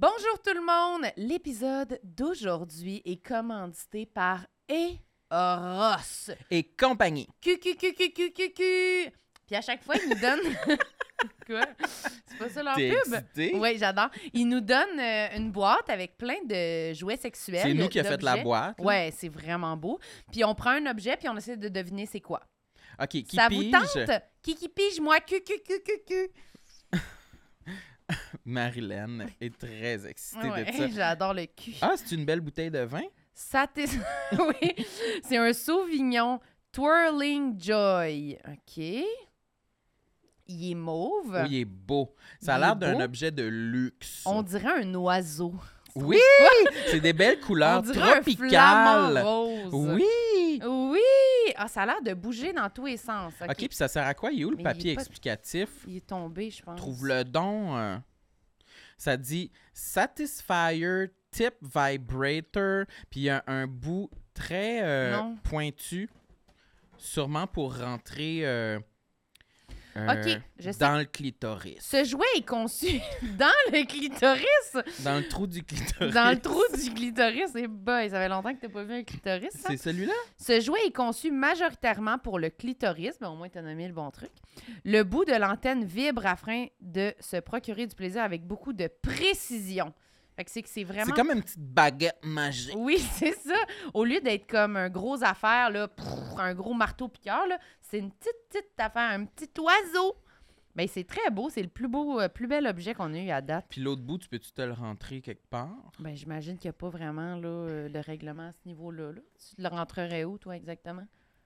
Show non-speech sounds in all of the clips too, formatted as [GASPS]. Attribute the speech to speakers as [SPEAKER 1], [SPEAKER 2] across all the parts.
[SPEAKER 1] Bonjour tout le monde! L'épisode d'aujourd'hui est commandité par Eros.
[SPEAKER 2] et compagnie.
[SPEAKER 1] QQQQQQQ! Puis à chaque fois, ils nous donnent. [LAUGHS] Quoi? C'est pas ça leur
[SPEAKER 2] T'es
[SPEAKER 1] pub?
[SPEAKER 2] excité?
[SPEAKER 1] Oui, j'adore. Ils nous donnent euh, une boîte avec plein de jouets sexuels.
[SPEAKER 2] C'est nous qui a fait la
[SPEAKER 1] d'objets.
[SPEAKER 2] boîte. là.
[SPEAKER 1] Ouais, c'est vraiment beau. Puis on prend un objet, puis on essaie de deviner c'est quoi.
[SPEAKER 2] OK, qui
[SPEAKER 1] ça vous
[SPEAKER 2] pige?
[SPEAKER 1] tente? Qui qui pige, moi? QQQQQ!
[SPEAKER 2] Marilyn est très excitée de ça.
[SPEAKER 1] Ouais, [LAUGHS] j'adore le cul.
[SPEAKER 2] Ah, c'est une belle bouteille de vin?
[SPEAKER 1] Ça t'es- [LAUGHS] oui, c'est un Sauvignon Twirling Joy. OK. Il est mauve.
[SPEAKER 2] Oui, il est beau. Ça a
[SPEAKER 1] Il est
[SPEAKER 2] l'air d'un
[SPEAKER 1] beau.
[SPEAKER 2] objet de luxe.
[SPEAKER 1] On dirait un oiseau.
[SPEAKER 2] Oui! [LAUGHS] c'est des belles
[SPEAKER 1] On
[SPEAKER 2] couleurs
[SPEAKER 1] dirait un flamant
[SPEAKER 2] tropicales.
[SPEAKER 1] rose.
[SPEAKER 2] Oui!
[SPEAKER 1] Oui! Ah, ça a l'air de bouger dans tous les sens. OK.
[SPEAKER 2] OK, puis ça sert à quoi? Il est où
[SPEAKER 1] Mais
[SPEAKER 2] le
[SPEAKER 1] il est
[SPEAKER 2] papier
[SPEAKER 1] pas-
[SPEAKER 2] explicatif?
[SPEAKER 1] Il est tombé, je pense.
[SPEAKER 2] Trouve le don. euh. Ça dit Satisfier Tip Vibrator. Puis il y a un bout très euh,
[SPEAKER 1] Non.
[SPEAKER 2] pointu, sûrement pour rentrer euh, euh,
[SPEAKER 1] Ok, je sais.
[SPEAKER 2] dans le clitoris.
[SPEAKER 1] Ce jouet est conçu [LAUGHS] dans le clitoris,
[SPEAKER 2] Dans le trou du clitoris.
[SPEAKER 1] dans le
[SPEAKER 2] [LAUGHS]
[SPEAKER 1] trou du clitoris. Et boy, ça fait longtemps que t'as pas vu un clitoris. ça.
[SPEAKER 2] C'est celui-là?
[SPEAKER 1] Ce jouet est conçu majoritairement pour le clitoris, mais au moins t'as nommé le bon truc. Le bout de l'antenne vibre afin de se procurer du plaisir avec beaucoup de précision. Fait que c'est que c'est
[SPEAKER 2] C'est
[SPEAKER 1] vraiment...
[SPEAKER 2] comme une petite baguette magique.
[SPEAKER 1] Oui, [LAUGHS] c'est ça. Au lieu d'être comme un gros affaire, là, prrr, un gros marteau piqueur, là, c'est une petite, petite affaire, un petit oiseau. Mais c'est très beau, c'est le plus beau, euh, plus bel objet qu'on a eu à date.
[SPEAKER 2] Puis l'autre bout, tu peux-tu te le rentrer quelque part?
[SPEAKER 1] Ben, j'imagine qu'il n'y a pas vraiment là, euh, de règlement à ce niveau-là. là. Tu le rentrerais où, toi, exactement?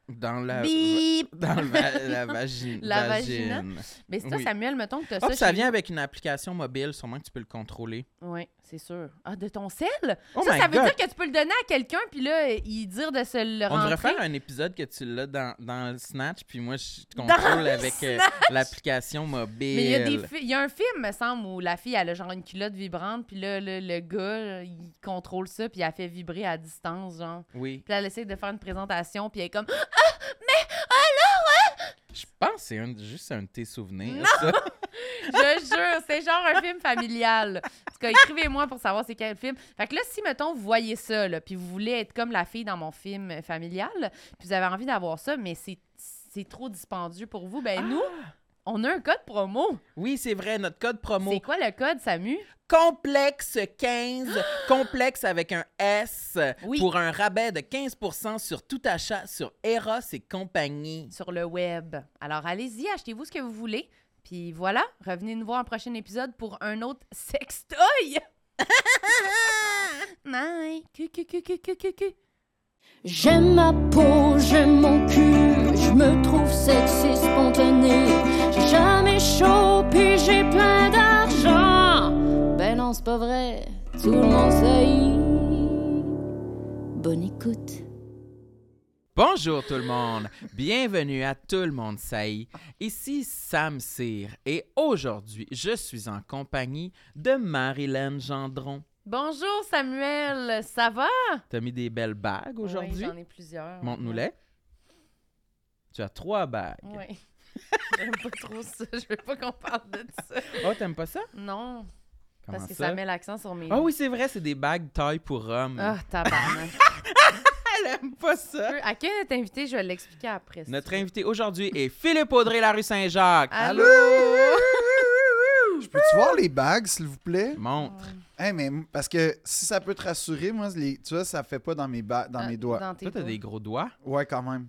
[SPEAKER 2] Dans la. euh,
[SPEAKER 1] Bip!
[SPEAKER 2] Dans
[SPEAKER 1] [LAUGHS]
[SPEAKER 2] va- la vagine.
[SPEAKER 1] La vagina. Mais c'est toi,
[SPEAKER 2] Oui.
[SPEAKER 1] Samuel, mettons que tu as
[SPEAKER 2] Oh,
[SPEAKER 1] ça.
[SPEAKER 2] puis ça
[SPEAKER 1] chez
[SPEAKER 2] vient avec une application mobile, sûrement que tu peux le contrôler.
[SPEAKER 1] Oui, c'est sûr. Ah, de ton sel?
[SPEAKER 2] Oh
[SPEAKER 1] ça,
[SPEAKER 2] my
[SPEAKER 1] ça veut
[SPEAKER 2] God!
[SPEAKER 1] dire que tu peux le donner à quelqu'un, puis là, il dire de se le
[SPEAKER 2] On devrait
[SPEAKER 1] rentrer.
[SPEAKER 2] faire un épisode que tu l'as dans, dans le Snatch, puis moi, je te
[SPEAKER 1] Dans
[SPEAKER 2] contrôle
[SPEAKER 1] le
[SPEAKER 2] avec euh, l'application mobile.
[SPEAKER 1] Mais il y, a des fi- il y a un film, me semble, où la fille, elle a genre une culotte vibrante, puis là, le, le gars, il contrôle ça, puis elle fait vibrer à distance, genre.
[SPEAKER 2] Oui.
[SPEAKER 1] Puis là, elle essaie de faire une présentation, puis elle est comme...
[SPEAKER 2] Je pense que c'est un- juste un de tes souvenirs.
[SPEAKER 1] Non!
[SPEAKER 2] ça.
[SPEAKER 1] Je jure, c'est genre un film familial. En tout cas, écrivez-moi pour savoir c'est quel film. Fait que là, si, mettons, vous voyez ça, là, puis vous voulez être comme la fille dans mon film euh, familial, puis vous avez envie d'avoir ça, mais c'est c'est trop dispendieux pour vous, ben nous, on a un code promo.
[SPEAKER 2] Oui, c'est vrai, notre code Ah! promo
[SPEAKER 1] C'est quoi le code, Samu?
[SPEAKER 2] complexe 15, complexe avec un S,
[SPEAKER 1] Oui.
[SPEAKER 2] pour un rabais de 15 sur tout achat sur Eros et compagnie.
[SPEAKER 1] Sur le web. Alors, allez-y, achetez-vous ce que vous voulez. Puis voilà, revenez nous voir en prochain épisode pour un autre [LAUGHS]
[SPEAKER 2] [LAUGHS]
[SPEAKER 1] sextoy. Bye. Cu, cu, cu, cu, cu, cu, cu.
[SPEAKER 3] J'aime ma peau, j'aime mon cul, je me trouve sexy spontané. J'ai jamais chaud, puis j'ai plein d'argent. Ben non, c'est pas vrai, tout le monde sait. Bonne écoute.
[SPEAKER 2] Bonjour tout le monde, bienvenue à Tout le monde saillit. Ici Sam Cyr et aujourd'hui, je suis en compagnie de Marilyn Gendron.
[SPEAKER 1] Bonjour Samuel, ça va?
[SPEAKER 2] T'as mis des belles bagues
[SPEAKER 1] Oui,
[SPEAKER 2] aujourd'hui.
[SPEAKER 1] j'en ai plusieurs.
[SPEAKER 2] Montre-nous-les. Tu as trois bagues.
[SPEAKER 1] Oui. [LAUGHS] J'aime pas trop ça. Je veux pas qu'on parle de ça.
[SPEAKER 2] Oh, t'aimes pas ça?
[SPEAKER 1] Non,
[SPEAKER 2] Comment
[SPEAKER 1] parce que ça?
[SPEAKER 2] ça?
[SPEAKER 1] met l'accent sur mes.
[SPEAKER 2] Ah oui, c'est vrai, c'est des bagues taille pour homme.
[SPEAKER 1] Ah, [LAUGHS] tabarnak.
[SPEAKER 2] Elle aime pas ça.
[SPEAKER 1] Peu- à qui est invité, je vais l'expliquer après. si
[SPEAKER 2] Notre
[SPEAKER 1] tu veux.
[SPEAKER 2] invité aujourd'hui est Philippe Audrey, la rue Saint-Jacques.
[SPEAKER 1] Allô?
[SPEAKER 4] Je peux-tu voir les bagues, s'il vous plaît?
[SPEAKER 2] [LAUGHS] Montre.
[SPEAKER 4] Hey, mais m- parce que si ça peut te rassurer, moi, les, tu vois, ça fait pas dans mes, ba- dans
[SPEAKER 1] Ah,
[SPEAKER 4] mes doigts.
[SPEAKER 1] Dans tes
[SPEAKER 2] Toi, t'as
[SPEAKER 1] doigts.
[SPEAKER 2] des gros doigts.
[SPEAKER 4] Ouais, quand même.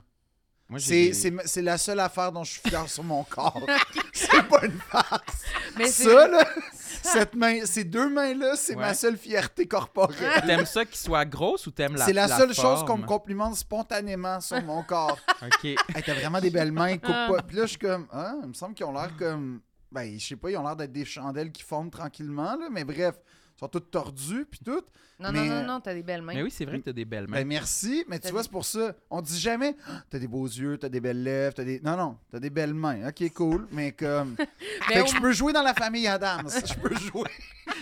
[SPEAKER 2] Moi, j'ai
[SPEAKER 4] C'est-
[SPEAKER 2] des-
[SPEAKER 4] C'est ma- c'est la seule affaire dont je suis fier sur
[SPEAKER 1] [LAUGHS]
[SPEAKER 4] mon corps. C'est pas une farce.
[SPEAKER 1] Mais c'est-
[SPEAKER 4] Ça, là,
[SPEAKER 1] [LAUGHS]
[SPEAKER 4] cette main, ces deux mains-là, c'est
[SPEAKER 2] Ouais.
[SPEAKER 4] ma seule fierté
[SPEAKER 1] Ah.
[SPEAKER 4] corporelle.
[SPEAKER 2] T'aimes ça qu'ils soient grosses ou t'aimes la
[SPEAKER 4] C'est la,
[SPEAKER 2] la
[SPEAKER 4] seule chose qu'on me
[SPEAKER 2] forme?
[SPEAKER 4] complimente spontanément sur
[SPEAKER 1] [LAUGHS]
[SPEAKER 4] mon corps.
[SPEAKER 2] OK.
[SPEAKER 4] hey, t'as vraiment des belles mains, coupe
[SPEAKER 1] Ah.
[SPEAKER 4] pas. Puis là, je suis comme, ah, il me semble qu'ils ont l'air comme. Ben, je sais pas, ils ont l'air d'être des chandelles qui fondent tranquillement, là, mais bref, ils sont toutes tordues, puis tout.
[SPEAKER 1] Non,
[SPEAKER 4] mais-
[SPEAKER 1] non, non, non, t'as des belles mains.
[SPEAKER 2] Mais oui, c'est vrai que t'as des belles mains.
[SPEAKER 4] Ben merci, mais
[SPEAKER 1] T'as
[SPEAKER 4] tu vois,
[SPEAKER 1] des-
[SPEAKER 4] c'est pour ça. On dit jamais, Ah, t'as des beaux yeux, t'as des belles lèvres, t'as des. Non, non, t'as des belles mains. Ok, cool,
[SPEAKER 1] [LAUGHS]
[SPEAKER 4] mais comme.
[SPEAKER 1] Mais
[SPEAKER 4] fait
[SPEAKER 1] au-
[SPEAKER 4] que je peux jouer dans la famille Adams. [LAUGHS] Je peux jouer.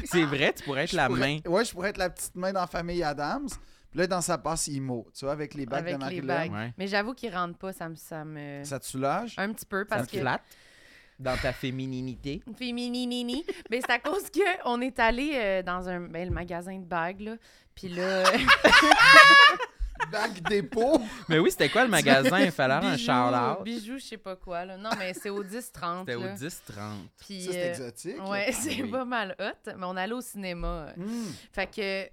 [SPEAKER 2] C'est vrai, tu pourrais être
[SPEAKER 4] Ben, Je
[SPEAKER 2] la
[SPEAKER 4] pourrais-
[SPEAKER 2] main.
[SPEAKER 4] Ouais, je pourrais être la petite main dans la famille Adams. Puis là, dans sa passe IMO, tu vois, avec les bagues
[SPEAKER 1] Avec
[SPEAKER 4] de
[SPEAKER 1] les
[SPEAKER 4] marie
[SPEAKER 1] bagues.
[SPEAKER 2] Ouais.
[SPEAKER 1] Mais j'avoue qu'ils rentrent pas, ça me. Ça me...
[SPEAKER 4] Ça te soulage?
[SPEAKER 1] Un petit peu
[SPEAKER 2] Ça
[SPEAKER 1] [LAUGHS] parce
[SPEAKER 2] te
[SPEAKER 1] que.
[SPEAKER 2] flatte. dans ta fémininité.
[SPEAKER 1] Fémininini. Mais c'est à cause que on est allé euh, dans un ben, le magasin de bagues, là. Puis
[SPEAKER 2] [LAUGHS]
[SPEAKER 1] là,
[SPEAKER 4] [LAUGHS] Bac dépôt.
[SPEAKER 2] Mais oui, c'était quoi le magasin? Il fallait avoir un
[SPEAKER 1] bijoux,
[SPEAKER 2] shout-out.
[SPEAKER 1] bijoux, je sais pas quoi. Là. Non, mais c'est au 10-30.
[SPEAKER 2] C'était au
[SPEAKER 1] là.
[SPEAKER 2] 10-30.
[SPEAKER 1] [LAUGHS] Puis,
[SPEAKER 4] Ça, c'est
[SPEAKER 1] euh,
[SPEAKER 4] exotique. Ah
[SPEAKER 1] Ouais, c'est
[SPEAKER 2] oui.
[SPEAKER 1] pas mal hot. Mais on allait au cinéma. euh,
[SPEAKER 4] Hmm.
[SPEAKER 1] Fait que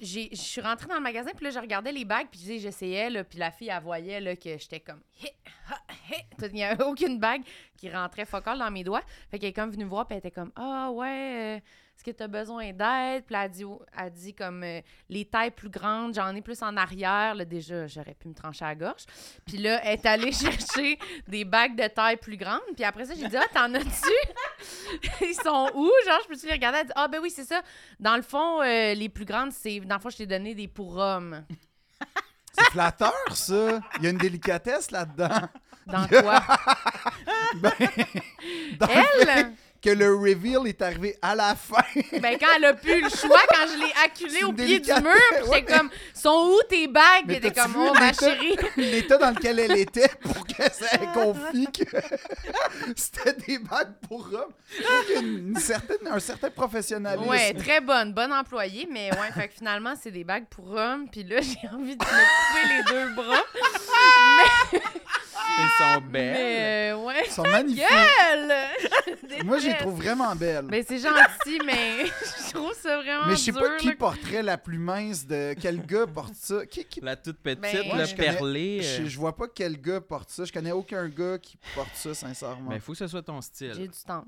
[SPEAKER 1] j'ai- je suis rentrée dans le magasin, puis là, je regardais les bagues, puis tu sais, j'essayais, là, puis la fille, elle voyait là, que j'étais comme hé, ha, hé. Tout- Il n'y avait [LAUGHS] aucune bague qui rentrait focale dans mes doigts. Fait qu'elle est comme venue me voir, puis elle était comme Ah, ouais, euh, est-ce que tu as besoin d'aide? Puis là, elle dit, oh- elle dit comme euh, les tailles plus grandes, j'en ai plus en arrière. Là, déjà, j'aurais pu me trancher à la gorge. Puis là, elle est allée [LAUGHS] chercher des bagues de taille plus grande. Puis après ça, j'ai dit Ah, t'en as-tu? [LAUGHS] Ils sont où? Genre, je peux-tu les regarder? Elle dit Ah, ben oui, c'est ça. Dans le fond, euh, les plus grandes, c'est. Dans le fond, je t'ai donné des pour hommes.
[SPEAKER 4] C'est flatteur, ça. Il y a une délicatesse là-dedans. [LAUGHS]
[SPEAKER 1] Dans quoi?
[SPEAKER 4] Ben, dans le fait
[SPEAKER 1] Elle?
[SPEAKER 4] que le reveal est arrivé à la fin.
[SPEAKER 1] Ben, quand elle a pu le choix, quand je l'ai acculée
[SPEAKER 4] C'est
[SPEAKER 1] au
[SPEAKER 4] une
[SPEAKER 1] pied du
[SPEAKER 4] délicatesse.
[SPEAKER 1] mur, puis j'étais
[SPEAKER 4] Ouais, mais-
[SPEAKER 1] comme Sont où tes bagues? Puis
[SPEAKER 4] Mais
[SPEAKER 1] elle était
[SPEAKER 4] t'as-tu
[SPEAKER 1] comme
[SPEAKER 4] vu
[SPEAKER 1] Oh, ma
[SPEAKER 4] l'état-
[SPEAKER 1] chérie.
[SPEAKER 4] [LAUGHS] L'état dans lequel elle était pour que ça
[SPEAKER 1] Ah.
[SPEAKER 4] ait conflit que [LAUGHS] c'était des bagues pour hommes. Je trouve qu'il y a une- une certaine, un certain professionnalisme.
[SPEAKER 1] Ouais, très bonne, bonne employée, mais ouais, fait que finalement, c'est des bagues pour hommes, puis là, j'ai envie de me couper les deux bras.
[SPEAKER 4] Ah,
[SPEAKER 2] Ils sont belles.
[SPEAKER 1] Mais euh, ouais,
[SPEAKER 4] Ils sont magnifiques.
[SPEAKER 1] elle!
[SPEAKER 4] Moi, je les trouve vraiment belles. Mais,
[SPEAKER 1] Ben, c'est gentil, mais [LAUGHS] je trouve ça vraiment
[SPEAKER 4] je sais
[SPEAKER 1] dur.
[SPEAKER 4] pas qui
[SPEAKER 1] là.
[SPEAKER 4] porterait la plus mince de quel gars porte ça. Qui, qui...
[SPEAKER 2] La toute petite,
[SPEAKER 1] Ben, Moi,
[SPEAKER 2] le
[SPEAKER 4] euh, je connais-
[SPEAKER 2] perlé.
[SPEAKER 4] Je,
[SPEAKER 2] euh,
[SPEAKER 4] je vois pas quel gars porte ça. Je connais aucun gars qui porte ça, sincèrement.
[SPEAKER 2] Mais il ben, faut que ce soit ton style.
[SPEAKER 1] J'ai du temps.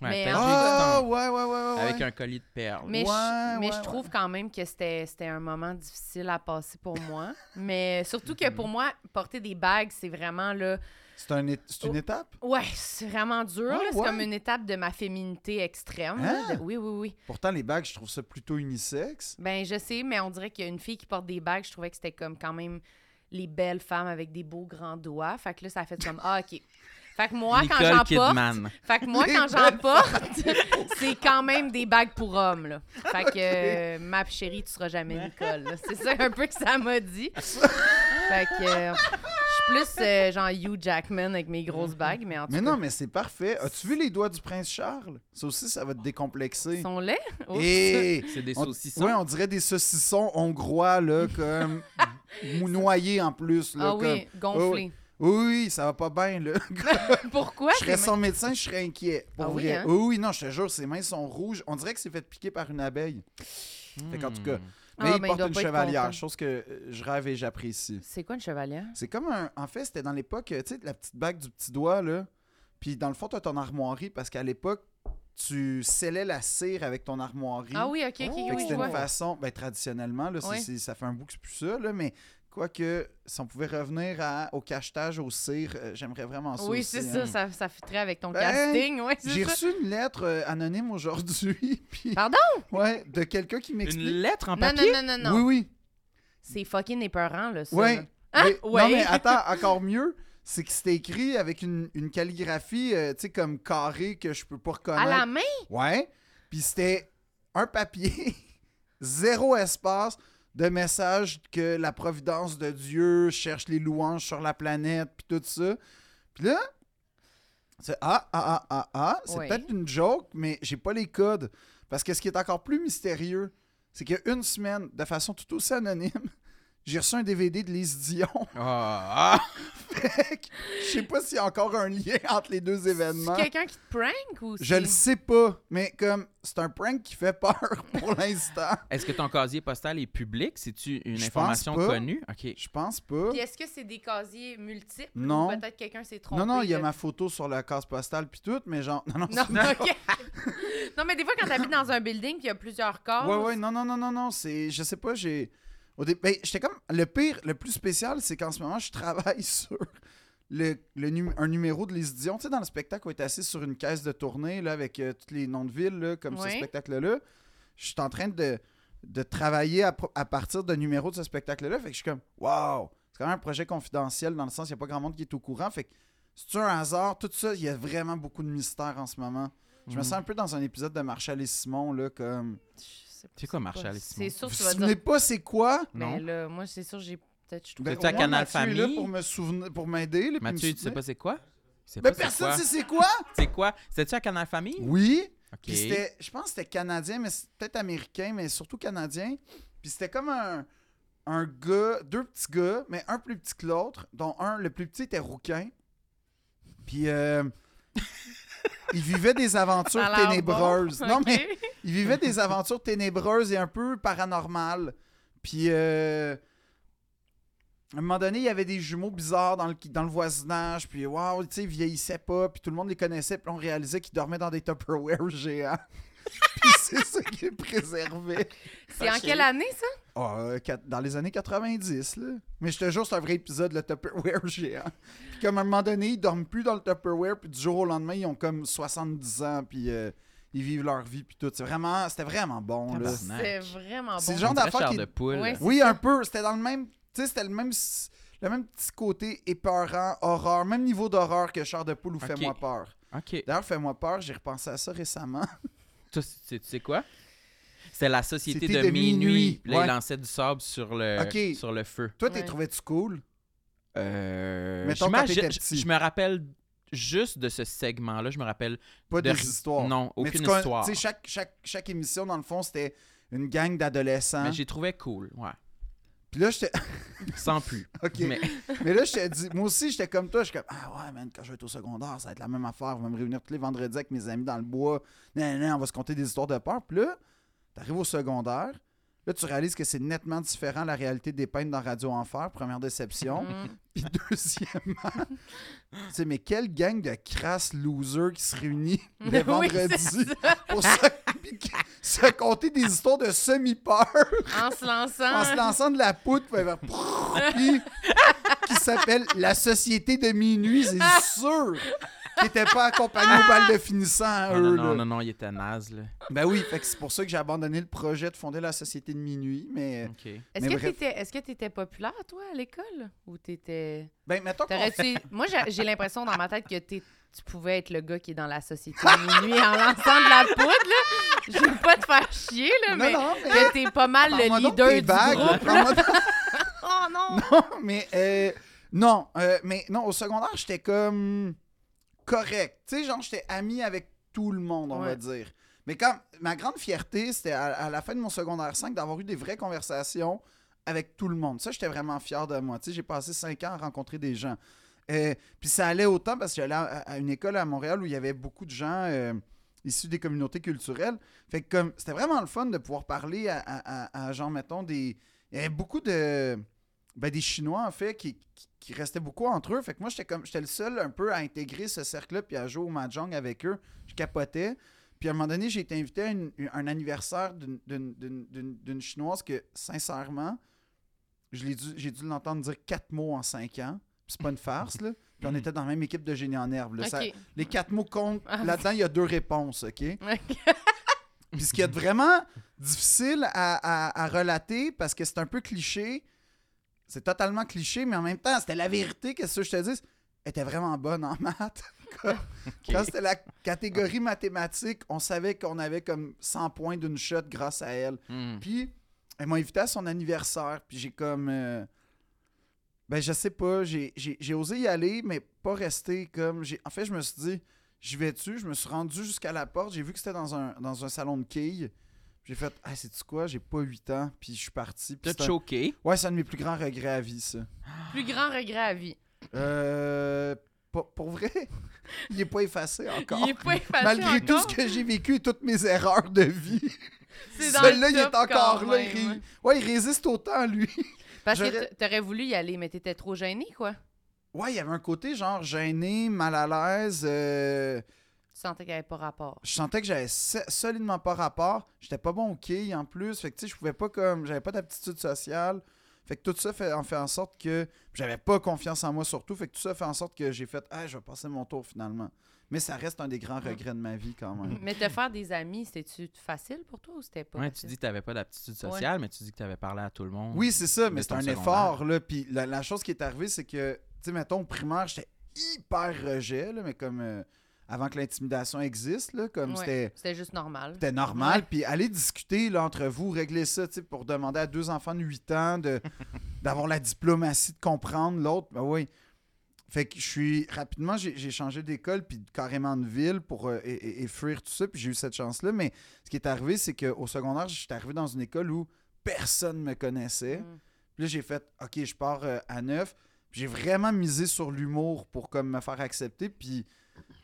[SPEAKER 2] Ouais,
[SPEAKER 1] Mais
[SPEAKER 2] perlé
[SPEAKER 4] Ah,
[SPEAKER 2] du temps,
[SPEAKER 4] ouais, ouais, ouais, ouais.
[SPEAKER 2] Avec
[SPEAKER 4] ouais.
[SPEAKER 2] un collier de perles.
[SPEAKER 1] Mais,
[SPEAKER 4] Ouais,
[SPEAKER 1] je, mais
[SPEAKER 4] ouais,
[SPEAKER 1] je trouve quand même que c'était c'était un moment difficile à passer pour moi. mais surtout que pour moi, porter des bagues, c'est vraiment là.
[SPEAKER 4] C'est un é- c'est
[SPEAKER 1] Oh.
[SPEAKER 4] une étape?
[SPEAKER 1] Ouais, c'est vraiment dur.
[SPEAKER 4] Ah,
[SPEAKER 1] là. c'est
[SPEAKER 4] ouais.
[SPEAKER 1] comme une étape de ma féminité extrême. là,
[SPEAKER 4] Hein?
[SPEAKER 1] de- oui, oui, oui.
[SPEAKER 4] Pourtant, les bagues, je trouve ça plutôt unisexe.
[SPEAKER 1] Ben, je sais, mais on dirait qu'il y a une fille qui porte des bagues, je trouvais que c'était comme quand même les belles femmes avec des beaux grands doigts. Fait que là, ça a fait comme Ah, OK. Fait que moi, quand
[SPEAKER 2] Nicole
[SPEAKER 1] j'en porte.
[SPEAKER 2] Kidman.
[SPEAKER 1] Fait que moi,
[SPEAKER 4] Les
[SPEAKER 1] quand j'en
[SPEAKER 4] belles
[SPEAKER 1] porte, [LAUGHS] c'est quand même des bagues pour hommes, là. Fait
[SPEAKER 4] [LAUGHS]
[SPEAKER 1] que, euh, ma chérie, tu seras jamais Nicole. là. C'est ça un peu que ça m'a dit. fait que, euh, je suis plus euh, genre Hugh Jackman avec mes grosses bagues, mais en tout
[SPEAKER 4] Mhm. Mais
[SPEAKER 1] cas,
[SPEAKER 4] non, mais c'est parfait. As-tu vu les doigts du prince Charles? Ça aussi, ça va te
[SPEAKER 1] ils
[SPEAKER 4] décomplexer.
[SPEAKER 1] sont laids. Oh,
[SPEAKER 2] [LAUGHS]
[SPEAKER 4] Et...
[SPEAKER 2] C'est des
[SPEAKER 4] On,
[SPEAKER 2] saucissons.
[SPEAKER 4] ouais, on dirait des saucissons
[SPEAKER 1] [LAUGHS]
[SPEAKER 4] hongrois, là, comme mou- noyés en plus. Là,
[SPEAKER 1] ah oui, gonflé.
[SPEAKER 4] comme- Oui, oui, ça va pas bien, là.
[SPEAKER 1] Pourquoi?
[SPEAKER 4] je serais sans médecin, je serais inquiet. Pour
[SPEAKER 1] Ah oui,
[SPEAKER 4] vrai.
[SPEAKER 1] hein?
[SPEAKER 4] oui, oui, non, je te jure, ses mains sont rouges. On dirait que c'est fait piquer par une abeille.
[SPEAKER 2] Hmm.
[SPEAKER 4] Fait qu'en tout cas, mais
[SPEAKER 1] Ah,
[SPEAKER 4] il
[SPEAKER 1] ben, il
[SPEAKER 4] porte
[SPEAKER 1] doit
[SPEAKER 4] une
[SPEAKER 1] pas être
[SPEAKER 4] chevalière,
[SPEAKER 1] content.
[SPEAKER 4] chose que euh, je rêve et j'apprécie.
[SPEAKER 1] C'est quoi une chevalière?
[SPEAKER 4] C'est comme un. En fait, c'était dans l'époque, euh, tu sais, la petite bague du petit doigt, là. Puis dans le fond, t'as ton armoirie, parce qu'à l'époque, tu scellais la cire avec ton armoirie.
[SPEAKER 1] Ah oui, OK, OK,
[SPEAKER 4] Oh, Fait que
[SPEAKER 1] oui, je
[SPEAKER 4] c'était
[SPEAKER 1] vois.
[SPEAKER 4] une façon, ben, traditionnellement, là, c'est-
[SPEAKER 1] Ouais.
[SPEAKER 4] c'est- ça fait un bout que c'est plus ça, là, mais quoique, si on pouvait revenir à- au cachetage, au cire, euh, j'aimerais vraiment ça.
[SPEAKER 1] Oui,
[SPEAKER 4] aussi,
[SPEAKER 1] c'est ça,
[SPEAKER 4] hein.
[SPEAKER 1] ça, ça fitterait avec ton
[SPEAKER 4] Ben,
[SPEAKER 1] casting, ouais, c'est
[SPEAKER 4] J'ai
[SPEAKER 1] ça.
[SPEAKER 4] reçu une lettre euh, anonyme aujourd'hui. [LAUGHS] puis-
[SPEAKER 1] Pardon?
[SPEAKER 4] Ouais, de quelqu'un qui
[SPEAKER 2] Une
[SPEAKER 4] m'explique.
[SPEAKER 2] lettre en
[SPEAKER 1] Non,
[SPEAKER 2] papier?
[SPEAKER 1] non, non, non, non.
[SPEAKER 4] Oui, oui.
[SPEAKER 1] C'est fucking épeurant, là, ça.
[SPEAKER 4] Ouais.
[SPEAKER 1] là. Hein?
[SPEAKER 4] Mais-
[SPEAKER 1] Ouais.
[SPEAKER 4] Non, mais
[SPEAKER 1] [LAUGHS]
[SPEAKER 4] attends, encore mieux, c'est que c'était écrit avec une, une calligraphie, euh, tu sais, comme carré que je peux pas
[SPEAKER 1] À
[SPEAKER 4] reconnaître.
[SPEAKER 1] la main?
[SPEAKER 4] Ouais. Puis c'était un papier, [LAUGHS] zéro espace de message que la providence de Dieu cherche les louanges sur la planète, puis tout ça. Puis là, c'est ah, ah, ah, ah, ah. C'est
[SPEAKER 1] Ouais.
[SPEAKER 4] peut-être une joke, mais j'ai pas les codes. Parce que ce qui est encore plus mystérieux, c'est qu'il y a une semaine, de façon tout aussi anonyme, [LAUGHS] j'ai reçu un DVD de Lise Dion.
[SPEAKER 2] Ah, ah.
[SPEAKER 4] Fait que Je sais pas s'il y a encore un lien [LAUGHS] entre les deux événements.
[SPEAKER 1] C'est quelqu'un qui te prank ou
[SPEAKER 4] Je
[SPEAKER 1] c'est-
[SPEAKER 4] le sais pas, mais comme c'est un prank qui fait peur [LAUGHS] pour l'instant.
[SPEAKER 2] Est-ce que ton casier postal est public? C'est-tu une
[SPEAKER 4] Je
[SPEAKER 2] information
[SPEAKER 4] pense pas.
[SPEAKER 2] connue? OK.
[SPEAKER 4] Je pense pas.
[SPEAKER 1] Puis est-ce que c'est des casiers multiples?
[SPEAKER 4] Non.
[SPEAKER 1] Ou peut-être quelqu'un s'est trompé.
[SPEAKER 4] Non, non, il y a
[SPEAKER 1] de- [LAUGHS]
[SPEAKER 4] ma photo sur la case postale puis tout, mais genre. [LAUGHS] Non, non,
[SPEAKER 1] Non,
[SPEAKER 4] c'est-
[SPEAKER 1] mais ok. [LAUGHS] non, mais des fois, quand t'habites dans un building puis il y a plusieurs corps.
[SPEAKER 4] Ouais, ouais, non, non, non, non, non. C'est. Je sais pas, j'ai. Au dé- ben, j'étais comme. Le pire, le plus spécial, c'est qu'en ce moment, je travaille [LAUGHS] sur. Le, le num- un numéro de Les Dion. Tu sais, dans le spectacle, on est assis sur une caisse de tournée là, avec euh, tous les noms de villes, là, comme ce
[SPEAKER 1] Ouais.
[SPEAKER 4] spectacle-là. Je suis en train de, de travailler à, pro- à partir d'un numéro de ce spectacle-là. Fait que je suis comme, waouh, c'est quand même un projet confidentiel dans le sens, il n'y a pas grand monde qui est au courant. Fait que c'est un hasard, tout ça, il y a vraiment beaucoup de mystères en ce moment. Je me
[SPEAKER 2] Mhm.
[SPEAKER 4] sens un peu dans un épisode de Marshall et Simon, là, comme.
[SPEAKER 1] Je sais pas,
[SPEAKER 2] C'est quoi, Marshall et
[SPEAKER 1] C'est
[SPEAKER 2] Simon?
[SPEAKER 1] sûr que
[SPEAKER 4] Vous
[SPEAKER 1] tu
[SPEAKER 4] vous
[SPEAKER 1] vas
[SPEAKER 4] souvenez
[SPEAKER 1] dire.
[SPEAKER 4] pas c'est quoi?
[SPEAKER 1] Mais
[SPEAKER 2] Non.
[SPEAKER 1] là, moi, c'est sûr, j'ai peut-être. je trouve-
[SPEAKER 2] Ben,
[SPEAKER 4] au
[SPEAKER 2] à
[SPEAKER 4] moins,
[SPEAKER 2] Canal
[SPEAKER 4] Mathieu est là
[SPEAKER 2] Famille.
[SPEAKER 4] pour me souvenir, pour m'aider. là, puis me
[SPEAKER 2] Mathieu, tu sais
[SPEAKER 4] soutenir.
[SPEAKER 2] pas c'est quoi? C'est
[SPEAKER 4] Mais
[SPEAKER 2] pas c'est
[SPEAKER 4] personne
[SPEAKER 2] quoi.
[SPEAKER 4] sait c'est quoi?
[SPEAKER 2] C'est quoi? C'était-tu à Canal Famille?
[SPEAKER 4] Oui.
[SPEAKER 2] Ok.
[SPEAKER 4] Puis c'était, je pense que c'était canadien, mais c'est peut-être américain, mais surtout canadien. Puis c'était comme un, un gars, deux petits gars, mais un plus petit que l'autre, dont un, le plus petit était rouquin.
[SPEAKER 2] [LAUGHS]
[SPEAKER 4] Puis euh, il vivait des aventures
[SPEAKER 1] Ça a l'air
[SPEAKER 4] ténébreuses.
[SPEAKER 1] bon.
[SPEAKER 4] Non,
[SPEAKER 1] [LAUGHS] Ok.
[SPEAKER 4] mais il vivait des aventures ténébreuses et un peu paranormales. Puis euh, à un moment donné, il y avait des jumeaux bizarres dans le, dans le voisinage. Puis waouh, tu sais, ils vieillissaient pas. Puis tout le monde les connaissait. Puis on réalisait qu'ils dormaient dans des Tupperware géants. [LAUGHS] puis c'est ça qui les préservait.
[SPEAKER 1] C'est en
[SPEAKER 2] Ok.
[SPEAKER 1] quelle année, ça?
[SPEAKER 4] Ah, euh, quat- dans les années 90, là. Mais je te jure, c'est un vrai épisode, le Tupperware [LAUGHS] géant. Puis comme à un moment donné, ils dorment plus dans le Tupperware, puis du jour au lendemain, ils ont comme 70 ans, puis euh, ils vivent leur vie, puis tout. C'est vraiment, c'était vraiment bon, là.
[SPEAKER 2] Tabarnak.
[SPEAKER 1] C'est vraiment
[SPEAKER 4] C'est
[SPEAKER 1] bon.
[SPEAKER 4] le genre
[SPEAKER 2] On dirait
[SPEAKER 4] d'affaire
[SPEAKER 2] chair
[SPEAKER 4] qui-
[SPEAKER 2] de poule.
[SPEAKER 1] Ouais,
[SPEAKER 4] Oui, un peu. C'était dans le même, tu sais, c'était le même, s- le même petit côté épeurant, horreur, même niveau d'horreur que Char de poule ou
[SPEAKER 2] Ok.
[SPEAKER 4] Fais-moi peur.
[SPEAKER 2] OK.
[SPEAKER 4] D'ailleurs, Fais-moi peur, j'ai repensé à ça récemment. [LAUGHS]
[SPEAKER 2] Toi, c'est- c'est- tu sais quoi? C'est la société
[SPEAKER 4] C'était
[SPEAKER 2] de,
[SPEAKER 4] de
[SPEAKER 2] minuit.
[SPEAKER 4] minuit,
[SPEAKER 2] Puis Là,
[SPEAKER 4] ouais.
[SPEAKER 2] ils lançaient du sable sur le,
[SPEAKER 4] Ok.
[SPEAKER 2] sur le feu.
[SPEAKER 4] Toi, t'es
[SPEAKER 1] Ouais.
[SPEAKER 4] trouvé-tu cool?
[SPEAKER 2] Euh,
[SPEAKER 4] Mettons quand
[SPEAKER 2] j'imagine-
[SPEAKER 4] t'étais
[SPEAKER 2] je-
[SPEAKER 4] petit.
[SPEAKER 2] je me rappelle juste de ce segment-là. Je me rappelle
[SPEAKER 4] Pas
[SPEAKER 2] de
[SPEAKER 4] des
[SPEAKER 2] ri-
[SPEAKER 4] histoires.
[SPEAKER 2] Non,
[SPEAKER 4] Mais
[SPEAKER 2] aucune
[SPEAKER 4] tu con-
[SPEAKER 2] histoire.
[SPEAKER 4] tu sais, chaque, chaque, chaque émission, dans le fond, c'était une gang d'adolescents.
[SPEAKER 2] Mais j'ai trouvé cool,
[SPEAKER 4] [LAUGHS]
[SPEAKER 2] ouais.
[SPEAKER 4] Puis là, j'étais. [LAUGHS]
[SPEAKER 2] Sans plus.
[SPEAKER 4] OK.
[SPEAKER 2] Mais
[SPEAKER 4] Mais... là, j'étais dit. Moi aussi, j'étais comme toi. J'étais comme. Ah ouais, man, quand je vais être au secondaire, ça va être la même affaire. On va me réunir tous les vendredis avec mes amis dans le bois. Non, non, non, on va se conter des histoires de peur. Puis là, t'arrives au secondaire. Là, tu réalises que c'est nettement différent la réalité dépeinte dans Radio Enfer, première déception. [LAUGHS]
[SPEAKER 1] Mm.
[SPEAKER 4] Puis deuxièmement, tu sais, mais quelle gang de crasses losers qui
[SPEAKER 1] [LAUGHS]
[SPEAKER 4] se réunit le
[SPEAKER 1] Oui,
[SPEAKER 4] vendredi
[SPEAKER 1] c'est ça.
[SPEAKER 4] pour se, [LAUGHS] puis qui- se conter des histoires de semi-peur
[SPEAKER 1] En se lançant.
[SPEAKER 4] en se lançant de la poudre puis faire prrr, puis- qui s'appelle La Société de minuit,
[SPEAKER 1] Ah.
[SPEAKER 4] c'est sûr qui n'était pas accompagné au bal de finissant, hein,
[SPEAKER 2] Ah, non, non,
[SPEAKER 4] eux.
[SPEAKER 2] non,
[SPEAKER 4] là.
[SPEAKER 2] non, non, il était naze, là.
[SPEAKER 4] Ben oui, fait que c'est pour ça que j'ai abandonné le projet de fonder la Société de minuit, mais...
[SPEAKER 2] OK.
[SPEAKER 1] Est-ce
[SPEAKER 4] Mais
[SPEAKER 1] que
[SPEAKER 4] bref.
[SPEAKER 1] t'étais, est-ce que t'étais populaire, toi, à l'école? Ou t'étais...
[SPEAKER 4] Ben, mettons qu'on
[SPEAKER 1] T'aurais-tu... Moi, j'ai, j'ai l'impression dans ma tête que t'es- tu pouvais être le gars qui est dans la société de minuit en lançant de la poudre, là. Je veux pas te faire chier, là,
[SPEAKER 4] Non,
[SPEAKER 1] mais...
[SPEAKER 4] non, mais...
[SPEAKER 1] que t'es pas mal le
[SPEAKER 4] Parle-moi donc
[SPEAKER 1] leader
[SPEAKER 4] tes
[SPEAKER 1] du
[SPEAKER 4] vagues,
[SPEAKER 1] groupe.
[SPEAKER 4] parle-moi
[SPEAKER 1] Oh non!
[SPEAKER 4] mais euh, non, euh, mais non, au secondaire, j'étais comme correct. Tu sais, genre, j'étais ami avec tout le monde, on va
[SPEAKER 1] Ouais.
[SPEAKER 4] dire. Mais comme ma grande fierté, c'était à, à la fin de mon secondaire 5 d'avoir eu des vraies conversations avec tout le monde. Ça, j'étais vraiment fier de moi. Tu sais, j'ai passé 5 ans à rencontrer des gens. Euh, Puis ça allait autant parce que j'allais à, à une école à Montréal où il y avait beaucoup de gens euh, issus des communautés culturelles. Fait que comme c'était vraiment le fun de pouvoir parler à, à, à- à, genre, mettons, des. Il y avait beaucoup de. Ben, des Chinois, en fait, qui, qui, qui restaient beaucoup entre eux. Fait que moi, j'étais comme j'étais le seul un peu à intégrer ce cercle-là puis à jouer au Mahjong avec eux. Je capotais. Puis à un moment donné, j'ai été invité à une- un anniversaire d'une- d'une- d'une d'une- d'une Chinoise que, sincèrement, je l'ai dû- j'ai dû, l'entendre dire quatre mots en cinq ans. Puis c'est pas une farce, là. Puis on était dans la même équipe de génie en herbe. là. Ça-
[SPEAKER 1] Mhm. Ok.
[SPEAKER 4] les quatre mots comptent.
[SPEAKER 1] Ah.
[SPEAKER 4] Là-dedans, il y a deux réponses, OK?
[SPEAKER 1] Ok.
[SPEAKER 4] Puis ce qui est vraiment difficile à, à- à relater, parce que c'est un peu cliché, c'est totalement cliché, mais en même temps, c'était la vérité, qu'est-ce que je te dis? Elle était vraiment bonne en maths. Quand, quand c'était la catégorie mathématique, on savait qu'on avait comme 100 points d'une shot grâce à elle.
[SPEAKER 1] Hum.
[SPEAKER 2] Hmm.
[SPEAKER 4] Puis elle m'a invité à son anniversaire, puis j'ai comme... euh, ben je sais pas, j'ai- j'ai j'ai osé y aller, mais pas rester comme... j'ai- En fait, je me suis dit, j'y vais-tu? Je me suis rendu jusqu'à la porte, j'ai vu que c'était dans un, dans un salon de quilles. J'ai fait, ah, c'est-tu quoi? J'ai pas 8 ans, puis je suis parti. Puis
[SPEAKER 2] T'as
[SPEAKER 4] c'est un-
[SPEAKER 2] choqué.
[SPEAKER 4] Ouais, c'est un de mes plus grands regrets à vie, ça.
[SPEAKER 1] Plus grand regret à vie.
[SPEAKER 4] Euh... Pour, pour vrai, [LAUGHS] il est pas effacé encore.
[SPEAKER 1] Il est pas effacé
[SPEAKER 4] Malgré tout
[SPEAKER 1] encore.
[SPEAKER 4] ce que j'ai vécu et toutes mes erreurs de vie,
[SPEAKER 1] [LAUGHS] C'est dans le
[SPEAKER 4] celui-là, il est
[SPEAKER 1] top quand
[SPEAKER 4] encore là.
[SPEAKER 1] même. hein.
[SPEAKER 4] Il ré- Ouais, il résiste autant, lui.
[SPEAKER 1] Parce que
[SPEAKER 4] J'aurais-
[SPEAKER 1] t- t'aurais voulu y aller, mais t'étais trop gêné, quoi. Tu
[SPEAKER 4] Ouais, il y avait un côté genre gêné, mal à l'aise. euh,
[SPEAKER 1] sentais qu'il n'y avait pas rapport.
[SPEAKER 4] je sentais que j'avais se- solidement pas rapport. J'étais pas bon au quilles en plus. Fait que tu sais, je pouvais pas comme. J'avais pas d'aptitude sociale. Fait que tout ça fait, en fait en sorte que j'avais pas confiance en moi surtout. Fait que tout ça fait en sorte que j'ai fait Ah, je vais passer mon tour finalement. Mais ça reste un des grands regrets de ma vie quand même.
[SPEAKER 1] Mais te faire des amis, c'était-tu facile pour toi ou c'était pas
[SPEAKER 2] Ouais, tu
[SPEAKER 1] facile?
[SPEAKER 2] dis que t'avais pas d'aptitude sociale, mais tu dis que t'avais parlé à tout le monde.
[SPEAKER 4] Oui, c'est ça,
[SPEAKER 2] Mais
[SPEAKER 4] mais c'est
[SPEAKER 2] ton
[SPEAKER 4] un
[SPEAKER 2] secondaire.
[SPEAKER 4] effort. Là, puis la, la chose qui est arrivée, c'est que, tu sais, mettons, au primaire, j'étais hyper rejet, là, mais comme euh, avant que l'intimidation existe, là, comme
[SPEAKER 1] Ouais,
[SPEAKER 4] c'était.
[SPEAKER 1] C'était juste normal.
[SPEAKER 4] C'était normal.
[SPEAKER 1] Ouais.
[SPEAKER 4] Puis allez discuter là, entre vous, régler ça, tu sais, pour demander
[SPEAKER 1] [LAUGHS]
[SPEAKER 4] à deux enfants de 8 ans de, d'avoir la diplomatie de comprendre l'autre. Ben oui. Fait que je suis rapidement, j'ai j'ai changé d'école puis carrément de ville pour euh, et, et- et fuir tout ça. Puis j'ai eu cette chance-là. Mais ce qui est arrivé, c'est qu'au secondaire, j'étais arrivé dans une école où personne me connaissait.
[SPEAKER 1] Mm.
[SPEAKER 4] Puis là, j'ai fait OK, je pars euh, à neuf. Puis J'ai vraiment misé sur l'humour pour comme me faire accepter. Puis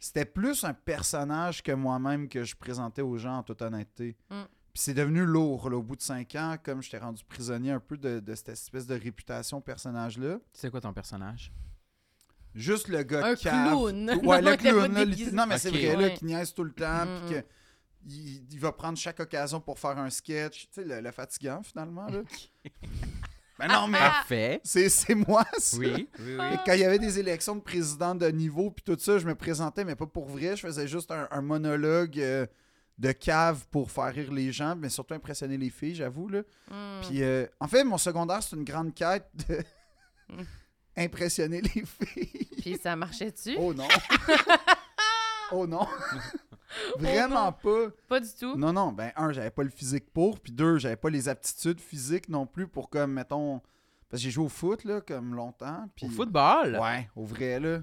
[SPEAKER 4] c'était plus un personnage que moi-même que je présentais aux gens en toute honnêteté.
[SPEAKER 1] Mm.
[SPEAKER 4] Puis c'est devenu lourd là, au bout de cinq ans, comme j'étais rendu prisonnier un peu de, de cette espèce de réputation personnage-là.
[SPEAKER 2] C'est quoi ton personnage?
[SPEAKER 4] Juste le gars
[SPEAKER 1] Un
[SPEAKER 4] cave.
[SPEAKER 1] clown. [LAUGHS] Non,
[SPEAKER 4] Ouais, le
[SPEAKER 1] il était
[SPEAKER 4] clown.
[SPEAKER 1] pas
[SPEAKER 4] là,
[SPEAKER 1] déguisé.
[SPEAKER 4] le- Non, mais c'est
[SPEAKER 2] Ok.
[SPEAKER 4] vrai, là,
[SPEAKER 1] Ouais.
[SPEAKER 4] qui niaise tout le temps,
[SPEAKER 1] Mm,
[SPEAKER 4] puis que il, il va prendre chaque occasion pour faire un sketch. Tu sais, le, le fatigant, finalement, là. ben non, mais
[SPEAKER 2] Parfait.
[SPEAKER 4] c'est c'est moi, ça.
[SPEAKER 2] Oui, oui, oui.
[SPEAKER 4] Et quand il y avait des élections de président de niveau, puis tout ça, je me présentais, mais pas pour vrai. Je faisais juste un, un monologue euh, de cave pour faire rire les gens, mais surtout impressionner les filles, j'avoue, là.
[SPEAKER 1] Mm.
[SPEAKER 4] Puis, euh, en fait, mon secondaire, c'est une grande quête de...
[SPEAKER 1] Mm.
[SPEAKER 4] [LAUGHS] impressionner les filles.
[SPEAKER 1] Puis ça marchait-tu?
[SPEAKER 4] Oh non! oh non! Vraiment pas!
[SPEAKER 1] Pas du tout.
[SPEAKER 4] Non, non, ben un, j'avais pas le physique pour, puis deux, j'avais pas les aptitudes physiques non plus pour comme, mettons... Parce que j'ai joué au foot, là, comme longtemps, puis...
[SPEAKER 2] Au football,
[SPEAKER 4] Ouais, au vrai, là.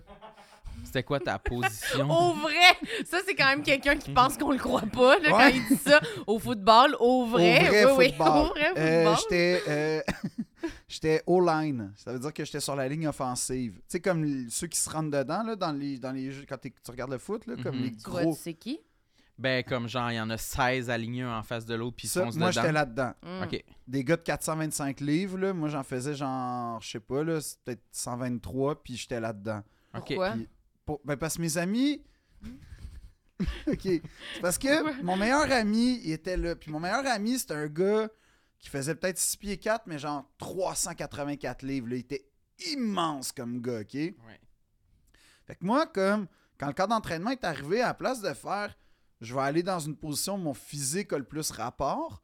[SPEAKER 2] c'était quoi ta position?
[SPEAKER 1] Au
[SPEAKER 4] Oh, [LAUGHS]
[SPEAKER 1] vrai! Ça, c'est quand même quelqu'un qui pense qu'on le croit pas là, quand
[SPEAKER 4] Ouais.
[SPEAKER 1] il dit ça. Au football, au vrai.
[SPEAKER 4] au vrai
[SPEAKER 1] oui, [LAUGHS]
[SPEAKER 4] football.
[SPEAKER 1] Oui, au vrai
[SPEAKER 4] Euh,
[SPEAKER 1] football.
[SPEAKER 4] j'étais... euh, [LAUGHS] J'étais O-line, ça veut dire que j'étais sur la ligne offensive. Tu sais, comme l- ceux qui se rentrent dedans, là, dans les, dans les jeux, quand t'es- tu regardes le foot, là, comme
[SPEAKER 2] Mhm.
[SPEAKER 4] les
[SPEAKER 1] tu vois,
[SPEAKER 4] gros...
[SPEAKER 1] tu sais qui?
[SPEAKER 2] Ben, comme genre, il y en a 16 alignés un en face de l'autre, puis ils
[SPEAKER 4] Ça,
[SPEAKER 2] foncent
[SPEAKER 4] moi, j'étais
[SPEAKER 2] dedans.
[SPEAKER 4] là-dedans.
[SPEAKER 1] Mm.
[SPEAKER 2] OK.
[SPEAKER 4] des gars de 425 livres, là, moi j'en faisais genre, je sais pas, là, c'est peut-être 123, puis j'étais là-dedans.
[SPEAKER 2] OK.
[SPEAKER 1] Pourquoi?
[SPEAKER 4] Puis- Pour- ben, parce que mes amis. ok. C'est parce que mon meilleur ami, il était là. Puis mon meilleur ami, c'était un gars qui faisait peut-être 6 pieds 4, mais genre 384 livres. là. Il était immense comme gars, ok?
[SPEAKER 2] Ouais.
[SPEAKER 4] Fait que moi, comme, quand le cadre d'entraînement est arrivé, à la place de faire, je vais aller dans une position où mon physique a le plus rapport,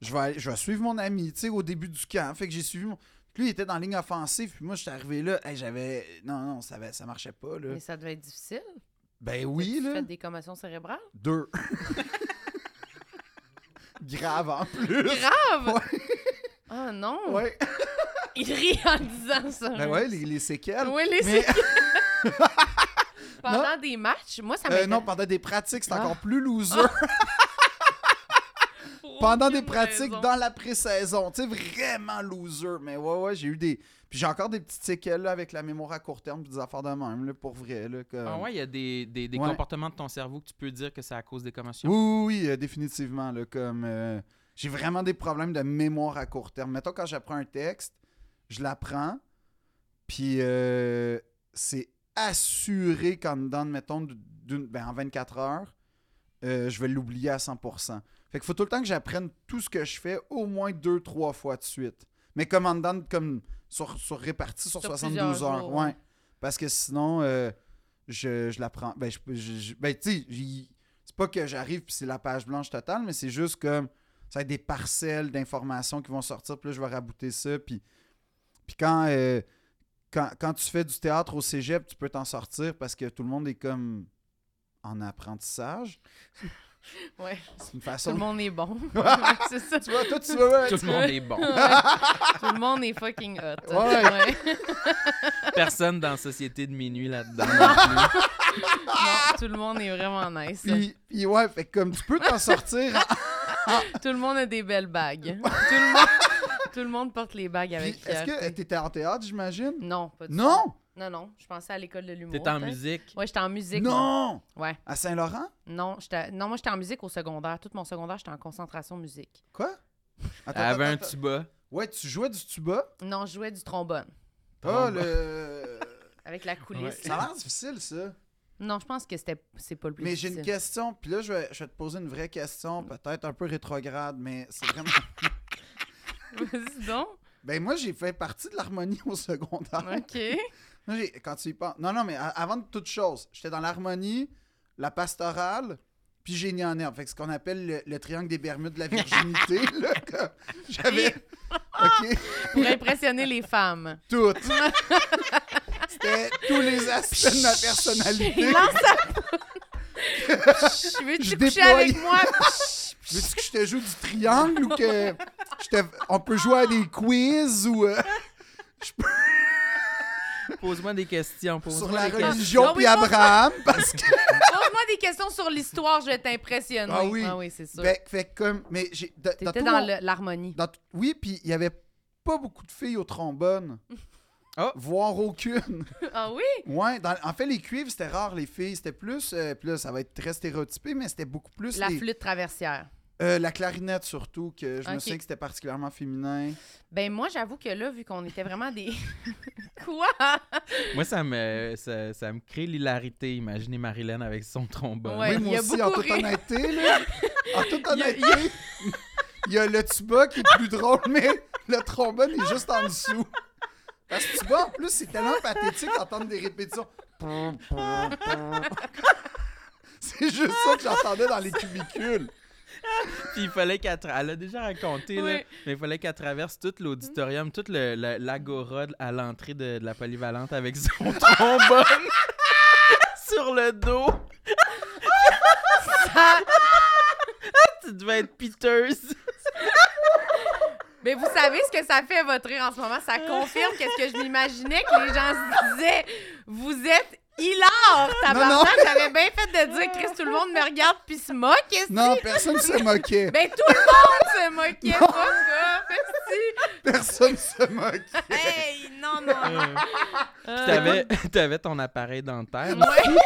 [SPEAKER 4] je vais, aller- je vais suivre mon ami, tu sais, au début du camp. Fait que j'ai suivi mon. Lui, il était dans la ligne offensive, puis moi, j'étais arrivé là, Hey, j'avais. Non, non, ça, avait- ça marchait pas, là.
[SPEAKER 1] Mais ça devait être difficile.
[SPEAKER 4] Ben euh, oui,
[SPEAKER 1] Tu
[SPEAKER 4] là.
[SPEAKER 1] fais des commotions cérébrales?
[SPEAKER 4] Deux. [LAUGHS] Grave en plus. [LAUGHS]
[SPEAKER 1] Grave! ben, Ah non!
[SPEAKER 4] Ouais.
[SPEAKER 1] Il rit en disant ça.
[SPEAKER 4] Ben ouais, les, les séquelles.
[SPEAKER 1] Oui, les [LAUGHS]
[SPEAKER 4] Mais-
[SPEAKER 1] Pendant des matchs, moi, ça
[SPEAKER 4] Euh,
[SPEAKER 1] m'intéresse.
[SPEAKER 4] non, pendant des pratiques, c'est
[SPEAKER 1] Ah.
[SPEAKER 4] encore plus loser.
[SPEAKER 1] pour
[SPEAKER 4] [LAUGHS] pendant des
[SPEAKER 1] aucune
[SPEAKER 4] pratiques
[SPEAKER 1] raison.
[SPEAKER 4] dans la pré-saison. Tu sais, vraiment loser. Mais ouais, ouais, j'ai eu des. Puis j'ai encore des petites séquelles là, avec la mémoire à court terme, puis des affaires de même, là, pour vrai. Là, comme...
[SPEAKER 2] Ah ouais, il y a des, des, des
[SPEAKER 4] Euh, Ouais.
[SPEAKER 2] comportements de ton cerveau que tu peux dire que c'est à cause des commotions.
[SPEAKER 4] Oui, oui, oui, euh, définitivement. Là, comme, euh, j'ai vraiment des problèmes de mémoire à court terme. Mettons, quand j'apprends un texte, je l'apprends, puis euh, c'est assuré qu'en dedans, de, mettons, d'une, ben, en 24 heures, euh, je vais l'oublier à 100%. Fait qu'il faut tout le temps que j'apprenne tout ce que je fais au moins deux, trois fois de suite. Mais comme en dedans, de- comme sur, sur réparti sur,
[SPEAKER 1] Sur
[SPEAKER 4] 72
[SPEAKER 1] plusieurs
[SPEAKER 4] heures.
[SPEAKER 1] jours,
[SPEAKER 4] ouais.
[SPEAKER 1] ouais.
[SPEAKER 4] Parce que sinon, euh, je, je la prends. Ben, je, je- je- ben, tu sais, j'y- c'est pas que j'arrive puis c'est la page blanche totale, mais c'est juste comme ça va être des parcelles d'informations qui vont sortir, puis là, je vais rabouter ça. Puis, puis quand, euh, quand, quand tu fais du théâtre au cégep, tu peux t'en sortir parce que tout le monde est comme en apprentissage.
[SPEAKER 1] [LAUGHS] Ouais.
[SPEAKER 4] C'est une
[SPEAKER 1] Tout
[SPEAKER 4] façon.
[SPEAKER 1] le monde est
[SPEAKER 4] [LAUGHS]
[SPEAKER 1] bon. [LAUGHS] c'est ça.
[SPEAKER 4] Tu vois, toi, tu vois.
[SPEAKER 1] [LAUGHS]
[SPEAKER 2] Tout le monde est
[SPEAKER 4] [LAUGHS]
[SPEAKER 2] bon.
[SPEAKER 1] Ouais. Tout le monde est fucking hot.
[SPEAKER 4] Ouais.
[SPEAKER 2] Personne dans la société de minuit
[SPEAKER 4] [LAUGHS]
[SPEAKER 2] là-dedans. non plus.
[SPEAKER 1] Non, tout le monde est vraiment nice.
[SPEAKER 4] Puis, puis ouais, fait que comme tu peux
[SPEAKER 1] [LAUGHS]
[SPEAKER 4] t'en sortir. ah,
[SPEAKER 1] Tout le monde a des belles bagues. tout, le monde, [LAUGHS] tout le monde porte les bagues
[SPEAKER 4] Puis,
[SPEAKER 1] avec
[SPEAKER 4] Est-ce que
[SPEAKER 1] fierté.
[SPEAKER 4] t'étais en théâtre, j'imagine?
[SPEAKER 1] Non, pas du tout.
[SPEAKER 4] Non!
[SPEAKER 1] Non, non, je pensais à l'école de l'humour.
[SPEAKER 2] T'es en
[SPEAKER 1] peut-être.
[SPEAKER 2] musique.
[SPEAKER 1] Ouais, j'étais en musique. moi.
[SPEAKER 4] Non!
[SPEAKER 1] Ouais.
[SPEAKER 4] À Saint-Laurent?
[SPEAKER 1] Non, j'étais- non, moi j'étais en musique au secondaire. Tout mon secondaire, j'étais en concentration musique.
[SPEAKER 4] Quoi? Attends,
[SPEAKER 2] Elle avait
[SPEAKER 4] attends,
[SPEAKER 2] un
[SPEAKER 4] attends.
[SPEAKER 2] tuba.
[SPEAKER 4] Ouais, tu jouais du tuba?
[SPEAKER 1] Non, je jouais du trombone
[SPEAKER 2] Bon,
[SPEAKER 4] Ah, le.
[SPEAKER 1] avec la coulisse.
[SPEAKER 4] [LAUGHS] Ça a l'air difficile, ça.
[SPEAKER 1] Non, je pense que c'était c'est pas le plus
[SPEAKER 4] Mais j'ai une
[SPEAKER 1] difficile.
[SPEAKER 4] question, puis là, je vais, je vais te poser une vraie question, peut-être un peu rétrograde, mais c'est vraiment.
[SPEAKER 1] [LAUGHS] Vas-y donc.
[SPEAKER 4] ben, moi, j'ai fait partie de l'harmonie au secondaire.
[SPEAKER 1] OK.
[SPEAKER 4] Moi, j'ai- quand tu y penses. Non, non, mais a- avant de toute chose, j'étais dans l'harmonie, la pastorale, puis génie en herbe. Fait que ce qu'on appelle le, le triangle des Bermudes de la virginité, là. comme- J'avais. OK.
[SPEAKER 1] Pour impressionner les femmes.
[SPEAKER 4] Toutes. C'était tous les aspects de ma
[SPEAKER 1] Il
[SPEAKER 4] personnalité.
[SPEAKER 1] lance sa poule.
[SPEAKER 4] Je
[SPEAKER 1] Veux-tu coucher
[SPEAKER 4] déploie-
[SPEAKER 1] avec moi?
[SPEAKER 4] Veux-tu que je te joue du triangle ou que je te- on peut jouer à des quiz ou euh, je peux-
[SPEAKER 2] Pose-moi des questions. Pose-moi
[SPEAKER 4] sur la
[SPEAKER 2] des questions.
[SPEAKER 4] religion
[SPEAKER 1] Ah oui,
[SPEAKER 4] puis
[SPEAKER 1] pas-
[SPEAKER 4] Abraham parce que
[SPEAKER 1] Pose-moi des questions sur l'histoire, je vais t'impressionner.
[SPEAKER 4] Ah oui.
[SPEAKER 1] Ah oui, c'est sûr.
[SPEAKER 4] ben, fait que comme mais j'ai dans- dans,
[SPEAKER 1] T'étais
[SPEAKER 4] tout
[SPEAKER 1] dans
[SPEAKER 4] mon-
[SPEAKER 1] le- l'harmonie.
[SPEAKER 4] dans tout- oui puis il y avait pas beaucoup de filles au trombone.
[SPEAKER 2] Ah.
[SPEAKER 4] Voire aucune.
[SPEAKER 1] Ah oui?
[SPEAKER 4] Ouais, dans- en fait, les cuivres, c'était rare, les filles. C'était plus. euh, puis là, ça va être très stéréotypé, mais c'était beaucoup plus.
[SPEAKER 1] La
[SPEAKER 4] les-
[SPEAKER 1] flûte traversière.
[SPEAKER 4] euh, la clarinette, surtout, que je me
[SPEAKER 1] Ok.
[SPEAKER 4] souviens que c'était particulièrement féminin.
[SPEAKER 1] Ben moi, j'avoue que là, vu qu'on était vraiment des... [LAUGHS] Quoi?
[SPEAKER 2] Moi, ça me, ça, ça me crée l'hilarité. Imaginez Marilyn avec son trombone.
[SPEAKER 1] Ouais,
[SPEAKER 4] oui, moi
[SPEAKER 1] il y a
[SPEAKER 4] aussi, en
[SPEAKER 1] beaucoup ri.
[SPEAKER 4] toute honnêté, là. En
[SPEAKER 1] [LAUGHS] Il y
[SPEAKER 4] toute
[SPEAKER 1] a-
[SPEAKER 4] honnêteté, il y, a le tuba qui est plus drôle, mais le trombone est juste en dessous. Parce que le tuba, en plus, c'est tellement pathétique d'entendre des répétitions. Poum, poum, poum. C'est juste ça que j'entendais dans les cubicules.
[SPEAKER 2] Puis il fallait qu'elle. tra- Elle a déjà raconté, là,
[SPEAKER 1] Oui.
[SPEAKER 2] mais il fallait qu'elle traverse tout l'auditorium, toute le- le- l'agora de- à l'entrée de, de la polyvalente avec son [LAUGHS] trombone sur le dos. tu devais être piteuse.
[SPEAKER 1] Mais Ben, vous savez ce que ça fait votre rire en ce moment? Ça confirme qu'est-ce que je m'imaginais que les gens se disaient. Vous êtes hilar,
[SPEAKER 4] Non, non.
[SPEAKER 1] tabarnak! J'avais bien fait de dire, Chris, tout le monde me regarde puis se moque, est-ce que-
[SPEAKER 4] Non, personne se moquait.
[SPEAKER 1] Ben tout le monde se moquait, pas ça! Merci!
[SPEAKER 4] Personne se moquait.
[SPEAKER 1] Hey, non, non, non!
[SPEAKER 2] Euh, puis
[SPEAKER 1] [LAUGHS]
[SPEAKER 2] t'avais, [LAUGHS] t'avais ton appareil dentaire.
[SPEAKER 1] Ah, Ouais.
[SPEAKER 4] je me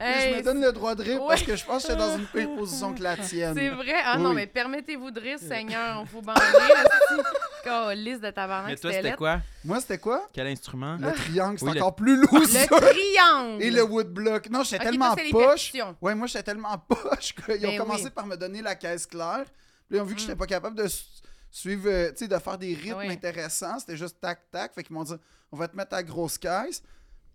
[SPEAKER 1] Hey,
[SPEAKER 4] donne le droit de rire parce
[SPEAKER 1] Ouais.
[SPEAKER 4] que je pense que j'étais dans une pire position que la tienne.
[SPEAKER 1] C'est vrai. Ah non,
[SPEAKER 4] Euh, Oui. Euh.
[SPEAKER 1] mais permettez-vous de rire, Seigneur. On faut bander.
[SPEAKER 4] [LAUGHS]
[SPEAKER 1] là, liste de tabarnak.
[SPEAKER 2] Mais toi,
[SPEAKER 1] c'était
[SPEAKER 2] c'était
[SPEAKER 1] lettre.
[SPEAKER 2] quoi?
[SPEAKER 4] Moi, c'était quoi?
[SPEAKER 2] Quel instrument?
[SPEAKER 4] Le triangle, c'est
[SPEAKER 2] Oui, le-
[SPEAKER 4] encore plus lourd.
[SPEAKER 1] Ah. Le triangle.
[SPEAKER 4] [LAUGHS] Et le woodblock. Non, j'étais
[SPEAKER 1] Ok,
[SPEAKER 4] tellement
[SPEAKER 1] toi, c'est les
[SPEAKER 4] poche.
[SPEAKER 1] percussions.
[SPEAKER 4] Ouais, moi, j'étais tellement [LAUGHS] poche qu'ils
[SPEAKER 1] Ben
[SPEAKER 4] ont commencé
[SPEAKER 1] oui. Mm.
[SPEAKER 4] par me donner la caisse claire. Puis ils ont vu que j'étais pas capable de su- suivre, euh, tu sais, de faire des rythmes
[SPEAKER 1] Ah ouais.
[SPEAKER 4] intéressants. C'était juste tac-tac. Fait qu'ils m'ont dit, on va te mettre à grosse caisse.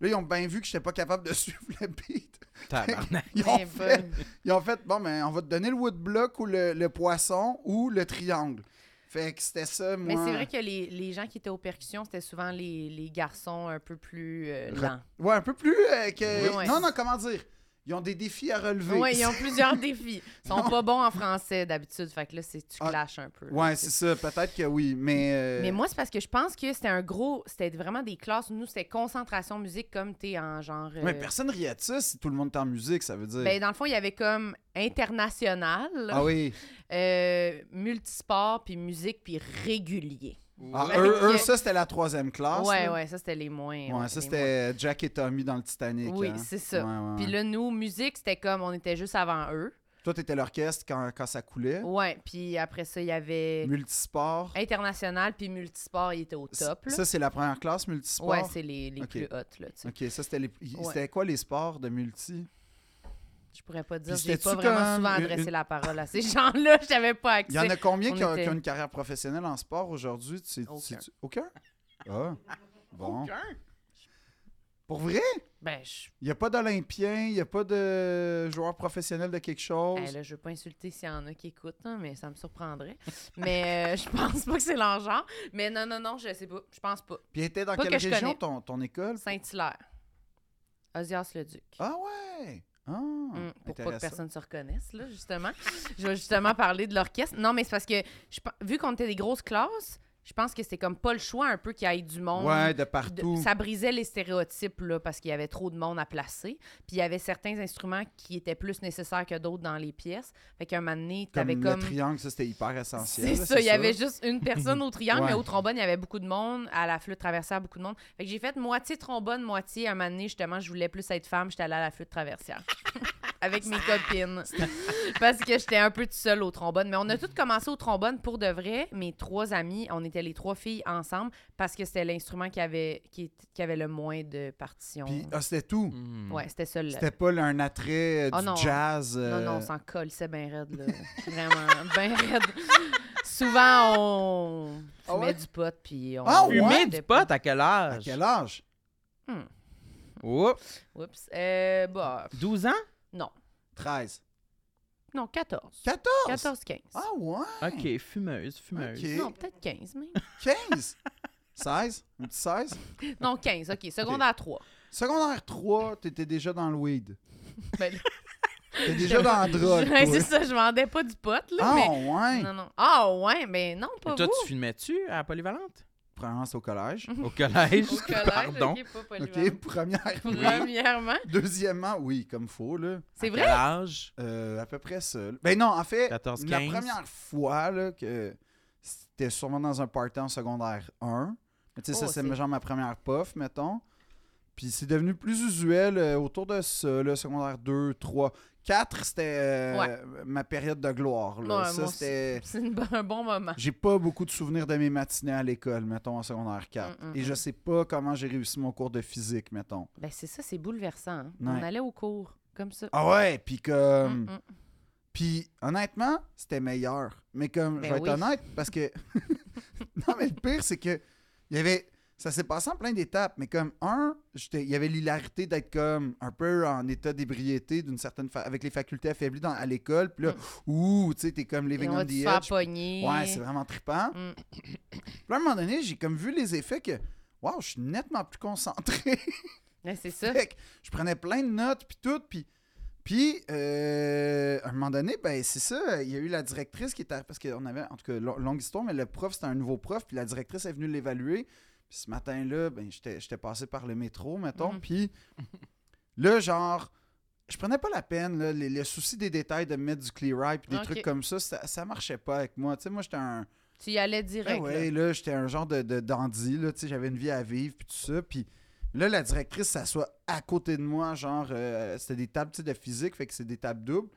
[SPEAKER 4] Là, ils ont bien vu que j'étais pas capable de [LAUGHS] suivre le beat.
[SPEAKER 2] [LAUGHS] Tabarnak.
[SPEAKER 4] Ils ont,
[SPEAKER 1] Eh
[SPEAKER 4] fait,
[SPEAKER 1] ben.
[SPEAKER 4] ils ont fait, bon, ben, on va te donner le woodblock ou le, le poisson ou le triangle. Fait que c'était ça, moi.
[SPEAKER 1] Mais Ben, c'est vrai que les, les gens qui étaient aux percussions, c'était souvent les, les garçons un peu plus euh, lents.
[SPEAKER 4] Ouais, un peu plus euh, que.
[SPEAKER 1] Oui, ouais.
[SPEAKER 4] Non, non, comment dire? Ils ont des défis à relever.
[SPEAKER 1] Ouais, ils ont plusieurs défis. Ils sont
[SPEAKER 4] Non.
[SPEAKER 1] pas bons en français d'habitude. Fait que là, c'est tu
[SPEAKER 4] Ah.
[SPEAKER 1] clashes un peu. là,
[SPEAKER 4] Ouais,
[SPEAKER 1] tu
[SPEAKER 4] c'est
[SPEAKER 1] sais.
[SPEAKER 4] ça, peut-être que oui, mais. euh,
[SPEAKER 1] Mais moi, c'est parce que je pense que c'était un gros. C'était vraiment des classes. Nous, c'était concentration musique comme t'es en genre. euh,
[SPEAKER 4] Mais personne riait de ça si tout le monde est en musique, ça veut dire.
[SPEAKER 1] ben, dans le fond, il y avait comme international,
[SPEAKER 4] ah oui.
[SPEAKER 1] euh, multisport, puis musique, puis régulier.
[SPEAKER 4] Ah,
[SPEAKER 1] Ouais.
[SPEAKER 4] eux, eux, Ah, ça, c'était la troisième classe.
[SPEAKER 1] ouais,
[SPEAKER 4] là.
[SPEAKER 1] ouais, ça c'était les moins.
[SPEAKER 4] Ouais,
[SPEAKER 1] ouais,
[SPEAKER 4] ça,
[SPEAKER 1] les moins.
[SPEAKER 4] c'était Jack et Tommy dans le Titanic.
[SPEAKER 1] Oui,
[SPEAKER 4] hein.
[SPEAKER 1] c'est ça.
[SPEAKER 4] Ouais, ouais,
[SPEAKER 1] Puis
[SPEAKER 4] ouais.
[SPEAKER 1] là, nous, musique, c'était comme on était juste avant eux.
[SPEAKER 4] Toi, t'étais l'orchestre quand, quand ça coulait.
[SPEAKER 1] Ouais, puis après ça, il y avait
[SPEAKER 4] Multisport.
[SPEAKER 1] international, puis multisport, il était au top. là.
[SPEAKER 4] Ça, c'est la première classe, multisport.
[SPEAKER 1] ouais, c'est les, les
[SPEAKER 4] Ok.
[SPEAKER 1] plus hautes, là, tu sais.
[SPEAKER 4] Ok, ça, c'était les...
[SPEAKER 1] Ouais.
[SPEAKER 4] c'était quoi les sports de multi?
[SPEAKER 1] Je pourrais pas dire,
[SPEAKER 4] Puis
[SPEAKER 1] j'ai pas
[SPEAKER 4] c'était-tu
[SPEAKER 1] vraiment
[SPEAKER 4] comme
[SPEAKER 1] souvent
[SPEAKER 4] une-
[SPEAKER 1] adressé
[SPEAKER 4] une-
[SPEAKER 1] la parole à ces [LAUGHS] gens-là, je n'avais pas accès.
[SPEAKER 4] Il y en a combien
[SPEAKER 1] on
[SPEAKER 4] qui ont,
[SPEAKER 1] était-
[SPEAKER 4] qui ont une carrière professionnelle en sport aujourd'hui? Tu- tu-
[SPEAKER 1] Aucun.
[SPEAKER 4] tu- Aucun? Ah, bon. Pour vrai?
[SPEAKER 1] Ben, je...
[SPEAKER 4] Il n'y a pas d'Olympien, il n'y a pas de joueur professionnel de quelque chose.
[SPEAKER 1] Hey, là, je veux pas insulter s'il y en a qui écoutent, hein, mais ça me surprendrait. mais euh, [LAUGHS] je pense pas que c'est leur genre. Mais non, non, non, je sais pas. Je pense pas.
[SPEAKER 4] Puis elle était dans
[SPEAKER 1] Pas
[SPEAKER 4] quelle
[SPEAKER 1] que je
[SPEAKER 4] région
[SPEAKER 1] connais.
[SPEAKER 4] ton, ton école?
[SPEAKER 1] Saint-Hilaire. Osias le Duc.
[SPEAKER 4] Ah ouais! Ah,
[SPEAKER 1] Mm, pour pas que
[SPEAKER 4] intéressant.
[SPEAKER 1] personne se reconnaisse, là, justement. je vais justement parler de l'orchestre. Non, mais c'est parce que je pe- vu qu'on était des grosses classes, je pense que c'était comme pas le choix un peu qu'il y ait du monde.
[SPEAKER 4] Ouais, de
[SPEAKER 1] De-
[SPEAKER 4] partout.
[SPEAKER 1] ça brisait les stéréotypes là, parce qu'il y avait trop de monde à placer. Puis il y avait certains instruments qui étaient plus nécessaires que d'autres dans les pièces. Fait qu'à un moment donné,
[SPEAKER 4] Comme
[SPEAKER 1] t'avais
[SPEAKER 4] le
[SPEAKER 1] comme.
[SPEAKER 4] triangle, ça, c'était hyper essentiel.
[SPEAKER 1] C'est
[SPEAKER 4] là,
[SPEAKER 1] ça, il y avait juste une personne au triangle, mais
[SPEAKER 4] Ouais.
[SPEAKER 1] au trombone, il y avait beaucoup de monde. À la flûte traversière, beaucoup de monde. Fait que j'ai fait moitié trombone, moitié. À un moment donné, justement, je voulais plus être femme, j'étais allée à la flûte
[SPEAKER 4] [LAUGHS]
[SPEAKER 1] traversière. Avec mes copines. Parce que j'étais un peu toute seule au trombone. Mais on a toutes commencé au trombone pour de vrai. Mes trois amis, on était les trois filles ensemble parce que c'était l'instrument qui avait, qui, est- qui avait le moins de partitions.
[SPEAKER 4] Puis, ah, c'était tout.
[SPEAKER 2] Hmm.
[SPEAKER 1] Ouais, c'était ça Mm, le.
[SPEAKER 4] C'était pas un attrait euh,
[SPEAKER 1] Ah
[SPEAKER 4] du
[SPEAKER 1] non.
[SPEAKER 4] jazz.
[SPEAKER 1] Non, non,
[SPEAKER 4] euh,
[SPEAKER 1] on s'en colle, c'est bien raide, là. Vraiment, bien raide. Souvent, on fumait
[SPEAKER 4] Ah ouais?
[SPEAKER 1] du pot, puis on...
[SPEAKER 4] Ah
[SPEAKER 2] Fumée
[SPEAKER 4] Ouais.
[SPEAKER 2] du pot, à quel
[SPEAKER 4] À
[SPEAKER 2] âge?
[SPEAKER 4] quel âge?
[SPEAKER 2] Oh,
[SPEAKER 1] Oups. Euh, bah,
[SPEAKER 2] 12 ans?
[SPEAKER 1] non.
[SPEAKER 4] 13.
[SPEAKER 1] Non, 14.
[SPEAKER 4] 14?
[SPEAKER 1] 14, 15.
[SPEAKER 4] Ah ouais!
[SPEAKER 2] Ok, fumeuse, fumeuse.
[SPEAKER 4] Ok.
[SPEAKER 1] Non, peut-être 15, mais... [LAUGHS]
[SPEAKER 4] 15? 16? Un petit 16?
[SPEAKER 1] Non, 15, OK. Secondaire 3.
[SPEAKER 4] Secondaire 3, t'étais déjà dans le weed.
[SPEAKER 1] [LAUGHS] Ben, là-
[SPEAKER 4] T'es déjà dans la drogue.
[SPEAKER 1] [LAUGHS] Ouais,
[SPEAKER 4] toi.
[SPEAKER 1] c'est ça, je vendais pas du pot, là.
[SPEAKER 4] Ah,
[SPEAKER 1] mais...
[SPEAKER 4] ouais.
[SPEAKER 1] Non, non. Ah, ouais, mais non, pas
[SPEAKER 2] Mais Toi,
[SPEAKER 1] vous.
[SPEAKER 2] tu filmais-tu à Polyvalente?
[SPEAKER 4] Premièrement, c'est au collège.
[SPEAKER 2] Au [LAUGHS] collège?
[SPEAKER 1] Au collège,
[SPEAKER 2] Pardon.
[SPEAKER 1] ok, pas
[SPEAKER 4] OK,
[SPEAKER 1] polyvalent. [LAUGHS]
[SPEAKER 4] première. oui.
[SPEAKER 1] Premièrement,
[SPEAKER 4] Deuxièmement, oui, comme faux, là.
[SPEAKER 1] c'est
[SPEAKER 2] À quel
[SPEAKER 1] vrai?
[SPEAKER 2] âge?
[SPEAKER 4] Euh, à peu près ça. Ben non, en fait,
[SPEAKER 2] 14,
[SPEAKER 4] la
[SPEAKER 2] 15.
[SPEAKER 4] première fois là, que c'était sûrement dans un party en secondaire 1. Mais tu sais, ça,
[SPEAKER 1] Oh,
[SPEAKER 4] c'est
[SPEAKER 1] c'est-
[SPEAKER 4] genre ma première puff, mettons. Puis c'est devenu plus usuel euh, autour de ça, là, secondaire 2, 3. 4, c'était euh, ma période de gloire. là.
[SPEAKER 1] Ouais,
[SPEAKER 4] ça,
[SPEAKER 1] moi aussi.
[SPEAKER 4] c'était...
[SPEAKER 1] C'est une bo- un bon moment.
[SPEAKER 4] J'ai pas beaucoup de souvenirs de mes matinées à l'école, mettons, en secondaire 4.
[SPEAKER 1] Mm, mm,
[SPEAKER 4] Et je
[SPEAKER 1] mm.
[SPEAKER 4] sais pas comment j'ai réussi mon cours de physique, mettons.
[SPEAKER 1] Ben, c'est ça, c'est bouleversant. hein.
[SPEAKER 4] Ouais.
[SPEAKER 1] On allait au cours, comme ça.
[SPEAKER 4] Ah ouais, puis comme...
[SPEAKER 1] Mm, mm.
[SPEAKER 4] Puis honnêtement, c'était meilleur. Mais comme, je
[SPEAKER 1] Ben
[SPEAKER 4] vais être
[SPEAKER 1] oui.
[SPEAKER 4] honnête, parce que. [LAUGHS] non, mais le pire, c'est que. Il y avait. Ça s'est passé en plein d'étapes, mais comme un, j'étais- il y avait l'hilarité d'être comme un peu en état d'ébriété d'une certaine fa- avec les facultés affaiblies dans- à l'école, puis là,
[SPEAKER 1] Mm.
[SPEAKER 4] ouh, tu sais, t'es comme
[SPEAKER 1] Et
[SPEAKER 4] living
[SPEAKER 1] on
[SPEAKER 4] on
[SPEAKER 1] va
[SPEAKER 4] the
[SPEAKER 1] te faire
[SPEAKER 4] edge.
[SPEAKER 1] pogner.
[SPEAKER 4] Ouais, c'est vraiment trippant.
[SPEAKER 1] Mm.
[SPEAKER 4] Puis là, à un moment donné, j'ai comme vu les effets que, waouh, je suis nettement plus concentré.
[SPEAKER 1] Ben, c'est
[SPEAKER 4] [LAUGHS]
[SPEAKER 1] ça.
[SPEAKER 4] Fait que je prenais plein de notes, puis tout, puis... Puis, euh, à un moment donné, ben, c'est ça, il y a eu la directrice qui était... Parce qu'on avait, en tout cas, lo- longue histoire, mais le prof, c'était un nouveau prof, puis la directrice est venue l'évaluer. Puis ce matin-là, ben, j'étais j'étais passé par le métro, mettons,
[SPEAKER 1] Mhm.
[SPEAKER 4] puis là, genre, je prenais pas la peine, là, les- le souci des détails de mettre du clear eye, puis des
[SPEAKER 1] Ok.
[SPEAKER 4] trucs comme ça, ça, ça marchait pas avec moi. Tu sais, moi, j'étais un...
[SPEAKER 1] Tu y allais
[SPEAKER 4] Ah
[SPEAKER 1] direct.
[SPEAKER 4] ouais,
[SPEAKER 1] là.
[SPEAKER 4] là, j'étais un genre de, de dandy, là, tu sais, j'avais une vie à vivre, puis tout ça, puis là, la directrice s'assoit à côté de moi, genre, euh, c'était des tables, tu sais, de physique, fait que c'est des tables doubles.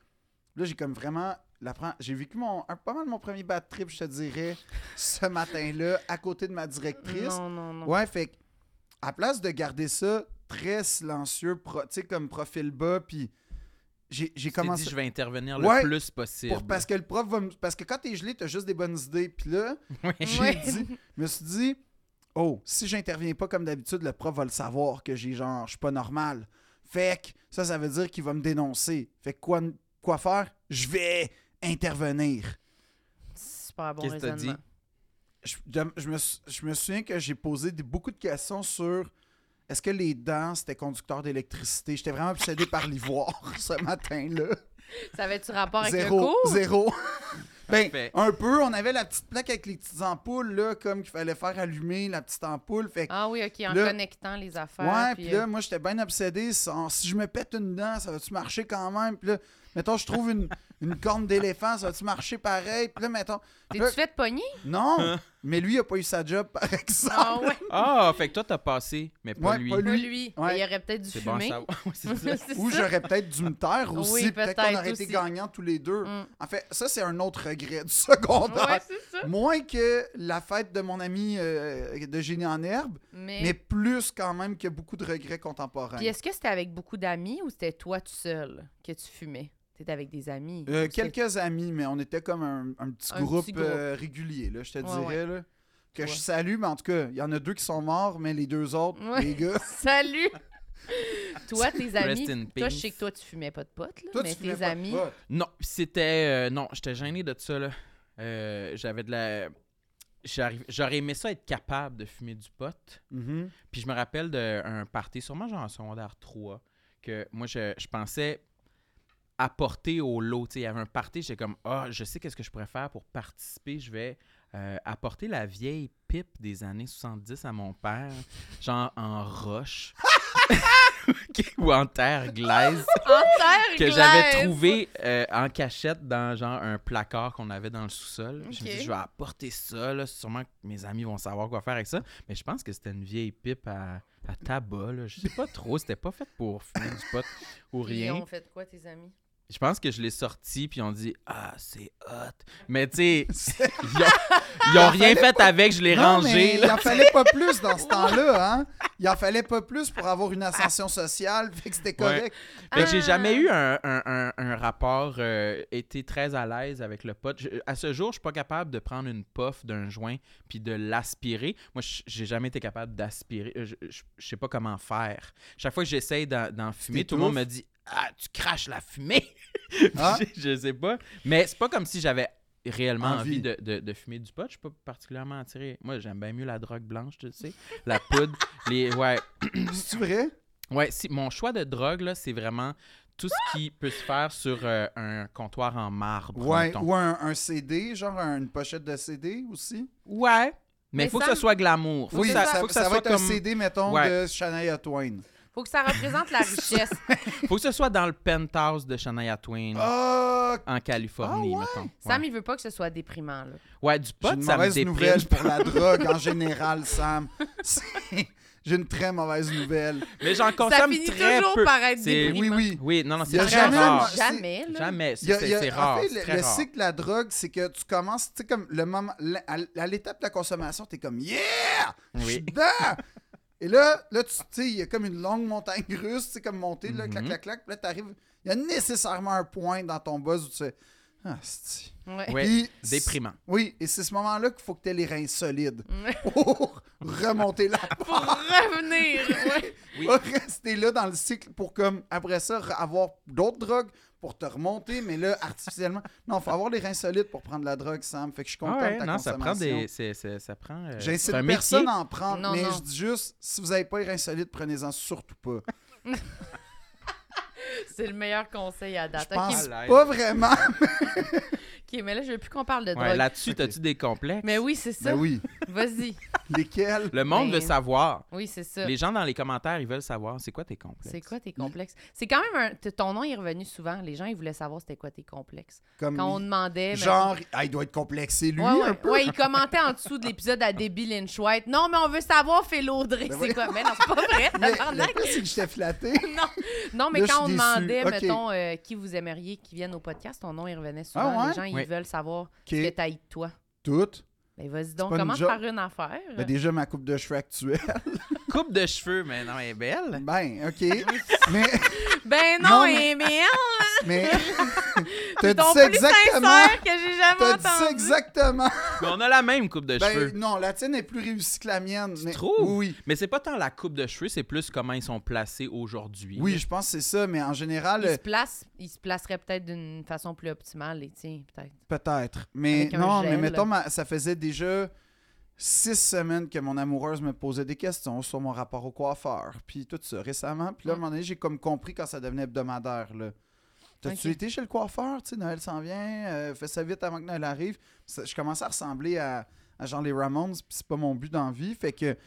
[SPEAKER 4] Là, j'ai comme vraiment, la pre- j'ai vécu mon, un- pas mal mon premier bad trip, je te dirais, ce matin-là, à côté de ma directrice.
[SPEAKER 1] Non, non, non.
[SPEAKER 4] Ouais, fait que, à place de garder ça très silencieux, pro- tu sais, comme profil bas, puis j'ai j'ai
[SPEAKER 2] Tu t'es
[SPEAKER 4] commencé...
[SPEAKER 2] dit, je vais intervenir
[SPEAKER 4] Ouais.
[SPEAKER 2] le plus possible.
[SPEAKER 4] Pour, parce que le prof va me- Parce que quand t'es gelé, t'as juste des bonnes idées. Puis là,
[SPEAKER 2] [LAUGHS] Oui.
[SPEAKER 4] [LAUGHS] j'ai
[SPEAKER 1] Ouais.
[SPEAKER 4] dit, je me suis dit, oh, si j'interviens pas comme d'habitude, le prof va le savoir que j'ai genre, je suis pas normal. Fait que ça, ça veut dire qu'il va me dénoncer. Fait que quoi, quoi faire? Je vais intervenir.
[SPEAKER 1] Super bon
[SPEAKER 2] Qu'est-ce que t'as
[SPEAKER 1] raisonnement.
[SPEAKER 4] Je, de- je me, sou- je me souviens que j'ai posé des- beaucoup de questions sur est-ce que les dents, c'était conducteur d'électricité? J'étais vraiment obsédé par l'ivoire [LAUGHS] ce matin-là.
[SPEAKER 1] Ça avait-tu rapport avec le
[SPEAKER 4] Zéro.
[SPEAKER 1] cours?
[SPEAKER 4] Zéro. ben,
[SPEAKER 2] Parfait.
[SPEAKER 4] un peu. On avait la petite plaque avec les petites ampoules, là, comme qu'il fallait faire allumer la petite ampoule. Fait que
[SPEAKER 1] Ah oui, OK, en
[SPEAKER 4] Là-
[SPEAKER 1] connectant les affaires.
[SPEAKER 4] Ouais, puis là,
[SPEAKER 1] euh,
[SPEAKER 4] moi, j'étais bien obsédé. sans- Si je me pète une dent, ça va-tu marcher quand même? Puis là, mettons, je trouve une, une corne d'éléphant, ça va-tu marcher pareil? Puis là, mettons.
[SPEAKER 1] T'es-tu
[SPEAKER 4] là-
[SPEAKER 1] fait pogner?
[SPEAKER 4] [LAUGHS] Non! mais lui, il a pas eu sa job, par exemple.
[SPEAKER 1] Ah ouais,
[SPEAKER 2] Ah, fait que toi, t'as passé, mais pas
[SPEAKER 4] Ouais,
[SPEAKER 2] lui.
[SPEAKER 4] pas
[SPEAKER 1] pas
[SPEAKER 4] lui.
[SPEAKER 1] lui.
[SPEAKER 4] Ouais.
[SPEAKER 1] Mais Il aurait peut-être dû
[SPEAKER 2] C'est bon
[SPEAKER 1] [LAUGHS]
[SPEAKER 2] à
[SPEAKER 1] fumer.
[SPEAKER 2] savoir. [LAUGHS] Ouais, c'est ça.
[SPEAKER 1] C'est
[SPEAKER 4] Ou
[SPEAKER 1] ça.
[SPEAKER 4] j'aurais peut-être dû me taire aussi.
[SPEAKER 1] Oui,
[SPEAKER 4] peut-être qu'on
[SPEAKER 1] peut-être
[SPEAKER 4] aurait été
[SPEAKER 1] aussi.
[SPEAKER 4] gagnants tous les deux.
[SPEAKER 1] Mm.
[SPEAKER 4] En fait, ça, c'est un autre regret du [LAUGHS] secondaire.
[SPEAKER 1] Ouais, c'est ça.
[SPEAKER 4] Moins que la fête de mon ami euh, de Génie en herbe,
[SPEAKER 1] Mais,
[SPEAKER 4] mais plus quand même que beaucoup de regrets contemporains.
[SPEAKER 1] puis est-ce que c'était avec beaucoup d'amis ou c'était toi tout seul que tu fumais? T'étais avec des amis. ou
[SPEAKER 4] Euh,
[SPEAKER 1] c'était-
[SPEAKER 4] quelques amis, mais on était comme un, un petit
[SPEAKER 1] Un
[SPEAKER 4] groupe,
[SPEAKER 1] petit groupe.
[SPEAKER 4] euh, régulier, là, je te
[SPEAKER 1] Ouais,
[SPEAKER 4] dirais. là, que
[SPEAKER 1] Ouais.
[SPEAKER 4] je salue, mais en tout cas, il y en a deux qui sont morts, mais les deux autres,
[SPEAKER 1] Ouais. [LAUGHS]
[SPEAKER 4] les gars.
[SPEAKER 1] [LAUGHS] Salut! toi, tes amis.
[SPEAKER 2] Rest
[SPEAKER 1] Toi,
[SPEAKER 2] in
[SPEAKER 1] je
[SPEAKER 2] peace.
[SPEAKER 1] sais que toi, tu fumais pas de potes, là,
[SPEAKER 4] Toi,
[SPEAKER 1] mais
[SPEAKER 4] tu fumais
[SPEAKER 1] tes
[SPEAKER 4] pas de
[SPEAKER 1] amis.
[SPEAKER 4] pot.
[SPEAKER 2] Non, c'était. euh, non, j'étais gêné de ça, là. Euh, J'avais de la. j'arrive- J'aurais aimé ça être capable de fumer du pot.
[SPEAKER 4] Mhm.
[SPEAKER 2] Puis je me rappelle d'un party, sûrement genre en secondaire 3, que moi, je, je pensais apporter au lot. Tu sais, il y avait un party, j'étais comme, ah, je sais qu'est-ce que je pourrais faire pour participer. Je vais euh, apporter la vieille pipe des années 70 à mon père, genre en roche. [LAUGHS] ou en terre glaise
[SPEAKER 1] En [LAUGHS] terre
[SPEAKER 2] que
[SPEAKER 1] glaise.
[SPEAKER 2] j'avais trouvé euh, en cachette dans genre un placard qu'on avait dans le sous-sol. Je me
[SPEAKER 1] Ok.
[SPEAKER 2] dis, je vais apporter ça, là. sûrement que mes amis vont savoir quoi faire avec ça. Mais je pense que c'était une vieille pipe à, à tabac, là. je sais pas trop, c'était pas fait pour fumer du pot ou
[SPEAKER 1] Puis Ils
[SPEAKER 2] rien.
[SPEAKER 1] ont fait quoi, tes amis?
[SPEAKER 2] Je pense que je l'ai sorti, puis on dit, ah, c'est hot. Mais tu sais,
[SPEAKER 4] C'est-
[SPEAKER 2] ils ont, ils ont rien fait avec, je l'ai
[SPEAKER 4] Non,
[SPEAKER 2] rangé.
[SPEAKER 4] mais il
[SPEAKER 2] là.
[SPEAKER 4] en fallait pas plus
[SPEAKER 1] [LAUGHS]
[SPEAKER 4] dans ce temps-là, hein? Il en fallait pas plus pour avoir une ascension sociale, fait que c'était correct.
[SPEAKER 2] Fait que Ben, j'ai
[SPEAKER 1] Ah.
[SPEAKER 2] jamais eu un, un- un- un rapport, euh, été très à l'aise avec le pot. Je- à ce jour, je suis pas capable de prendre une puff d'un joint puis de l'aspirer. Moi, je- j'ai jamais été capable d'aspirer. Euh, Je, je- je sais pas comment faire. Chaque fois que j'essaye d'en d'en fumer, tout le monde me dit Ah, tu craches la fumée [LAUGHS]
[SPEAKER 4] Ah.
[SPEAKER 2] je, je sais pas. Mais c'est pas comme si j'avais réellement envie,
[SPEAKER 4] Envie.
[SPEAKER 2] de, de- de fumer du pot. Je suis pas particulièrement attiré. Moi, j'aime bien mieux la drogue blanche, tu sais. La poudre, les. Ouais.
[SPEAKER 4] C'est vrai?
[SPEAKER 2] Ouais, si, mon choix de drogue, là, c'est vraiment tout ce qui peut se faire sur euh, un comptoir en marbre.
[SPEAKER 4] Ouais,
[SPEAKER 2] mettons.
[SPEAKER 4] ou un, un CD, genre une pochette de CD aussi.
[SPEAKER 2] Ouais. Mais
[SPEAKER 1] Mais
[SPEAKER 2] il faut
[SPEAKER 1] Sam-
[SPEAKER 2] que ce soit glamour. Faut
[SPEAKER 4] Oui,
[SPEAKER 2] que
[SPEAKER 4] ça,
[SPEAKER 2] faut que
[SPEAKER 4] ça va
[SPEAKER 2] soit
[SPEAKER 4] être un
[SPEAKER 2] comme-
[SPEAKER 4] CD, mettons,
[SPEAKER 2] Ouais.
[SPEAKER 4] de Shania Twain.
[SPEAKER 1] Faut que ça représente
[SPEAKER 2] [LAUGHS]
[SPEAKER 1] la richesse.
[SPEAKER 2] faut que ce soit dans le penthouse de Shania Twain
[SPEAKER 4] Ah,
[SPEAKER 2] en Californie,
[SPEAKER 4] Ah ouais?
[SPEAKER 2] mettons. Ouais.
[SPEAKER 1] Sam, il veut pas que ce soit déprimant. Là.
[SPEAKER 2] Ouais, du pot,
[SPEAKER 4] j'ai une
[SPEAKER 2] ça me
[SPEAKER 4] mauvaise
[SPEAKER 2] déprime.
[SPEAKER 4] nouvelle pour la drogue en général, Sam. C'est- J'ai une très mauvaise nouvelle.
[SPEAKER 2] Mais j'en
[SPEAKER 1] Ça
[SPEAKER 2] consomme
[SPEAKER 1] finit
[SPEAKER 2] très
[SPEAKER 1] toujours
[SPEAKER 2] peu.
[SPEAKER 1] par être
[SPEAKER 2] C'est-
[SPEAKER 1] déprimant.
[SPEAKER 4] Oui, oui.
[SPEAKER 2] Oui, non, non,
[SPEAKER 4] Il y
[SPEAKER 2] Ah, c'est
[SPEAKER 4] a
[SPEAKER 2] très
[SPEAKER 1] Jamais,
[SPEAKER 2] rare.
[SPEAKER 4] c'est-
[SPEAKER 1] jamais. là.
[SPEAKER 2] Jamais,
[SPEAKER 4] Il y
[SPEAKER 2] c'est
[SPEAKER 4] a- il y a-
[SPEAKER 2] c'est- c'est
[SPEAKER 4] en
[SPEAKER 2] rare.
[SPEAKER 4] fait,
[SPEAKER 2] c'est
[SPEAKER 4] le,
[SPEAKER 2] très
[SPEAKER 4] le
[SPEAKER 2] rare.
[SPEAKER 4] cycle de la drogue, c'est que tu commences, tu sais, comme le moment, la- à, à l'étape de la consommation, t'es comme Yeah! Je suis
[SPEAKER 2] Oui.
[SPEAKER 4] dedans! Et là, là, tu tu sais, il y a comme une longue montagne russe, tu sais, comme montée, là, clac,
[SPEAKER 2] Mhm.
[SPEAKER 4] clac, clac. Puis là, t'arrives, il y a nécessairement un point dans ton buzz où tu sais, Ah, c'est.
[SPEAKER 1] Ouais.
[SPEAKER 2] Ouais,
[SPEAKER 4] Puis-
[SPEAKER 2] déprimant.
[SPEAKER 4] Oui, et c'est ce moment-là qu'il faut que t'aies les reins
[SPEAKER 2] [LAUGHS]
[SPEAKER 4] solides
[SPEAKER 1] Ouais.
[SPEAKER 4] pour remonter la
[SPEAKER 1] Pour revenir. ouais.
[SPEAKER 2] Oui.
[SPEAKER 4] Pas rester là dans le cycle pour comme après ça re- avoir d'autres drogues pour te remonter, mais là,
[SPEAKER 2] [LAUGHS]
[SPEAKER 4] artificiellement. Non, faut avoir les reins solides pour prendre la drogue, Sam. Fait que je suis content
[SPEAKER 2] Ah ouais,
[SPEAKER 4] de ta
[SPEAKER 2] non, ça prend
[SPEAKER 4] consommation.
[SPEAKER 2] des. c'est- c'est- ça prend. euh,
[SPEAKER 4] J'incite
[SPEAKER 2] c'est un
[SPEAKER 4] personne
[SPEAKER 2] métier.
[SPEAKER 4] à en prendre,
[SPEAKER 1] Non,
[SPEAKER 4] mais
[SPEAKER 1] non.
[SPEAKER 4] je dis juste, si vous n'avez pas les reins solides, prenez-en surtout pas.
[SPEAKER 1] C'est le meilleur conseil à
[SPEAKER 4] Je
[SPEAKER 1] date. Ok,
[SPEAKER 4] pense
[SPEAKER 2] à l'aise. [LAUGHS]
[SPEAKER 4] pas vraiment.
[SPEAKER 1] ok, mais là, je veux plus qu'on parle de
[SPEAKER 2] Ouais, Ben
[SPEAKER 1] drogue.
[SPEAKER 2] Là-dessus,
[SPEAKER 4] Ok.
[SPEAKER 2] t'as-tu des complexes?
[SPEAKER 1] Mais oui, c'est
[SPEAKER 4] Mais
[SPEAKER 1] ça.
[SPEAKER 4] Ben oui,
[SPEAKER 1] Vas-y.
[SPEAKER 4] lesquels?
[SPEAKER 2] Le monde
[SPEAKER 1] Mais-
[SPEAKER 2] veut savoir.
[SPEAKER 1] Oui, c'est ça.
[SPEAKER 2] Les gens dans les commentaires, ils veulent savoir c'est quoi tes complexes.
[SPEAKER 1] C'est quoi tes complexes? C'est quand même un. t- Ton nom est revenu souvent. Les gens, ils voulaient savoir c'était quoi tes complexes.
[SPEAKER 4] Comme
[SPEAKER 1] Quand on demandait. ben,
[SPEAKER 4] genre, ah, il doit être complexé, lui,
[SPEAKER 1] mettons- Ouais,
[SPEAKER 4] un
[SPEAKER 1] ouais,
[SPEAKER 4] peu.
[SPEAKER 1] ouais, ils commentaient en dessous de l'épisode à Debbie Lynch White. Non, mais on veut savoir Phil Audrey,
[SPEAKER 4] Ben
[SPEAKER 1] c'est
[SPEAKER 4] oui.
[SPEAKER 1] quoi? Mais non, c'est pas vrai,
[SPEAKER 4] [LAUGHS] Mais
[SPEAKER 1] tabarnak.
[SPEAKER 4] le pire, c'est que
[SPEAKER 1] [LAUGHS]
[SPEAKER 4] j'étais flatté.
[SPEAKER 1] Non, non mais
[SPEAKER 4] Là, je
[SPEAKER 1] quand on
[SPEAKER 4] suis
[SPEAKER 1] demandait,
[SPEAKER 4] déçu. Ok.
[SPEAKER 1] mettons, euh, qui vous aimeriez qui vienne au podcast, ton nom, il revenait souvent.
[SPEAKER 4] Ah ouais?
[SPEAKER 1] Les gens, ils
[SPEAKER 2] Oui.
[SPEAKER 1] veulent savoir ce que
[SPEAKER 4] OK,
[SPEAKER 1] t'as de toi.
[SPEAKER 4] toutes.
[SPEAKER 1] Ben, vas-y donc,
[SPEAKER 4] pas une
[SPEAKER 1] commence
[SPEAKER 4] joke.
[SPEAKER 1] par une affaire.
[SPEAKER 4] Ben, déjà, ma coupe de cheveux actuelle.
[SPEAKER 2] Coupe de cheveux, mais non, elle
[SPEAKER 1] [LAUGHS]
[SPEAKER 2] est belle.
[SPEAKER 4] Ben, OK. mais...
[SPEAKER 1] Ben non,
[SPEAKER 4] Non, mais-
[SPEAKER 1] mais... Emile,
[SPEAKER 4] Mais [LAUGHS] t'as
[SPEAKER 1] c'est
[SPEAKER 4] dit
[SPEAKER 1] ton
[SPEAKER 4] ça
[SPEAKER 1] plus
[SPEAKER 4] exactement.
[SPEAKER 1] sincère que j'ai jamais
[SPEAKER 4] T'as
[SPEAKER 1] entendu.
[SPEAKER 4] dit ça exactement.
[SPEAKER 2] Mais on a la même coupe de
[SPEAKER 4] Ben
[SPEAKER 2] cheveux.
[SPEAKER 4] non, la tienne est plus réussie que la mienne. mais-
[SPEAKER 2] trouves?
[SPEAKER 4] Oui,
[SPEAKER 2] Mais c'est pas tant la coupe de cheveux, c'est plus comment ils sont placés aujourd'hui.
[SPEAKER 4] oui, je pense que c'est ça. Mais en général,
[SPEAKER 1] Il
[SPEAKER 4] euh,
[SPEAKER 1] se place, il se placerait peut-être d'une façon plus optimale, les tiens, peut-être.
[SPEAKER 4] peut-être. Mais
[SPEAKER 1] Avec un
[SPEAKER 4] non, mais
[SPEAKER 1] gel.
[SPEAKER 4] mettons, ma- ça faisait déjà six semaines que mon amoureuse me posait des questions sur mon rapport au coiffeur, puis tout ça récemment. Puis là, à un
[SPEAKER 1] Mm.
[SPEAKER 4] moment donné, j'ai comme compris quand ça devenait hebdomadaire. Là. T'as-tu
[SPEAKER 1] Ok.
[SPEAKER 4] été chez le coiffeur? Tu sais, Noël s'en vient, euh, fais ça vite avant que Noël arrive. Ça- je commençais à ressembler à, à genre les Ramones, puis c'est pas mon but d'envie.
[SPEAKER 1] [LAUGHS]
[SPEAKER 4] Fait que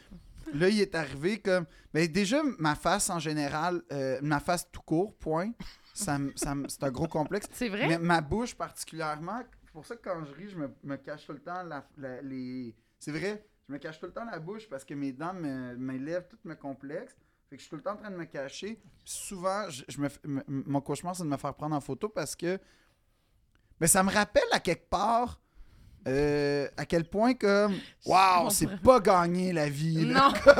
[SPEAKER 4] là, il est arrivé comme. Mais déjà, ma face en général, euh, ma face tout court, point, ça, me- ça me- c'est un gros complexe.
[SPEAKER 1] C'est vrai?
[SPEAKER 4] Mais ma bouche particulièrement, c'est pour ça que quand je ris, je me, me cache tout le temps la- la- les. C'est vrai, je me cache tout le temps la bouche parce que mes dents, me- mes lèvres, tout me complexe. Fait que je suis tout le temps en train de me cacher. Puis souvent, je, je me f- m- m- mon cauchemar, c'est de me faire prendre en photo parce que. Mais ça me rappelle à quelque part euh, à quel point, comme. Waouh, c'est pas gagné la vie. là.
[SPEAKER 1] Non.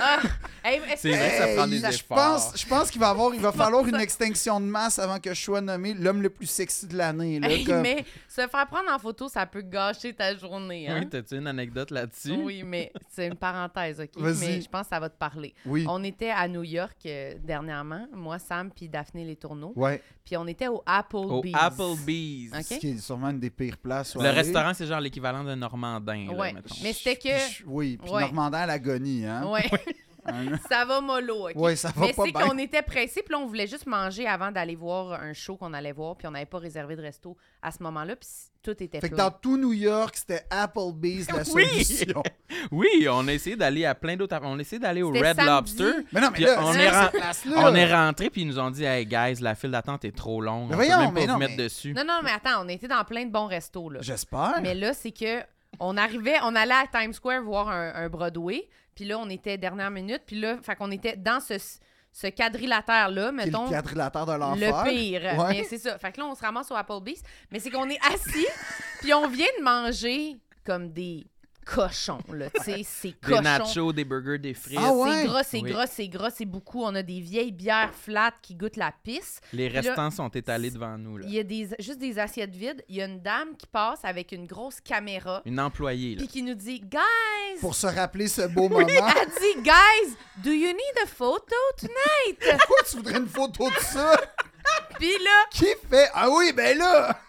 [SPEAKER 1] Ah. Hey, est-ce
[SPEAKER 2] C'est
[SPEAKER 1] que-
[SPEAKER 2] vrai que ça prend des
[SPEAKER 4] Hey, je
[SPEAKER 2] efforts.
[SPEAKER 4] pense, je pense qu'il va avoir,
[SPEAKER 1] [LAUGHS]
[SPEAKER 4] il va falloir une extinction de masse avant que je sois nommé l'homme le plus sexy de l'année. là,
[SPEAKER 1] Hey,
[SPEAKER 4] comme-
[SPEAKER 1] mais se faire prendre en photo, ça peut gâcher ta journée. Hein?
[SPEAKER 2] Oui, t'as-tu une anecdote là-dessus?
[SPEAKER 1] Oui, mais c'est une parenthèse, OK?
[SPEAKER 4] Vas-y.
[SPEAKER 1] Mais je pense que ça va te parler.
[SPEAKER 4] Oui.
[SPEAKER 1] On était à New York euh, dernièrement, moi, Sam, puis Daphné Les Tourneaux.
[SPEAKER 4] Ouais.
[SPEAKER 1] Puis on était au
[SPEAKER 2] Au
[SPEAKER 1] Oh, Applebee's.
[SPEAKER 2] Applebee's.
[SPEAKER 1] Ok.
[SPEAKER 4] Ce qui est sûrement une des pires places. où
[SPEAKER 2] Le
[SPEAKER 4] aller.
[SPEAKER 2] restaurant, c'est genre l'équivalent de Normandin. là,
[SPEAKER 1] Ouais.
[SPEAKER 2] mettons.
[SPEAKER 1] Mais c'était
[SPEAKER 4] Puis
[SPEAKER 1] que.
[SPEAKER 4] je- oui, puis
[SPEAKER 1] Ouais.
[SPEAKER 4] Normandin à l'agonie. Hein?
[SPEAKER 1] Ouais,
[SPEAKER 4] Hein?
[SPEAKER 1] [LAUGHS] ça va mollo, OK?
[SPEAKER 4] Ouais, ça va
[SPEAKER 1] Mais
[SPEAKER 4] pas
[SPEAKER 1] c'est
[SPEAKER 4] bien.
[SPEAKER 1] qu'on était pressés, puis là, on voulait juste manger avant d'aller voir un show qu'on allait voir, puis on n'avait pas réservé de resto à ce moment-là, puis tout était
[SPEAKER 4] Fait que
[SPEAKER 1] plein.
[SPEAKER 4] dans tout New York, c'était Applebee's
[SPEAKER 1] [LAUGHS]
[SPEAKER 4] la
[SPEAKER 2] Oui!
[SPEAKER 4] solution.
[SPEAKER 2] Oui, on a essayé d'aller à plein d'autres. On a essayé d'aller au
[SPEAKER 1] C'était
[SPEAKER 2] Red
[SPEAKER 1] samedi.
[SPEAKER 2] Lobster.
[SPEAKER 4] Mais non, mais
[SPEAKER 2] Puis
[SPEAKER 4] là,
[SPEAKER 2] on
[SPEAKER 4] c'est
[SPEAKER 2] est
[SPEAKER 4] cette
[SPEAKER 2] ren-
[SPEAKER 4] place-là.
[SPEAKER 2] On est rentré puis ils nous ont dit Hey guys, la file d'attente est trop longue.
[SPEAKER 4] Mais
[SPEAKER 2] on peut
[SPEAKER 4] voyons,
[SPEAKER 2] même
[SPEAKER 4] mais
[SPEAKER 2] pas
[SPEAKER 4] non,
[SPEAKER 2] vous mettre
[SPEAKER 4] mais-
[SPEAKER 2] dessus.
[SPEAKER 1] Non, non, mais attends, on était dans plein de bons restos, là.
[SPEAKER 4] J'espère.
[SPEAKER 1] Mais là, c'est que on arrivait, on allait à Times Square voir un, un Broadway, puis là, on était dernière minute, puis là, fait qu'on était dans ce, ce quadrilatère-là,
[SPEAKER 4] Qui est
[SPEAKER 1] mettons.
[SPEAKER 4] le quadrilatère de l'enfer.
[SPEAKER 1] Le pire.
[SPEAKER 4] Ouais.
[SPEAKER 1] Mais c'est ça. Fait que là, on se ramasse au Applebee's, mais c'est qu'on est assis, puis on vient de manger comme des cochons, là. Tu sais, c'est
[SPEAKER 2] Des
[SPEAKER 1] cochon.
[SPEAKER 2] nachos, des burgers, des frites,
[SPEAKER 4] Ah ouais?
[SPEAKER 1] C'est gras, c'est
[SPEAKER 2] Oui.
[SPEAKER 1] gras, c'est gras, c'est beaucoup. On a des vieilles bières flattes qui goûtent la pisse.
[SPEAKER 2] Les
[SPEAKER 1] Puis là,
[SPEAKER 2] restants sont étalés devant nous. là.
[SPEAKER 1] Il y a des, juste des assiettes vides. Il y a une dame qui passe avec une grosse caméra
[SPEAKER 2] Une employée. Là.
[SPEAKER 1] puis qui nous dit Guys!
[SPEAKER 4] Pour se rappeler ce beau moment.
[SPEAKER 1] Elle dit Guys, do you need a photo tonight?
[SPEAKER 4] [LAUGHS] Pourquoi tu voudrais une photo de ça?
[SPEAKER 1] puis là,
[SPEAKER 4] Qui fait? Ah oui, ben là!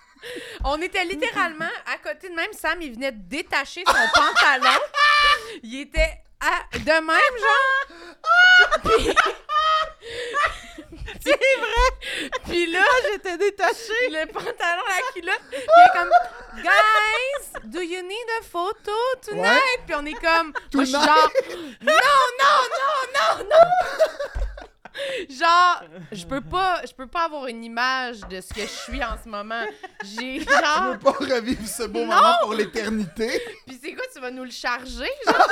[SPEAKER 1] on était littéralement à côté de même. Sam, il venait de détacher son pantalon. Il était à- de même, genre. Puis- C'est vrai! Puis là,
[SPEAKER 2] J'étais détachée.
[SPEAKER 1] le pantalon, la culotte, puis elle est comme Guys, do you need a photo tonight? Puis on est comme Moi, je suis
[SPEAKER 4] Tonight.
[SPEAKER 1] genre Non, non, non, non, non! Genre, je peux pas, je peux pas avoir une image de ce que je suis en ce moment.
[SPEAKER 4] [LAUGHS]
[SPEAKER 1] J'ai
[SPEAKER 4] Je
[SPEAKER 1] genre
[SPEAKER 4] veux pas revivre ce beau
[SPEAKER 1] Non.
[SPEAKER 4] moment pour l'éternité.
[SPEAKER 1] Puis c'est quoi, tu vas nous le charger? Genre,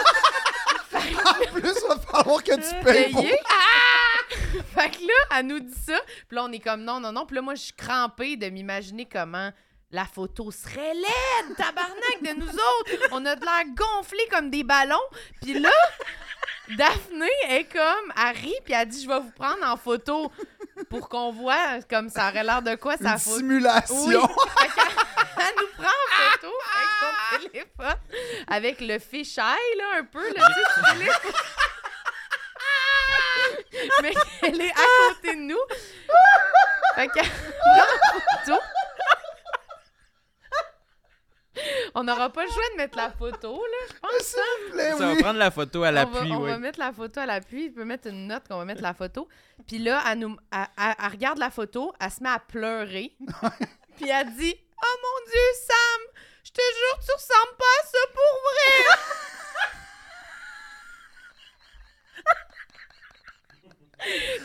[SPEAKER 4] En plus, il va falloir que tu payes Ben, pour
[SPEAKER 1] payer? Ah! Fait que là, elle nous dit ça. Puis là, on est comme non, non, non. Puis là, moi, je suis crampée de m'imaginer comment la photo serait laide, tabarnak, de nous autres. On a de l'air gonflé comme des ballons. Puis là, Daphné est comme, elle rit, puis elle dit Je vais vous prendre en photo pour qu'on voit comme ça aurait l'air de quoi sa
[SPEAKER 4] une
[SPEAKER 1] photo.
[SPEAKER 4] simulation.
[SPEAKER 1] Oui. Fait qu'elle- elle nous prend en photo avec son téléphone, avec le fisheye, là, un peu, là, tu sais, du téléphone. Mais elle est à côté de nous. Fait qu'elle prend en photo. On n'aura pas le choix de mettre la photo, là, je pense.
[SPEAKER 4] [LAUGHS] S'il vous plaît,
[SPEAKER 2] Ça va
[SPEAKER 4] oui.
[SPEAKER 2] prendre la photo à
[SPEAKER 1] On va-
[SPEAKER 2] l'appui,
[SPEAKER 1] on
[SPEAKER 2] oui.
[SPEAKER 1] va mettre la photo à l'appui. Je peux mettre une note qu'on va mettre la photo. Puis là, elle, nous, elle- elle- elle regarde la photo, elle se met à
[SPEAKER 2] [LAUGHS]
[SPEAKER 1] pleurer. Puis elle dit Oh mon Dieu, Sam, je te jure, tu ressembles pas à ça pour vrai.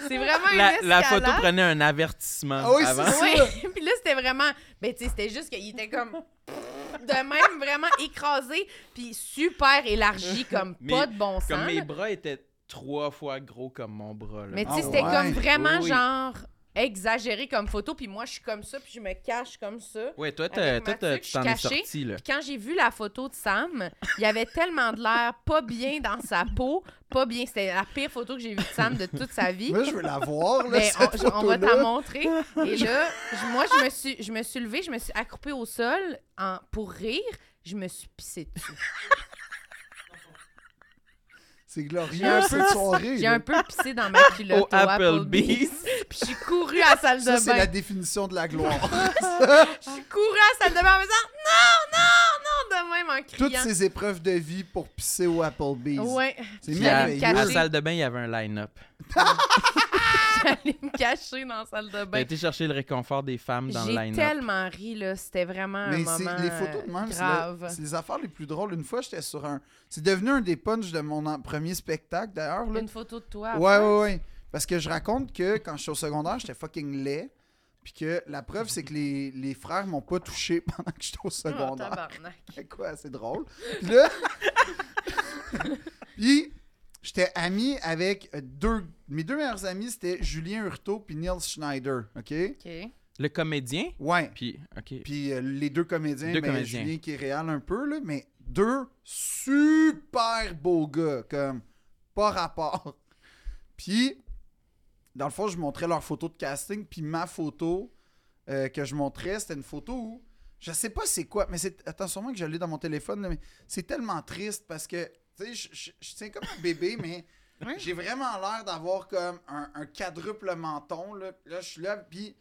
[SPEAKER 1] C'est vraiment une
[SPEAKER 2] La, la
[SPEAKER 1] escalade.
[SPEAKER 2] photo
[SPEAKER 1] [LAUGHS]
[SPEAKER 2] prenait un avertissement
[SPEAKER 4] Ah oui, c'est
[SPEAKER 2] avant.
[SPEAKER 4] ça.
[SPEAKER 1] Oui, puis là, c'était vraiment. Ben, tu sais, c'était juste qu'il était comme. De même, vraiment écrasé, puis super élargi, comme
[SPEAKER 2] [LAUGHS] Mais
[SPEAKER 1] pas de bon sens.
[SPEAKER 2] Comme mes
[SPEAKER 1] là.
[SPEAKER 2] bras étaient trois fois gros comme mon bras. là.
[SPEAKER 1] Mais tu
[SPEAKER 4] Ah
[SPEAKER 1] sais, c'était
[SPEAKER 4] ouais.
[SPEAKER 1] comme vraiment
[SPEAKER 2] Oui, oui.
[SPEAKER 1] genre exagéré comme photo, puis moi, je suis comme ça, puis je me cache comme ça.
[SPEAKER 2] Ouais, toi, t'as-
[SPEAKER 1] Avec
[SPEAKER 2] toi, t'as-
[SPEAKER 1] Mathieu,
[SPEAKER 2] tu
[SPEAKER 1] je
[SPEAKER 2] t'en
[SPEAKER 1] suis
[SPEAKER 2] es
[SPEAKER 1] cachée.
[SPEAKER 2] sorti, là.
[SPEAKER 1] Puis quand j'ai vu la photo de Sam, il avait tellement de l'air pas bien dans sa peau, pas bien. C'était la pire photo que j'ai vue de Sam de toute sa vie.
[SPEAKER 4] Moi, je veux la voir, là,
[SPEAKER 1] Ben,
[SPEAKER 4] cette
[SPEAKER 1] on, on va
[SPEAKER 4] photo-là.
[SPEAKER 1] t'en montrer. Et
[SPEAKER 4] [LAUGHS]
[SPEAKER 1] là, je- moi, je me suis, je me suis levée, je me suis accroupée au sol en, pour rire. Je me suis pissée dessus.
[SPEAKER 4] C'est
[SPEAKER 1] J'ai
[SPEAKER 4] glorieux,
[SPEAKER 1] un
[SPEAKER 4] cette soirée.
[SPEAKER 1] J'ai
[SPEAKER 4] [LAUGHS] là.
[SPEAKER 1] un peu pissé dans ma culotte
[SPEAKER 2] Au
[SPEAKER 1] au Applebee's.
[SPEAKER 2] Applebee's.
[SPEAKER 1] Puis j'ai couru à la salle
[SPEAKER 4] Ça,
[SPEAKER 1] de
[SPEAKER 4] c'est
[SPEAKER 1] bain.
[SPEAKER 4] la définition de
[SPEAKER 1] [LAUGHS]
[SPEAKER 4] la gloire.
[SPEAKER 1] Je courais à la salle de bain en me disant non, non, non, de même en
[SPEAKER 4] Toutes
[SPEAKER 1] criant.
[SPEAKER 4] ces épreuves de vie pour pisser au Applebee's.
[SPEAKER 1] Ouais, [LAUGHS]
[SPEAKER 4] C'est
[SPEAKER 1] Puis
[SPEAKER 2] Puis à,
[SPEAKER 1] j'allais me
[SPEAKER 2] à la
[SPEAKER 1] cacher.
[SPEAKER 4] merveilleux.
[SPEAKER 2] salle de bain, il y avait un line-up.
[SPEAKER 1] j'allais me cacher dans la salle de
[SPEAKER 2] T'as
[SPEAKER 1] bain.
[SPEAKER 2] été chercher le réconfort des femmes dans le
[SPEAKER 1] Ben, J'ai
[SPEAKER 2] line-up.
[SPEAKER 1] tellement ri, là. C'était vraiment
[SPEAKER 4] Mais
[SPEAKER 1] un
[SPEAKER 4] c'est
[SPEAKER 1] moment
[SPEAKER 4] les photos de
[SPEAKER 1] euh,
[SPEAKER 4] même, c'est le-
[SPEAKER 1] grave.
[SPEAKER 4] c'est les affaires les plus drôles. Une fois, j'étais sur un. C'est devenu un des punchs de mon en- premier spectacle, d'ailleurs. là.
[SPEAKER 1] Une photo de toi.
[SPEAKER 4] Ouais,
[SPEAKER 1] après.
[SPEAKER 4] ouais, ouais. Parce que je raconte que quand je suis au secondaire, j'étais fucking laid. Puis que la preuve, c'est que les, les frères m'ont pas touché [LAUGHS] pendant que j'étais au
[SPEAKER 1] Oh,
[SPEAKER 4] secondaire.
[SPEAKER 1] tabarnak.
[SPEAKER 4] C'est [LAUGHS] quoi, c'est drôle. Puis là. [LAUGHS] puis j'étais ami avec euh, deux. Mes deux meilleurs amis, c'était Julien Hurtaud puis Niels Schneider. OK?
[SPEAKER 1] OK.
[SPEAKER 2] Le comédien,
[SPEAKER 4] Ouais.
[SPEAKER 2] puis... OK.
[SPEAKER 4] Puis euh, les deux comédiens,
[SPEAKER 2] Deux
[SPEAKER 4] ben,
[SPEAKER 2] comédiens.
[SPEAKER 4] Julien qui est réel un peu, là, mais deux super beaux gars, comme pas rapport. Puis, dans le fond, je montrais leurs photos de casting, puis ma photo euh, que je montrais, c'était une photo où je sais pas c'est quoi, mais c'est attends sûrement que je l'ai dans mon téléphone, là, mais c'est tellement triste parce que tu sais, je- je je tiens comme un bébé, [LAUGHS] mais j'ai vraiment l'air d'avoir comme un, un quadruple menton. Là, là je suis là, puis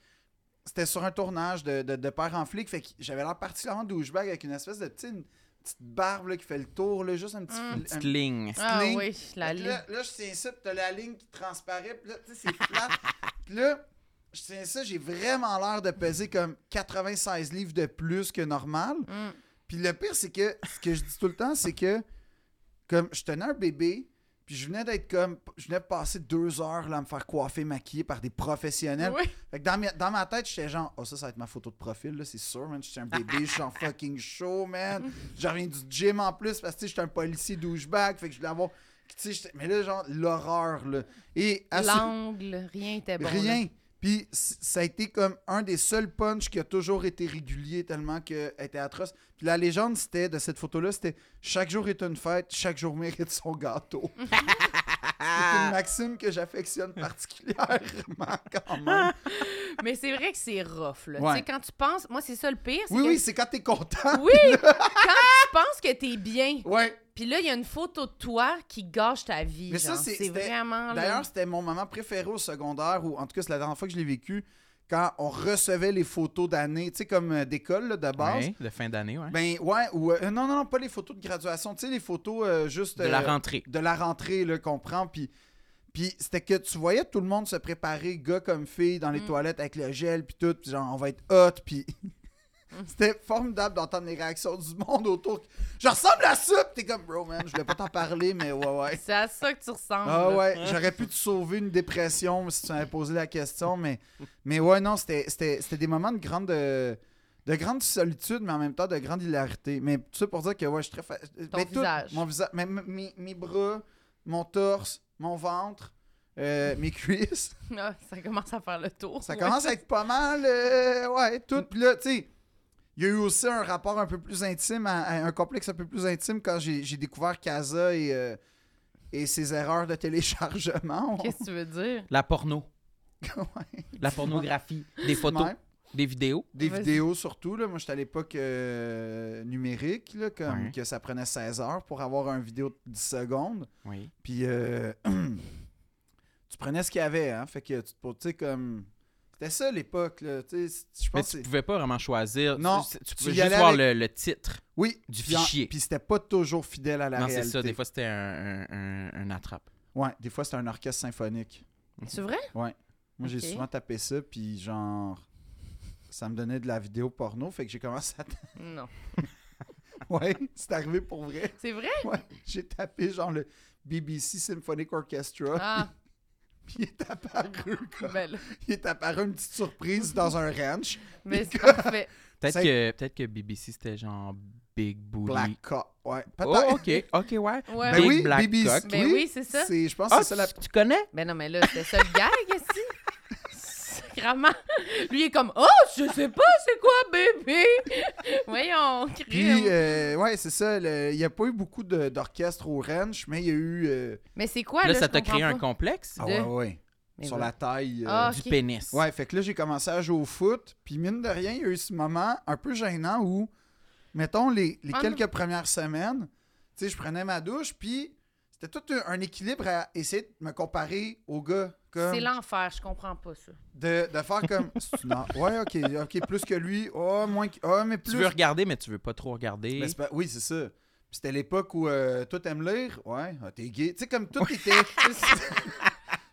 [SPEAKER 4] c'était sur un tournage de, de, de père en flic, fait que j'avais l'air particulièrement douchebag avec une espèce de petite, une petite barbe là, qui fait le tour, là, juste un
[SPEAKER 1] Mm.
[SPEAKER 4] petit. fil-
[SPEAKER 2] Une
[SPEAKER 4] un-
[SPEAKER 2] petite ligne.
[SPEAKER 1] Ah
[SPEAKER 4] ligne.
[SPEAKER 1] oui, la
[SPEAKER 4] fait que
[SPEAKER 1] ligne.
[SPEAKER 4] là, là, je tiens ça, puis t'as la ligne qui transparaît, puis là, tu sais, c'est plat. [LAUGHS] puis là, je tiens ça, j'ai vraiment l'air de peser comme 96 livres de plus que normal.
[SPEAKER 1] Mm.
[SPEAKER 4] Puis le pire, c'est que ce que je dis tout le temps, c'est que comme je tenais un bébé, puis je venais d'être comme. Je venais de passer deux heures là, à me faire coiffer, maquiller par des professionnels.
[SPEAKER 1] Oui.
[SPEAKER 4] Fait que dans, mes- dans ma tête, j'étais genre, oh, ça, ça va être ma photo de profil, là, c'est sûr, man. J'étais un bébé, je
[SPEAKER 1] [LAUGHS]
[SPEAKER 4] suis en fucking show, man. Je reviens du gym en plus parce que tu sais, j'étais un policier douchebag. Fait que je voulais avoir. tu sais, j'étais- Mais là, genre, l'horreur, là. Et à ce-
[SPEAKER 1] L'angle, rien n'était bon. là.
[SPEAKER 4] Rien. Puis c- ça a été comme un des seuls punchs qui a toujours été régulier tellement qu'elle était atroce. Puis la légende c'était de cette photo-là, c'était chaque jour est une fête, chaque jour mérite son
[SPEAKER 1] [LAUGHS]
[SPEAKER 4] gâteau. c'est une maxime que j'affectionne particulièrement quand même.
[SPEAKER 1] Mais c'est vrai que c'est rough, là.
[SPEAKER 4] Ouais.
[SPEAKER 1] Tu sais, quand tu penses... Moi, c'est ça le pire. c'est
[SPEAKER 4] Oui,
[SPEAKER 1] que-
[SPEAKER 4] oui, c'est quand t'es content.
[SPEAKER 1] Oui!
[SPEAKER 4] [LAUGHS]
[SPEAKER 1] Quand tu penses que t'es bien,
[SPEAKER 4] Ouais.
[SPEAKER 1] puis là, il y a une photo de toi qui gâche ta vie.
[SPEAKER 4] Mais ça,
[SPEAKER 1] genre.
[SPEAKER 4] c'est-
[SPEAKER 1] c'est
[SPEAKER 4] c'était-
[SPEAKER 1] vraiment... là-
[SPEAKER 4] D'ailleurs, c'était mon moment préféré au secondaire, ou en tout cas, c'est la dernière fois que je l'ai vécu, quand on recevait les photos d'année, tu sais, comme euh, d'école, là, de base.
[SPEAKER 2] Ouais, de fin d'année, ouais.
[SPEAKER 4] Ben ouais, ou euh, non, non, non, pas les photos de graduation, tu sais, les photos euh, juste
[SPEAKER 2] de la
[SPEAKER 4] euh,
[SPEAKER 2] rentrée.
[SPEAKER 4] de la rentrée là, qu'on prend. Puis, Puis c'était que tu voyais tout le monde se préparer, gars comme fille, dans les
[SPEAKER 1] Mm.
[SPEAKER 4] toilettes avec le gel, puis tout, puis genre, on va être hot, puis.
[SPEAKER 1] Mm.
[SPEAKER 4] [LAUGHS] C'était formidable d'entendre les réactions du monde autour. Je ressemble à ça! Puis t'es comme, bro, man, je voulais pas t'en parler, mais ouais, ouais.
[SPEAKER 1] C'est à ça que tu ressembles.
[SPEAKER 4] Ah
[SPEAKER 1] là.
[SPEAKER 4] ouais, j'aurais pu te sauver une dépression si tu m'avais posé la question, mais, mais ouais, non, c'était- c'était c'était des moments de grande, euh, de grande solitude, mais en même temps de grande hilarité. Mais tout ça pour dire que ouais, je suis très... fa- ben, tout-
[SPEAKER 1] visage.
[SPEAKER 4] mon visage, mais m- mes, mes bras, mon torse, mon ventre, euh, mes cuisses,
[SPEAKER 1] [LAUGHS]
[SPEAKER 4] [LAUGHS]
[SPEAKER 1] Ah, ça commence à faire le tour.
[SPEAKER 4] ça
[SPEAKER 1] ouais.
[SPEAKER 4] commence à être pas mal, euh, ouais, tout. Puis là, tu sais, il y a eu aussi un rapport un peu plus intime, à- à un complexe un peu plus intime quand j'ai j'ai découvert Casa et... euh, et ses erreurs de téléchargement.
[SPEAKER 1] Qu'est-ce que tu veux dire?
[SPEAKER 2] La porno,
[SPEAKER 1] [LAUGHS]
[SPEAKER 4] Ouais.
[SPEAKER 2] la pornographie, des photos,
[SPEAKER 4] Ouais.
[SPEAKER 2] des vidéos.
[SPEAKER 4] Des
[SPEAKER 1] Vas-y.
[SPEAKER 4] vidéos surtout. Là. Moi, j'étais à l'époque euh, numérique, là, comme
[SPEAKER 2] Ouais.
[SPEAKER 4] que ça prenait 16 heures pour avoir un vidéo de 10 secondes.
[SPEAKER 2] Oui.
[SPEAKER 4] Puis euh, [CLEARS THROAT] tu prenais ce qu'il y avait. Hein? Fait que, tu te- tu sais, comme. C'était ça l'époque. là. Tu sais, c'est- Je
[SPEAKER 2] Mais
[SPEAKER 4] pense
[SPEAKER 2] tu
[SPEAKER 4] que c'est-
[SPEAKER 2] pouvais pas vraiment choisir.
[SPEAKER 4] Non,
[SPEAKER 2] Tu, tu
[SPEAKER 4] tu
[SPEAKER 2] pouvais
[SPEAKER 4] y
[SPEAKER 2] juste
[SPEAKER 4] allais
[SPEAKER 2] voir
[SPEAKER 4] avec-
[SPEAKER 2] le, le titre.
[SPEAKER 4] Oui,
[SPEAKER 2] du
[SPEAKER 4] puis en-
[SPEAKER 2] fichier.
[SPEAKER 4] Puis c'était pas toujours fidèle à la
[SPEAKER 2] non, c'est
[SPEAKER 4] réalité.
[SPEAKER 2] ça. Des fois, c'était un, un- un- un attrape.
[SPEAKER 4] Ouais, des fois, c'était un orchestre symphonique.
[SPEAKER 1] C'est vrai?
[SPEAKER 4] Moi,
[SPEAKER 1] Ok.
[SPEAKER 4] j'ai souvent tapé ça, puis genre. Ça me donnait de la vidéo porno, fait que j'ai commencé à. [LAUGHS]
[SPEAKER 1] Non.
[SPEAKER 4] ouais, c'est arrivé pour vrai.
[SPEAKER 1] C'est vrai?
[SPEAKER 4] Ouais, [LAUGHS] j'ai tapé genre le BBC Symphonic Orchestra,
[SPEAKER 1] Ah,
[SPEAKER 4] puis il est apparu, quoi.
[SPEAKER 1] ben là,
[SPEAKER 4] Il est apparu une petite surprise dans un ranch.
[SPEAKER 1] Mais ben c'est parfait.
[SPEAKER 2] Peut-être
[SPEAKER 4] Ça-
[SPEAKER 2] que, peut que BBC, c'était genre Big Booty.
[SPEAKER 4] Black Cock. Ouais, peut-être.
[SPEAKER 2] Oh, OK. OK, ouais.
[SPEAKER 1] Ouais.
[SPEAKER 4] Ben
[SPEAKER 2] Big
[SPEAKER 4] oui,
[SPEAKER 2] Black
[SPEAKER 4] BBC.
[SPEAKER 2] Cock.
[SPEAKER 1] Ben oui, c'est ça.
[SPEAKER 4] C'est, je pense
[SPEAKER 2] Ah,
[SPEAKER 4] que c'est ça la.
[SPEAKER 2] tu, tu connais?
[SPEAKER 1] Ben non, mais là, c'était ça le gag, ici. Sacrement. Lui, il est comme, oh, je sais pas c'est quoi, bébé. [LAUGHS] Voyons, crime.
[SPEAKER 4] Puis, euh, ouais, c'est ça. le- Il n'y a pas eu beaucoup de- d'orchestre au ranch, mais il y a eu. euh,
[SPEAKER 1] Mais c'est quoi, là,
[SPEAKER 2] là, ça
[SPEAKER 1] je
[SPEAKER 2] t'a créé
[SPEAKER 1] comprends
[SPEAKER 2] un
[SPEAKER 1] pas.
[SPEAKER 2] complexe
[SPEAKER 4] Ah
[SPEAKER 1] De-
[SPEAKER 4] ouais, ouais.
[SPEAKER 1] Mais
[SPEAKER 4] Sur
[SPEAKER 1] voilà.
[SPEAKER 4] la taille. euh,
[SPEAKER 1] Ah,
[SPEAKER 2] du
[SPEAKER 1] ok.
[SPEAKER 2] pénis.
[SPEAKER 4] Ouais, fait que là, j'ai commencé à jouer au foot. Puis, mine de rien, il y a eu ce moment un peu gênant où, mettons, les, les
[SPEAKER 1] Ah
[SPEAKER 4] quelques premières semaines, tu sais, je prenais ma douche, puis c'était tout un, un équilibre à essayer de me comparer au gars. Comme
[SPEAKER 1] C'est l'enfer, je comprends pas ça.
[SPEAKER 4] de, de faire
[SPEAKER 2] [LAUGHS]
[SPEAKER 4] comme. C'est-tu non? ouais, ok, ok, plus que lui. Oh, moins que. Oh, mais
[SPEAKER 2] Tu
[SPEAKER 4] plus.
[SPEAKER 2] veux regarder, mais tu veux pas trop regarder.
[SPEAKER 4] Mais c'est pas- Oui, c'est ça. Puis c'était l'époque où euh, toi, t'aimes lire. Ouais, ah, t'es gay. Tu sais, comme tout
[SPEAKER 2] [LAUGHS]
[SPEAKER 4] était. [LAUGHS]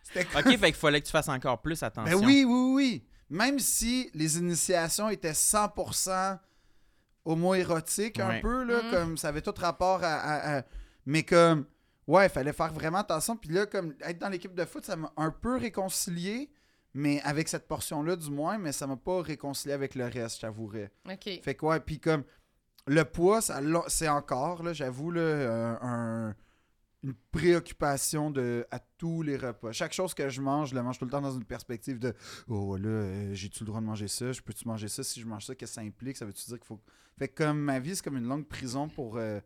[SPEAKER 4] c'était comme-
[SPEAKER 2] OK, fait qu'il fallait que tu fasses encore plus attention.
[SPEAKER 1] [LAUGHS]
[SPEAKER 4] Ben oui, oui, oui. Même si les initiations étaient 100% homo-érotiques, un
[SPEAKER 2] Ouais.
[SPEAKER 4] peu, là,
[SPEAKER 1] Mm.
[SPEAKER 4] comme ça avait tout rapport à. à- à- Mais comme, ouais, il fallait faire vraiment attention. Puis là, comme être dans l'équipe de foot, ça m'a un peu réconcilié, mais avec cette portion-là, du moins, mais ça m'a pas réconcilié avec le reste, j'avouerais.
[SPEAKER 1] OK.
[SPEAKER 4] Fait que ouais, puis comme le poids, ça l'a- c'est encore, là, j'avoue, là, euh, un- une préoccupation de, à tous les repas. Chaque chose que je mange, je la mange tout le temps dans une perspective de Oh là, euh, j'ai-tu le droit de manger ça? Je peux-tu manger ça? Si je mange ça, qu'est-ce que ça implique? Ça veut-tu dire qu'il faut. Fait que comme ma vie, c'est comme une longue prison pour euh,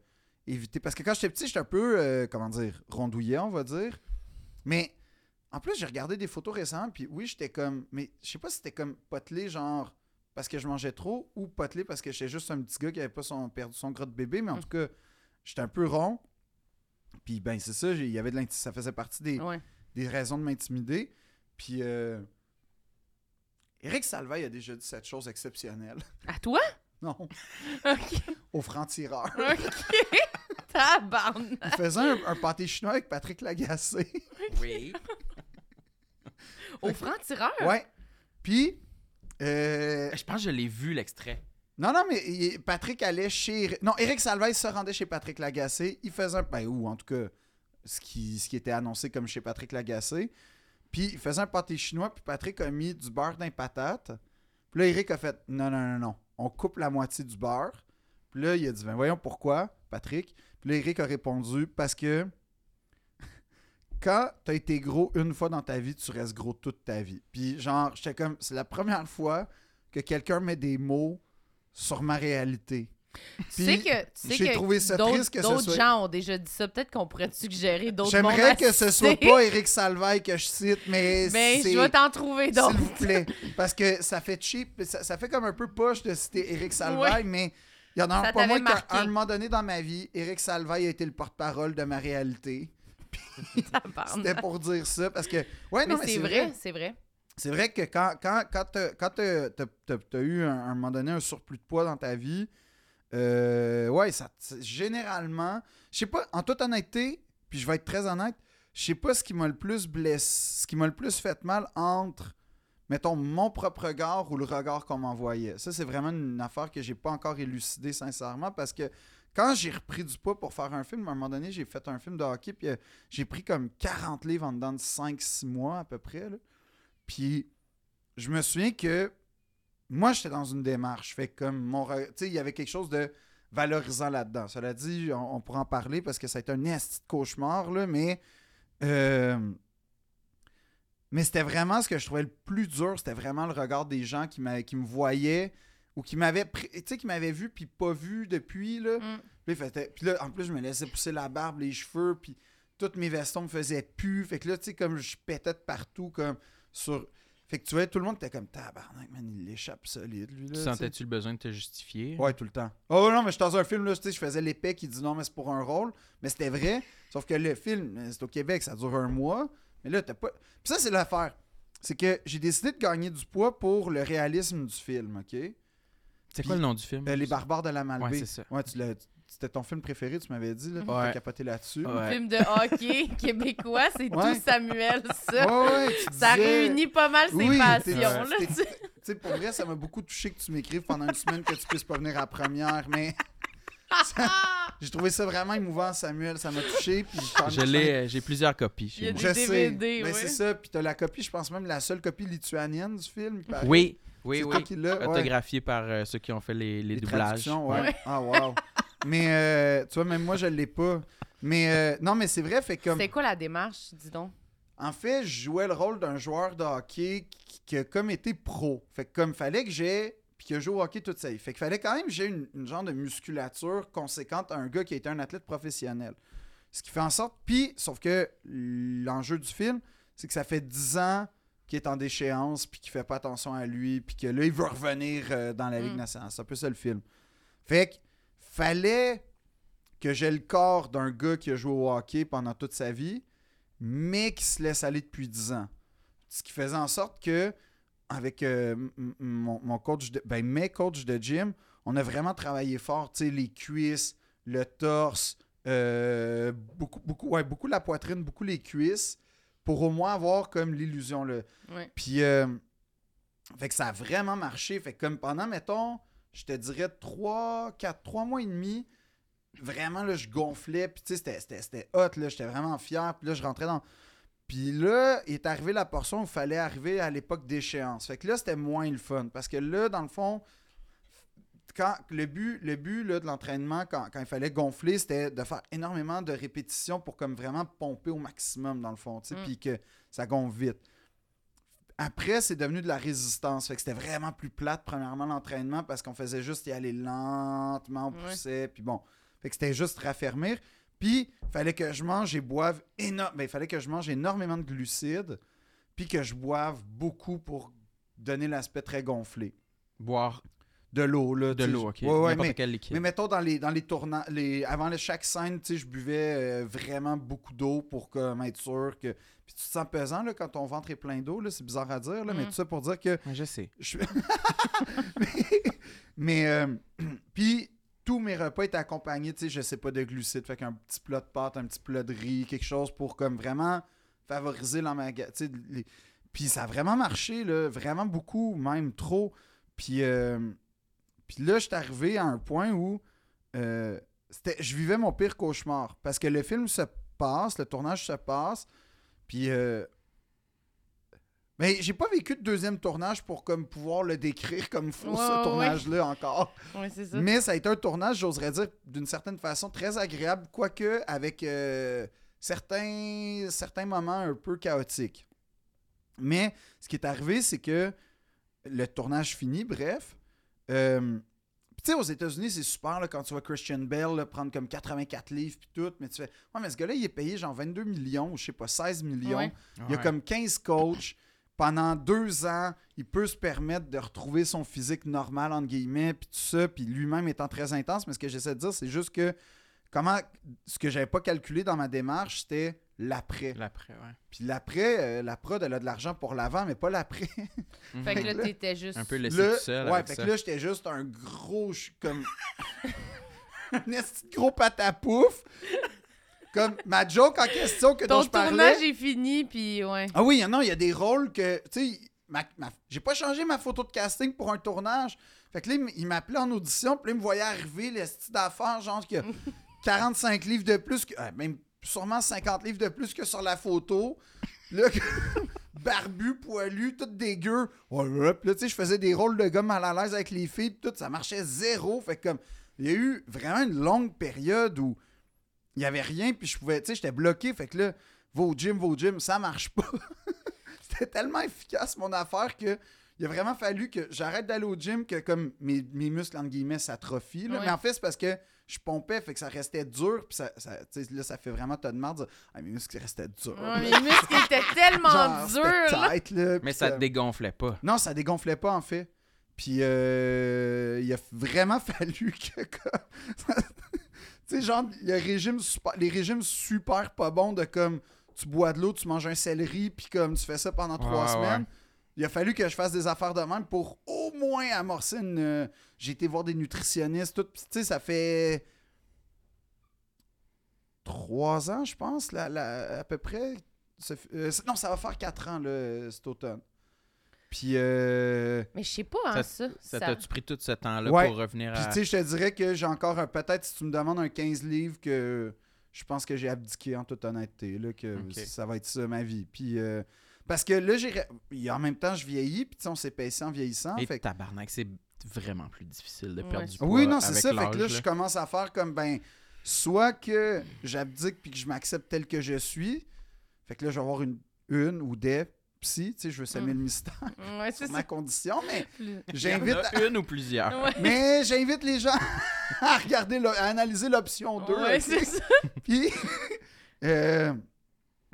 [SPEAKER 4] éviter. Parce que quand j'étais petit, j'étais un peu, euh, comment dire, rondouillet, on va dire. Mais en plus, j'ai regardé des photos récemment, puis oui, j'étais comme. Mais je sais pas si c'était comme potelé, genre parce que je mangeais trop ou potelé parce que j'étais juste un petit gars qui avait pas son, perdu son gras de bébé, mais en
[SPEAKER 1] Mm.
[SPEAKER 4] tout cas, j'étais un peu rond. Puis ben c'est ça, j'ai- il y avait de l'inti- ça faisait partie des,
[SPEAKER 1] Ouais.
[SPEAKER 4] des raisons de m'intimider. Puis euh, Eric Salva, il a déjà dit cette chose exceptionnelle. [LAUGHS]
[SPEAKER 1] À toi?
[SPEAKER 4] Non,
[SPEAKER 1] OK.
[SPEAKER 4] au franc-tireur.
[SPEAKER 1] OK. [LAUGHS] Tabarnak.
[SPEAKER 4] Il faisait un, un pâté chinois avec Patrick Lagacé.
[SPEAKER 2] Oui.
[SPEAKER 1] Au franc-tireur?
[SPEAKER 4] Ouais. Puis euh,
[SPEAKER 2] Je pense que je l'ai vu, l'extrait.
[SPEAKER 4] Non, non, mais il- Patrick allait chez. Non, Eric Salvez se rendait chez Patrick Lagacé. Il faisait un. Ben, ou en tout cas, ce qui, ce qui était annoncé comme chez Patrick Lagacé. Puis il faisait un pâté chinois, puis Patrick a mis du beurre dans les patates. Puis là, Eric a fait Non, non, non, non. On coupe la moitié du beurre. Puis là, il a dit Ben, voyons pourquoi, Patrick. Puis là, Eric a répondu Parce que [LAUGHS] quand t'as été gros une fois dans ta vie, tu restes gros toute ta vie. Puis genre, j'étais comme C'est la première fois que quelqu'un met des mots sur ma réalité.
[SPEAKER 1] Tu sais
[SPEAKER 4] Puis,
[SPEAKER 1] que, tu sais
[SPEAKER 4] j'ai
[SPEAKER 1] que
[SPEAKER 4] trouvé ça
[SPEAKER 1] d'autres-
[SPEAKER 4] triste que ce
[SPEAKER 1] d'autres
[SPEAKER 4] soit-
[SPEAKER 1] gens ont déjà dit ça. Peut-être qu'on pourrait suggérer d'autres mondes à
[SPEAKER 4] J'aimerais que ce soit
[SPEAKER 1] citer.
[SPEAKER 4] pas Eric Salvaille que je cite, mais,
[SPEAKER 1] [LAUGHS] Mais
[SPEAKER 4] c'est-
[SPEAKER 1] je vais t'en trouver d'autres.
[SPEAKER 4] S'il vous plaît. Parce que ça fait cheap, ça, ça fait comme un peu poche de citer Eric Salvaille, mais il y en a
[SPEAKER 1] Ça
[SPEAKER 4] pas
[SPEAKER 1] t'avait
[SPEAKER 4] moins qu'à
[SPEAKER 1] marqué.
[SPEAKER 4] un moment donné dans ma vie, Eric Salvaille a été le porte-parole de ma réalité.
[SPEAKER 1] [LAUGHS] Tabarnak.
[SPEAKER 4] C'était pour dire ça, parce que... Ouais,
[SPEAKER 1] Ah, Mais
[SPEAKER 4] non, mais
[SPEAKER 1] c'est vrai, c'est vrai.
[SPEAKER 4] C'est vrai que quand, quand, quand t'as- quand euh, t'as- t'as t'as- t'as eu un, un moment donné un surplus de poids dans ta vie, euh, ouais, ça, c'est- généralement, je sais pas, en toute honnêteté, puis je vais être très honnête, je sais pas ce qui m'a le plus blessé, ce qui m'a le plus fait mal entre, mettons, mon propre regard ou le regard qu'on m'envoyait. Ça, c'est vraiment une affaire que j'ai pas encore élucidée, sincèrement, parce que quand j'ai repris du poids pour faire un film, à un moment donné, j'ai fait un film de hockey, puis euh, j'ai pris comme 40 livres en dedans de 5-6 mois à peu près. là. Puis je me souviens que moi, j'étais dans une démarche. Fait que comme mon. re- Tu sais, il y avait quelque chose de valorisant là-dedans. Cela dit, on, on pourra en parler parce que ça a été un esti de cauchemar, là, mais. euh, mais c'était vraiment ce que je trouvais le plus dur, c'était vraiment le regard des gens qui, m'a- qui me voyaient ou qui m'avaient pris- tu sais, qui m'avaient vu puis pas vu depuis. Là.
[SPEAKER 1] Mm.
[SPEAKER 4] Puis, là, il faisait- puis là, en plus, je me laissais pousser la barbe, les cheveux, puis toutes mes vestons me faisaient pu. Fait que là, tu sais, comme je pétais de partout, comme sur. Fait que tu vois, tout le monde était comme tabarnak, man, il l'échappe solide, lui. Là,
[SPEAKER 2] Tu
[SPEAKER 4] tu sais.
[SPEAKER 2] sentais-tu le besoin de te justifier?
[SPEAKER 4] Ouais, tout le temps. Oh non, mais je suis dans un film, là, tu sais, je faisais l'épée qui dit non, mais c'est pour un rôle. Mais c'était vrai. Sauf que le film, euh, c'est au Québec, ça dure un mois. Mais là, t'as pas. Puis ça, c'est l'affaire. C'est que j'ai décidé de gagner du poids pour le réalisme du film, OK? Euh,
[SPEAKER 2] C'est quoi le nom du film?
[SPEAKER 4] les barbares de la Malbaie.
[SPEAKER 2] Ouais, c'est ça.
[SPEAKER 4] Ouais, tu l'as- c'était ton film préféré, tu m'avais dit, là.
[SPEAKER 1] Mhm.
[SPEAKER 4] Tu
[SPEAKER 2] Ouais.
[SPEAKER 4] capoté là-dessus.
[SPEAKER 2] Ouais.
[SPEAKER 1] Film de hockey [LAUGHS] québécois, c'est
[SPEAKER 4] Ouais.
[SPEAKER 1] tout Samuel, ça.
[SPEAKER 4] Ouais, ouais, tu
[SPEAKER 1] Ça
[SPEAKER 4] disais-
[SPEAKER 1] réunit pas mal ses
[SPEAKER 4] Oui,
[SPEAKER 1] passions.
[SPEAKER 4] t'es-
[SPEAKER 1] Là,
[SPEAKER 4] t'es-
[SPEAKER 1] tu sais.
[SPEAKER 4] Tu sais, pour vrai, ça m'a beaucoup touché que tu m'écrives pendant une semaine que tu puisses pas venir à la
[SPEAKER 1] [LAUGHS]
[SPEAKER 4] première, mais. ça- J'ai trouvé ça vraiment émouvant, Samuel. Ça m'a touché. Puis j'en-
[SPEAKER 2] Je l'ai, euh, j'ai plusieurs copies
[SPEAKER 1] Il y a
[SPEAKER 2] chez moi.
[SPEAKER 1] des-
[SPEAKER 4] Je sais.
[SPEAKER 1] DVD,
[SPEAKER 4] Mais
[SPEAKER 1] ouais.
[SPEAKER 4] c'est ça. Puis t'as la copie, je pense même la seule copie lituanienne du film. qui paraît.
[SPEAKER 2] Oui,
[SPEAKER 4] C'est
[SPEAKER 2] oui,
[SPEAKER 4] toi
[SPEAKER 2] oui.
[SPEAKER 4] qui l'as, ouais.
[SPEAKER 2] Autographié par euh, ceux qui ont fait les, les
[SPEAKER 4] Les
[SPEAKER 2] doublages.
[SPEAKER 4] traductions, ouais. Ah, wow. Mais euh, tu vois, même moi, je l'ai pas. Mais euh, non, mais c'est vrai, fait comme.
[SPEAKER 1] C'était quoi la démarche, dis donc?
[SPEAKER 4] En fait, je jouais le rôle d'un joueur de hockey qui, qui a comme été pro. Fait que comme fallait que j'ai. Puis qui a joué au hockey toute sa vie. Fait que fallait quand même que j'ai une, une genre de musculature conséquente à un gars qui a été un athlète professionnel. Ce qui fait en sorte. Puis, sauf que l'enjeu du film, c'est que ça fait 10 ans qu'il est en déchéance, puis qu'il fait pas attention à lui, puis que là, il veut revenir euh, dans la Ligue
[SPEAKER 1] Mm.
[SPEAKER 4] nationale. C'est un peu ça le film. Fait que fallait que j'ai le corps d'un gars qui a joué au hockey pendant toute sa vie, mais qui se laisse aller depuis 10 ans. Ce qui faisait en sorte que, avec euh, m- m- mon, mon coach, de, ben, mes coachs de gym, on a vraiment travaillé fort, tu sais, les cuisses, le torse, euh, beaucoup, beaucoup, ouais, beaucoup la poitrine, beaucoup les cuisses, pour au moins avoir comme l'illusion. là.
[SPEAKER 1] Ouais.
[SPEAKER 4] Puis, euh, fait que ça a vraiment marché. Fait que comme pendant, mettons, je te dirais 3, 4, 3 mois et demi, vraiment, là, je gonflais. Puis, tu sais, c'était- c'était c'était hot, là. J'étais vraiment fier. Puis là, je rentrais dans... Puis là, est arrivée la portion où il fallait arriver à l'époque d'échéance. Fait que là, c'était moins le fun. Parce que là, dans le fond, quand le but, le but là, de l'entraînement, quand, quand il fallait gonfler, c'était de faire énormément de répétitions pour comme vraiment pomper au maximum, dans le fond, tu sais,
[SPEAKER 1] Mm.
[SPEAKER 4] puis que ça gonfle vite. Après, c'est devenu de la résistance. Fait que c'était vraiment plus plate, premièrement, l'entraînement, parce qu'on faisait juste y aller lentement, on
[SPEAKER 1] Ouais.
[SPEAKER 4] poussait, puis bon. Fait que c'était juste raffermir. Puis, fallait que je mange et boive énorme. Ben, fallait que je mange énormément de glucides, puis que je boive beaucoup pour donner l'aspect très gonflé.
[SPEAKER 2] Boire
[SPEAKER 4] De l'eau,
[SPEAKER 2] de
[SPEAKER 4] là. Euh, tu sais,
[SPEAKER 2] l'eau, ok.
[SPEAKER 4] ouais, ouais,
[SPEAKER 2] N'importe
[SPEAKER 4] mais-
[SPEAKER 2] quel liquide.
[SPEAKER 4] mais mettons, dans les, dans les tournants, les, avant le- chaque scène, tu sais, je buvais euh, vraiment beaucoup d'eau pour comme, être sûr que. Puis tu te sens pesant là, quand ton ventre est plein d'eau, là, c'est bizarre à dire, là, mais
[SPEAKER 1] Mm.
[SPEAKER 4] tout ça pour dire que. [LAUGHS]
[SPEAKER 2] Ouais, je sais.
[SPEAKER 4] Je... mais. mais, euh, puis tous mes repas étaient accompagnés, tu sais, je sais pas, de glucides. Fait qu'un petit plat de pâte, un petit plat de riz, quelque chose pour comme vraiment favoriser l'emmagasin. Puis ça a vraiment marché, là, vraiment beaucoup, même trop. Puis, euh, puis là, je suis arrivé à un point où euh, c'était, je vivais mon pire cauchemar. Parce que le film se passe, le tournage se passe, puis... euh, mais j'ai pas vécu de deuxième tournage pour comme pouvoir le décrire comme faux,
[SPEAKER 1] Ouais,
[SPEAKER 4] ce
[SPEAKER 1] ouais,
[SPEAKER 4] tournage-là encore.
[SPEAKER 1] Oui, c'est ça.
[SPEAKER 4] Mais ça a été un tournage, j'oserais dire, d'une certaine façon très agréable, quoique avec euh, certains, certains moments un peu chaotiques. Mais ce qui est arrivé, c'est que le tournage finit, bref. Euh, puis tu sais, aux États-Unis, c'est super là, quand tu vois Christian Bell là, prendre comme 84 livres puis tout, mais tu fais Ouais, mais ce gars-là, il est payé genre 22 millions ou je sais pas, 16 millions.
[SPEAKER 1] Ouais.
[SPEAKER 4] Il y a
[SPEAKER 2] Ouais.
[SPEAKER 4] comme 15 coachs. Pendant deux ans, il peut se permettre de retrouver son physique normal, entre guillemets, puis tout ça, puis lui-même étant très intense. Mais ce que j'essaie de dire, c'est juste que comment ce que j'avais pas calculé dans ma démarche, c'était l'après.
[SPEAKER 2] L'après, ouais.
[SPEAKER 4] Puis l'après, euh, la prod, elle a de l'argent pour l'avant, mais pas l'après.
[SPEAKER 1] Fait que là,
[SPEAKER 4] Là-
[SPEAKER 1] t'étais juste.
[SPEAKER 2] Un peu laissé
[SPEAKER 4] Là,
[SPEAKER 2] tout seul.
[SPEAKER 4] ouais,
[SPEAKER 2] avec
[SPEAKER 4] fait
[SPEAKER 2] ça.
[SPEAKER 4] que là, j'étais juste un [LAUGHS] gros. Je suis comme. un esti de gros patapouf. Comme ma joke en question que dont
[SPEAKER 1] Ton
[SPEAKER 4] je parlais.
[SPEAKER 1] tournage est fini, puis ouais.
[SPEAKER 4] Ah oui, non, il y a des rôles que. Tu sais, ma- ma- j'ai pas changé ma photo de casting pour un tournage. Fait que là, il m- il m'appelait en audition, puis là, il me voyait arriver, les styles d'affaires, genre qu'il y a 45 livres de plus, que, euh, même sûrement 50 livres de plus que sur la photo. Là, que- [LAUGHS] barbu, poilu, tout dégueu. Ouais, ouais. Puis là, tu sais, je faisais des rôles de gars mal à l'aise avec les filles, puis tout, ça marchait zéro. Fait que comme, il y a eu vraiment une longue période où il y avait rien, puis je pouvais, tu sais, j'étais bloqué. Fait que là, va au gym, va au gym, ça marche pas. [LAUGHS] C'était tellement efficace, mon affaire, que il a vraiment fallu que j'arrête d'aller au gym, que comme mes, mes muscles, entre guillemets, s'atrophient. là.
[SPEAKER 1] Ouais.
[SPEAKER 4] Mais en fait, c'est parce que je pompais, fait que ça restait dur, puis ça, ça, tu sais, là, ça fait vraiment tonne de marde. de dire, Ah, mes muscles, ils restaient durs.
[SPEAKER 1] Ouais,
[SPEAKER 4] [LAUGHS]
[SPEAKER 1] Mes muscles étaient tellement
[SPEAKER 4] Genre,
[SPEAKER 1] durs.
[SPEAKER 4] c'était
[SPEAKER 1] là.
[SPEAKER 4] tight, là,
[SPEAKER 2] Mais
[SPEAKER 4] puis
[SPEAKER 2] ça
[SPEAKER 4] comme-
[SPEAKER 2] te dégonflait pas.
[SPEAKER 4] non, ça dégonflait pas, en fait. Puis, euh, il a vraiment [LAUGHS] fallu que. comme- [LAUGHS] tu sais, genre, le régime super- les régimes super pas bons de comme tu bois de l'eau, tu manges un céleri, puis comme tu fais ça pendant trois
[SPEAKER 2] Ouais,
[SPEAKER 4] semaines.
[SPEAKER 2] ouais.
[SPEAKER 4] Il a fallu que je fasse des affaires de même pour au moins amorcer une. euh, J'ai été voir des nutritionnistes, tout. Puis, tu sais, ça fait. Trois ans, je pense, là, là, à peu près. Ça fait- euh, non, ça va faire quatre ans, là, cet automne. Puis, euh,
[SPEAKER 1] Mais je sais pas, hein, ça.
[SPEAKER 2] Ça
[SPEAKER 1] ça-
[SPEAKER 2] t'a-tu pris tout ce temps-là
[SPEAKER 4] Ouais.
[SPEAKER 2] pour revenir
[SPEAKER 4] puis
[SPEAKER 2] à.
[SPEAKER 4] tu sais, je te dirais que j'ai encore un. Peut-être si tu me demandes un 15 livres que je pense que j'ai abdiqué en toute honnêteté, là, que
[SPEAKER 2] Ok.
[SPEAKER 4] ça va être ça ma vie. Puis, euh, parce que là, j'ai. ré- et En même temps, je vieillis, puis tu sais, on s'épaissit en vieillissant.
[SPEAKER 2] Et
[SPEAKER 4] fait que-
[SPEAKER 2] Eh,
[SPEAKER 4] Ah
[SPEAKER 2] tabarnak, c'est vraiment plus difficile de
[SPEAKER 1] Ouais.
[SPEAKER 2] perdre du poids.
[SPEAKER 4] Oui, non, c'est
[SPEAKER 2] avec
[SPEAKER 4] ça. Fait que là,
[SPEAKER 2] l'âge,
[SPEAKER 4] je commence à faire comme, ben, soit que j'abdique puis que je m'accepte tel que je suis, fait que là, je vais avoir une, une ou des psy, tu sais, je veux semer le mystère
[SPEAKER 1] Ouais, c'est
[SPEAKER 4] sur
[SPEAKER 1] ça.
[SPEAKER 4] ma condition, mais
[SPEAKER 1] Plus-
[SPEAKER 2] Hmm. Il y en
[SPEAKER 4] j'invite
[SPEAKER 2] a
[SPEAKER 4] à-
[SPEAKER 2] une ou plusieurs.
[SPEAKER 4] Ah.
[SPEAKER 1] Ouais,
[SPEAKER 4] Mais j'invite les gens [LAUGHS] à regarder, le- à analyser l'option 2.
[SPEAKER 1] ouais, c'est ça.
[SPEAKER 4] Puis, [LAUGHS] euh,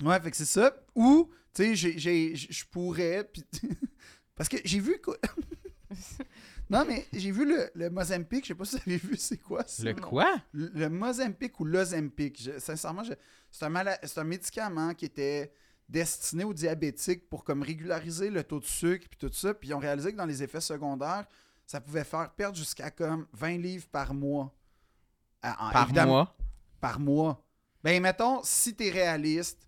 [SPEAKER 4] ouais, fait que c'est ça. Ou, tu sais, j'ai- j'ai- j- je pourrais, puis- [LAUGHS] parce que j'ai vu quoi. [LAUGHS] non, mais j'ai vu le, le Mozambique, je sais pas si vous avez vu c'est quoi ça.
[SPEAKER 2] Le
[SPEAKER 1] Non.
[SPEAKER 2] quoi?
[SPEAKER 4] Le, le Mozempic ou l'Ozempic, je- sincèrement, je- c'est un, mala- c'est un médicament qui était destiné aux diabétiques pour comme régulariser le taux de sucre puis tout ça, puis ils ont réalisé que dans les effets secondaires, ça pouvait faire perdre jusqu'à comme 20 livres par mois. À- en-
[SPEAKER 2] Par
[SPEAKER 4] Ah, évidemment,
[SPEAKER 2] mois.
[SPEAKER 4] Par mois. Ben mettons, si t'es réaliste,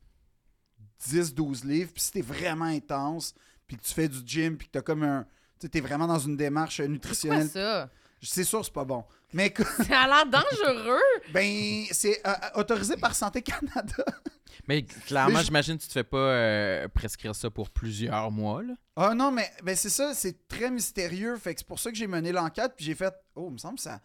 [SPEAKER 4] 10-12 livres, puis si t'es vraiment intense, puis que tu fais du gym, puis que t'as comme un... Tu sais, t'es vraiment dans une démarche
[SPEAKER 1] C'est quoi
[SPEAKER 4] nutritionnelle.
[SPEAKER 1] ça?
[SPEAKER 4] C'est sûr, c'est pas bon. Mais que-
[SPEAKER 1] Ça a l'air dangereux.
[SPEAKER 4] ben, c'est euh, autorisé par Santé Canada. [LAUGHS]
[SPEAKER 2] Mais clairement,
[SPEAKER 4] Mais je-
[SPEAKER 2] j'imagine que tu te fais pas euh, prescrire ça pour plusieurs mois. Là.
[SPEAKER 4] Ah non, mais ben c'est ça, c'est très mystérieux. Fait que c'est pour ça que j'ai mené l'enquête, puis j'ai fait Oh, il me semble que ça.